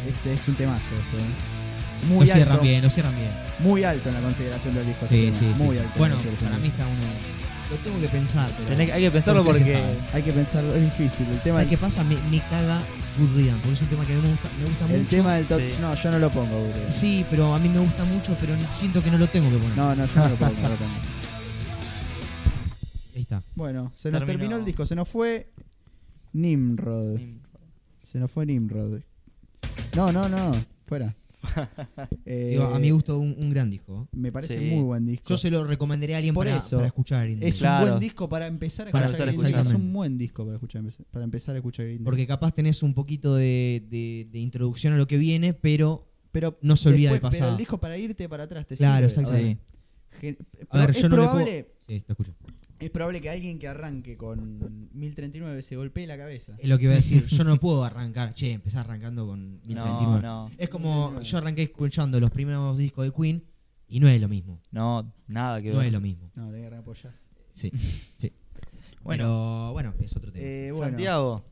Speaker 1: Ese es un temazo. este, ¿eh?
Speaker 2: No
Speaker 1: Muy
Speaker 2: cierran
Speaker 1: alto.
Speaker 2: bien, no cierran bien.
Speaker 1: Muy alto en la consideración del disco.
Speaker 2: Sí,
Speaker 1: este
Speaker 2: sí,
Speaker 1: tema.
Speaker 2: sí,
Speaker 1: Muy
Speaker 2: sí.
Speaker 1: alto. en la
Speaker 2: Bueno,
Speaker 1: consideración
Speaker 2: para
Speaker 1: del
Speaker 2: mí está uno... Lo tengo que pensar, pero...
Speaker 3: Tenés que- hay que pensarlo
Speaker 2: Porque se
Speaker 3: porque.
Speaker 2: sabe.
Speaker 1: Hay que pensarlo, es difícil. El tema,
Speaker 2: ¿Sabes qué pasa? Me, me caga Good Riddance, porque es un tema que a mí me gusta, me gusta
Speaker 1: el
Speaker 2: mucho.
Speaker 1: tema del top.
Speaker 3: Sí.
Speaker 1: No, yo no lo pongo, boludo.
Speaker 2: Sí, pero a mí me gusta mucho, pero siento que no lo tengo que poner.
Speaker 1: No, no, yo no lo pongo. no lo
Speaker 2: (laughs)
Speaker 1: pongo.
Speaker 2: Ahí está.
Speaker 1: Bueno, se nos
Speaker 3: Terminó.
Speaker 1: terminó el disco, se nos fue
Speaker 3: (laughs)
Speaker 1: Nimrod. Se nos fue Nimrod. No, no, no, fuera. Eh,
Speaker 2: Digo, a mi gusto, un, un gran disco.
Speaker 1: Me parece
Speaker 3: Sí.
Speaker 1: muy buen disco.
Speaker 2: Yo se lo recomendaría a alguien
Speaker 1: Por
Speaker 2: para,
Speaker 1: eso.
Speaker 2: para escuchar. Green Day.
Speaker 1: es
Speaker 3: Claro.
Speaker 1: un buen disco para empezar a
Speaker 2: Para
Speaker 1: escuchar.
Speaker 2: empezar a
Speaker 1: Green Day. Es
Speaker 2: escuchar.
Speaker 1: un buen disco para, escuchar, para empezar a escuchar Green Day.
Speaker 2: Porque capaz tenés un poquito de, de- de introducción a lo que viene, pero, pero no se olvida del
Speaker 1: Después, pero
Speaker 2: pasado.
Speaker 1: el disco para irte para atrás te
Speaker 2: Claro,
Speaker 1: sirve.
Speaker 2: exacto.
Speaker 1: A ver, gen-
Speaker 2: A ver,
Speaker 1: es
Speaker 2: yo no le puedo-
Speaker 1: probable-
Speaker 2: Sí, te escucho.
Speaker 1: Es probable que alguien que arranque con 1039 se golpee la cabeza.
Speaker 2: Es lo que iba a decir. Yo no puedo arrancar. Che, empezar
Speaker 1: (laughs)
Speaker 2: arrancando con 1039.
Speaker 3: No, no,
Speaker 2: Es como yo arranqué escuchando los primeros discos de Queen y no es lo mismo.
Speaker 3: no, nada que
Speaker 2: No es
Speaker 3: ver.
Speaker 2: lo mismo.
Speaker 1: No, tenés que arrancar por jazz. (laughs)
Speaker 2: Sí. sí.
Speaker 3: Bueno,
Speaker 2: Pero bueno, es otro tema.
Speaker 1: Eh, bueno,
Speaker 3: Santiago,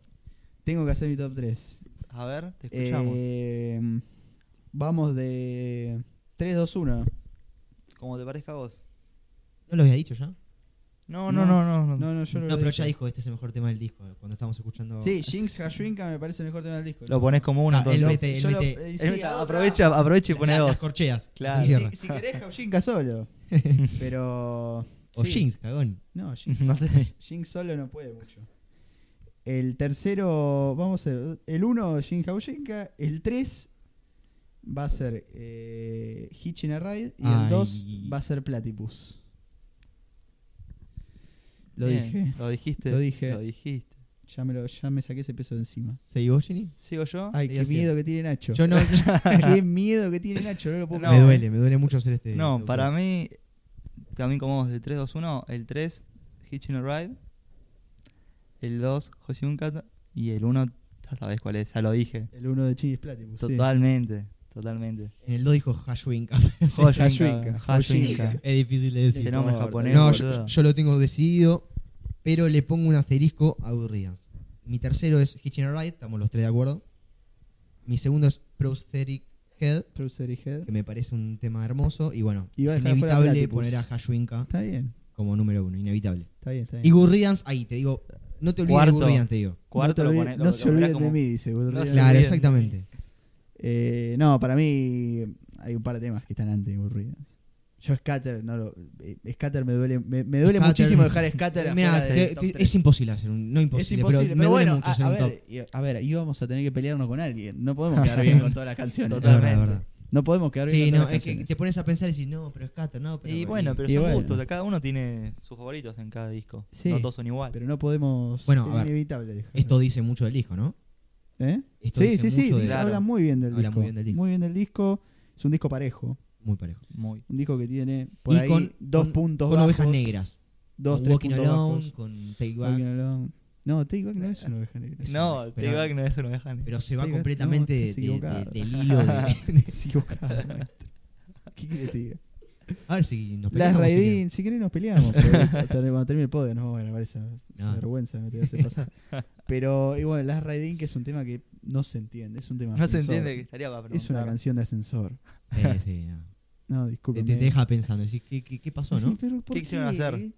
Speaker 1: tengo que hacer mi top 3.
Speaker 3: a ver, te escuchamos.
Speaker 1: vamos de 3, 2, 1.
Speaker 3: Como te parezca a vos.
Speaker 2: ¿No lo había dicho ya?
Speaker 3: No, no, no, no. no.
Speaker 1: No, no, yo no,
Speaker 2: No,
Speaker 1: lo
Speaker 2: pero
Speaker 1: dije.
Speaker 2: ya dijo, este es el mejor tema del disco, cuando estábamos escuchando...
Speaker 1: Sí, Jinx Hashwinka me parece el mejor tema del disco.
Speaker 3: Lo pones como uno,
Speaker 2: Ah,
Speaker 3: entonces.
Speaker 2: el mete,
Speaker 1: Yo
Speaker 2: el
Speaker 1: lo-
Speaker 2: mete.
Speaker 1: eh,
Speaker 3: Es
Speaker 1: sí,
Speaker 3: meta,
Speaker 1: a otra-
Speaker 3: aprovecha, aprovecha y
Speaker 2: la-
Speaker 3: pone
Speaker 2: la-
Speaker 3: dos.
Speaker 2: Las corcheas.
Speaker 3: Claro.
Speaker 2: Se
Speaker 1: Si,
Speaker 2: cierra.
Speaker 1: si querés, Hawjinka
Speaker 2: (laughs)
Speaker 1: solo. Pero.
Speaker 2: O
Speaker 1: sí.
Speaker 2: Jinx, cagón.
Speaker 1: (laughs) No, Jinx.
Speaker 3: no sé.
Speaker 1: Jinx solo no puede mucho. El tercero, vamos a ver, el 1 Jin Hawjinka, el 3 va a ser eh, Hitchin a Ride y
Speaker 2: Ay.
Speaker 1: el 2 va a ser Platypus. Lo
Speaker 3: Bien,
Speaker 1: dije,
Speaker 3: Lo dijiste.
Speaker 1: Lo dije.
Speaker 3: Lo dijiste.
Speaker 1: ya me, lo, ya me saqué ese peso de encima.
Speaker 2: ¿Seguís vos, Jenny?
Speaker 3: ¿Sigo yo?
Speaker 1: Ay, qué
Speaker 2: así es.
Speaker 1: miedo que tiene Nacho. (laughs)
Speaker 2: Yo no...
Speaker 1: qué miedo que tiene Nacho, (laughs) no lo puedo
Speaker 3: No.
Speaker 2: Me
Speaker 1: creer.
Speaker 2: duele, me duele mucho hacer
Speaker 1: eh,
Speaker 2: este...
Speaker 3: no, para mí, también como vos, de 3, 2, 1, el 3, Hitching a Ride. El 2, Hoshun Kata. Y el 1, ya sabés cuál es, ya lo dije.
Speaker 1: El 1 de Chin es Platypus. sí.
Speaker 3: Totalmente, totalmente.
Speaker 2: En el 2 dijo (laughs) Hashwinka.
Speaker 1: (laughs) Hashwinka,
Speaker 3: Hashwinka.
Speaker 2: es difícil de
Speaker 3: Ese
Speaker 2: decir.
Speaker 3: nombre
Speaker 1: por-
Speaker 3: japonés,
Speaker 2: No, yo,
Speaker 3: boludo.
Speaker 2: yo lo tengo decidido, pero le pongo un asterisco a aburridas. Mi tercero es Hitching a Ride, estamos los tres de acuerdo. Mi segundo es Prosthetic Head,
Speaker 1: Trouser y Head.
Speaker 2: que me parece un tema hermoso. Y bueno,
Speaker 1: Iba a
Speaker 2: es
Speaker 1: dejar fuera
Speaker 2: inevitable
Speaker 1: Platypus.
Speaker 2: poner a Hashwinka
Speaker 1: Está bien,
Speaker 2: como número uno, inevitable.
Speaker 1: está bien, está
Speaker 2: Y
Speaker 1: bien.
Speaker 2: Gurrians, ahí te digo, no te olvides
Speaker 3: Cuarto.
Speaker 2: de Gurrians, te digo.
Speaker 3: Cuarto
Speaker 1: no,
Speaker 3: lo
Speaker 1: te olviden-
Speaker 3: pone- lo-
Speaker 1: no
Speaker 3: lo
Speaker 1: se
Speaker 3: pondrá
Speaker 1: olviden
Speaker 3: como-
Speaker 1: de mí, dice. Gurrian.
Speaker 3: se
Speaker 2: Claro,
Speaker 3: olviden.
Speaker 2: exactamente.
Speaker 1: Eh, no, para mí hay un par de temas que están antes de Gurridas. Yo Scatter, no lo, eh, Scatter me duele, me, me duele
Speaker 2: Scatter.
Speaker 1: muchísimo dejar Scatter
Speaker 2: Mirá,
Speaker 1: afuera
Speaker 2: te-
Speaker 1: del
Speaker 2: te-
Speaker 1: top tres.
Speaker 2: es imposible hacer un. No imposible,
Speaker 1: Es imposible, pero,
Speaker 2: pero, me duele
Speaker 1: bueno,
Speaker 2: mucho
Speaker 1: a,
Speaker 2: hacer
Speaker 1: a
Speaker 2: un top.
Speaker 1: ver, y- a ver, íbamos a tener que pelearnos con alguien. No podemos quedar bien con todas las canciones.
Speaker 2: (laughs) Es verdad, es
Speaker 3: totalmente.
Speaker 2: verdad.
Speaker 1: No podemos quedar bien con
Speaker 2: Sí, no,
Speaker 1: todas las
Speaker 2: es que
Speaker 1: canciones.
Speaker 2: te pones a pensar y dices, no, pero es Cata, no, pero.
Speaker 3: Y bueno, pero
Speaker 1: y
Speaker 3: son
Speaker 1: bueno.
Speaker 3: gustos, cada uno tiene sus favoritos en cada disco.
Speaker 1: Sí.
Speaker 3: No todos son igual.
Speaker 1: Pero no podemos.
Speaker 2: Bueno, a
Speaker 1: es
Speaker 2: ver.
Speaker 1: inevitable dejarlo.
Speaker 2: Esto dice mucho del hijo, ¿no?
Speaker 1: ¿Eh?
Speaker 2: Esto
Speaker 1: Sí,
Speaker 2: dice
Speaker 1: sí, sí.
Speaker 2: mucho de-
Speaker 1: dice-
Speaker 3: Claro.
Speaker 1: Habla muy bien del
Speaker 2: Habla
Speaker 1: disco.
Speaker 2: muy bien del disco.
Speaker 1: Muy bien del disco. Es un disco parejo.
Speaker 2: Muy parejo.
Speaker 3: Muy.
Speaker 1: Un disco que tiene por
Speaker 2: y
Speaker 1: ahí
Speaker 2: con,
Speaker 1: dos
Speaker 2: con-
Speaker 1: puntos
Speaker 2: Con
Speaker 1: bajos,
Speaker 2: ovejas negras.
Speaker 1: Dos,
Speaker 2: con
Speaker 1: tres
Speaker 2: Walking
Speaker 1: puntos
Speaker 2: Alone,
Speaker 1: bajos.
Speaker 2: con Take Back.
Speaker 1: Walking Alone. No, Take Back no es una oveja negra. (laughs)
Speaker 3: No,
Speaker 2: pero-
Speaker 3: Take Back no es una oveja negra.
Speaker 2: Pero se va
Speaker 1: Take Back,
Speaker 2: completamente
Speaker 1: no,
Speaker 2: de-
Speaker 1: estás
Speaker 2: de-
Speaker 1: equivocado.
Speaker 2: de- del hilo.
Speaker 1: (laughs)
Speaker 2: de-
Speaker 1: Es equivocado, maestro. (laughs) ¿Qué querés que te diga?
Speaker 2: a ver si nos
Speaker 1: Las
Speaker 2: peleamos, si
Speaker 1: Raidin, si querés nos peleamos. pero cuando termine- Cuando termine el podio nos vamos a grabar esa, esa
Speaker 2: No.
Speaker 1: vergüenza que te hace pasar. Pero, y bueno, Las Raidin, que es un tema que no se entiende. Es un tema de
Speaker 3: No se
Speaker 1: ascensor.
Speaker 3: entiende que estaría para
Speaker 1: Es una
Speaker 3: preguntar.
Speaker 1: canción de ascensor.
Speaker 2: quieren. Eh, sí,
Speaker 1: (laughs)
Speaker 2: no.
Speaker 1: No,
Speaker 2: te,
Speaker 1: disculpe.
Speaker 2: te deja pensando, decís, ¿qué, qué, qué pasó,
Speaker 1: Sí, (laughs)
Speaker 2: no?
Speaker 1: pero ¿por Eh,
Speaker 3: ¿Qué quisieron hacer?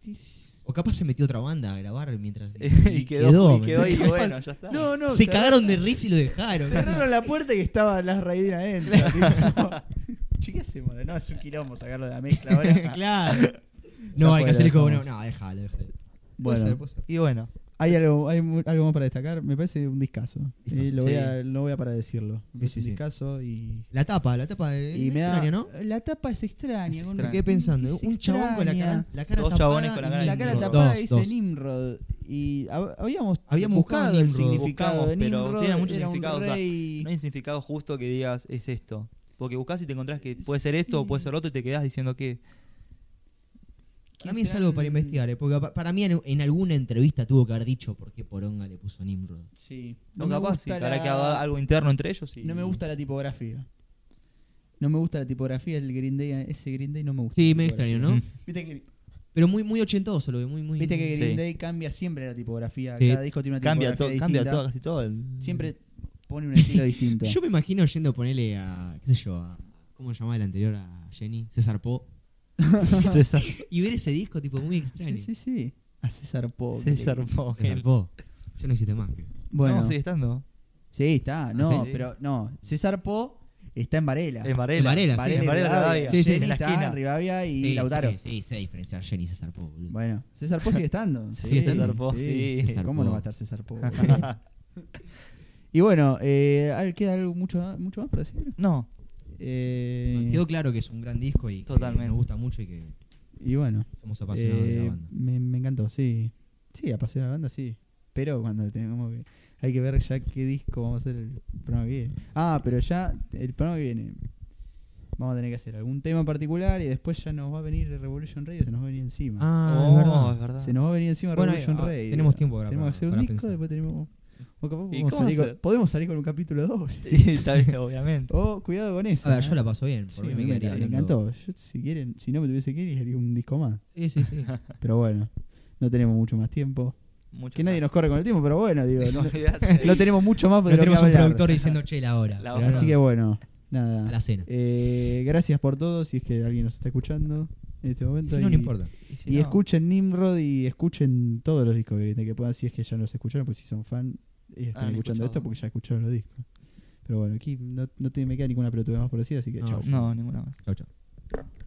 Speaker 2: O capaz se metió otra banda a
Speaker 1: (laughs)
Speaker 2: grabar mientras.
Speaker 3: (laughs) y quedó, y
Speaker 2: (laughs)
Speaker 3: quedó y
Speaker 2: ¿entendés?
Speaker 3: bueno, ya está.
Speaker 1: No, no.
Speaker 2: se
Speaker 1: cerraron-
Speaker 2: cagaron de risa y lo (laughs) dejaron.
Speaker 1: Cerraron la puerta y estaba Las Raidin adentro. tipo. (laughs) Che, ¿qué hacemos? No, es un quilombo sacarlo de la mezcla ahora.
Speaker 2: (laughs) claro.
Speaker 1: Ya
Speaker 2: No, hay
Speaker 1: fue,
Speaker 2: que hacerle
Speaker 1: lo
Speaker 2: como, no,
Speaker 1: dejamos.
Speaker 2: no, déjalo, déjalo.
Speaker 1: Bueno.
Speaker 2: Puede ser, puede ser.
Speaker 3: Y bueno,
Speaker 1: Hay algo, hay mu- algo más para destacar. Me parece un discazo.
Speaker 2: Discazo,
Speaker 1: Eh, lo voy
Speaker 3: sí.
Speaker 1: a, no voy a parar de decirlo.
Speaker 2: Sí,
Speaker 1: es
Speaker 2: sí,
Speaker 1: un
Speaker 2: sí.
Speaker 1: discazo y.
Speaker 2: La tapa, la tapa eh, de
Speaker 1: y me da-
Speaker 2: extraño, ¿no?
Speaker 1: La tapa es extraña.
Speaker 3: Es
Speaker 1: con-
Speaker 2: Me
Speaker 3: extraña.
Speaker 2: quedé pensando,
Speaker 1: Es
Speaker 2: un chabón con la cara, la cara
Speaker 3: Dos
Speaker 2: tapada.
Speaker 3: chabones con la
Speaker 2: y
Speaker 3: cara
Speaker 2: un
Speaker 1: La cara
Speaker 3: Nimrod.
Speaker 1: tapada
Speaker 2: Dos,
Speaker 1: dice
Speaker 2: dos.
Speaker 1: Nimrod. Y hab- habíamos,
Speaker 2: Habíamos buscado
Speaker 1: buscado el
Speaker 2: Nimrod.
Speaker 1: significado de
Speaker 3: Buscamos, pero
Speaker 1: Nimrod.
Speaker 3: tiene mucho
Speaker 1: era un
Speaker 3: significado, o sea,
Speaker 1: rey-
Speaker 3: no hay significado justo que digas es esto. Porque buscas y te encontrás que puede ser esto o puede ser otro y te quedás diciendo que.
Speaker 2: Para mí es algo para investigar, eh, porque pa- para mí en, en alguna entrevista tuvo que haber dicho por qué Poronga le puso Nimrod.
Speaker 1: Sí.
Speaker 3: No,
Speaker 1: me
Speaker 3: capaz, sí,
Speaker 1: gusta
Speaker 3: habrá
Speaker 1: la-
Speaker 3: quedado algo interno entre ellos. Y,
Speaker 1: No me gusta la tipografía. No me gusta la tipografía del Green Day. Ese Green Day no me gusta.
Speaker 2: Sí,
Speaker 1: la
Speaker 2: me
Speaker 1: tipografía.
Speaker 2: extraño, (laughs) ¿no?
Speaker 1: Viste que,
Speaker 2: Pero muy, muy ochentoso lo veo, muy, muy...
Speaker 1: viste que Green
Speaker 3: Sí.
Speaker 1: Day cambia siempre la tipografía.
Speaker 2: Sí.
Speaker 1: Cada disco tiene una
Speaker 3: Cambia, todo,
Speaker 1: tipografía
Speaker 3: cambia
Speaker 1: distinta.
Speaker 3: todo, casi todo. el-
Speaker 1: Siempre (laughs) pone un estilo distinto.
Speaker 2: Yo me imagino yendo a ponerle a, qué sé yo, a, ¿cómo se llamaba el anterior a Jenny? César Po.
Speaker 3: (laughs) César,
Speaker 2: Y ver ese disco tipo muy extraño.
Speaker 1: Sí, sí, sí. A César Poe.
Speaker 3: César
Speaker 2: César
Speaker 3: Vogel.
Speaker 2: Po. Ya no existe más. creo.
Speaker 1: Bueno.
Speaker 3: No, sigue
Speaker 1: sí.
Speaker 3: estando.
Speaker 1: está. No,
Speaker 3: sí.
Speaker 1: pero no. César Poe está en Varela.
Speaker 3: En Varela.
Speaker 2: Varela, sí.
Speaker 1: Varela,
Speaker 3: en
Speaker 1: y
Speaker 3: Varela,
Speaker 1: Rivadavia.
Speaker 3: Rivadavia.
Speaker 2: Sí, sí,
Speaker 1: Jenny
Speaker 3: en la
Speaker 1: está
Speaker 3: esquina.
Speaker 1: en Rivadavia y
Speaker 2: Sí,
Speaker 1: Lautaro.
Speaker 2: Sí, sí, sé diferenciar Jenny y César Po. boludo.
Speaker 1: Bueno, César Poe sigue
Speaker 3: (laughs)
Speaker 1: estando.
Speaker 2: Sí, Sigue estando.
Speaker 3: César Po, sí.
Speaker 2: César
Speaker 1: ¿Cómo no
Speaker 2: Po.
Speaker 1: va a estar César
Speaker 3: (laughs)
Speaker 1: Po? boludo? y bueno, eh, a ver, ¿queda algo mucho, mucho más para decir?
Speaker 3: No,
Speaker 1: Eh,
Speaker 2: Quedó claro que es un gran disco y que
Speaker 3: Totalmente.
Speaker 2: nos gusta mucho y que
Speaker 1: y bueno,
Speaker 2: somos apasionados de
Speaker 1: eh,
Speaker 2: la banda.
Speaker 1: me, me encantó, sí. Sí, apasionada la banda, sí. Pero cuando tengamos que. Hay que ver ya qué disco vamos a hacer el programa que viene. Ah, pero ya el programa que viene. Vamos a tener que hacer algún tema en particular y después ya nos va a venir Revolution Radio, se nos va a venir encima.
Speaker 2: Ah,
Speaker 3: Oh,
Speaker 2: es verdad.
Speaker 3: es verdad.
Speaker 1: Se nos va a venir encima
Speaker 2: Bueno,
Speaker 1: Revolution
Speaker 2: eh, ah,
Speaker 1: Radio.
Speaker 2: tenemos tiempo ahora
Speaker 1: Tenemos
Speaker 2: para-
Speaker 1: que hacer un
Speaker 2: para
Speaker 1: disco,
Speaker 2: pensar.
Speaker 1: después tenemos. o capaz
Speaker 3: ¿Y
Speaker 1: podemos
Speaker 3: cómo
Speaker 1: salir con-
Speaker 3: hacer?
Speaker 1: podemos salir con un capítulo doble.
Speaker 3: Sí, está bien, obviamente.
Speaker 1: (laughs) Oh, cuidado con eso.
Speaker 2: A ver, yo
Speaker 1: ¿eh?
Speaker 2: la paso bien. Por
Speaker 1: Sí,
Speaker 2: mí
Speaker 1: me,
Speaker 2: me quedaría
Speaker 1: me
Speaker 2: hablando-
Speaker 1: encantó. Yo, si quieren, si no me tuviese que ir, haría un disco más. (laughs)
Speaker 2: Sí, sí, sí.
Speaker 1: Pero bueno, no tenemos mucho más tiempo.
Speaker 3: (laughs) Mucho
Speaker 1: Que nadie
Speaker 3: más.
Speaker 1: nos corre con el tiempo, pero bueno,
Speaker 3: (laughs)
Speaker 1: digo,
Speaker 2: (laughs)
Speaker 1: no,
Speaker 3: Olvidate.
Speaker 1: no tenemos mucho más
Speaker 2: No
Speaker 1: pero
Speaker 2: tenemos un
Speaker 1: (laughs)
Speaker 2: productor diciendo chela ahora.
Speaker 3: La
Speaker 2: pero
Speaker 3: verdad.
Speaker 1: Así
Speaker 2: no.
Speaker 1: que bueno, nada.
Speaker 2: A la cena.
Speaker 1: Eh, gracias por todo, si es que alguien nos está escuchando en este momento.
Speaker 2: Si
Speaker 1: y,
Speaker 2: no, no importa.
Speaker 3: Y, si
Speaker 1: Y
Speaker 3: no,
Speaker 1: escuchen Nimrod y escuchen todos los discos que, que puedan, si es que ya los escucharon, pues si son fan y están
Speaker 3: Han
Speaker 2: Ah,
Speaker 1: escuchando
Speaker 3: escuchado.
Speaker 1: esto porque ya escucharon los discos. Pero bueno, aquí no, no te, me queda ninguna pelotuda más por decir, así que
Speaker 2: No,
Speaker 1: chao.
Speaker 3: No, ninguna más.
Speaker 2: Chau, chau.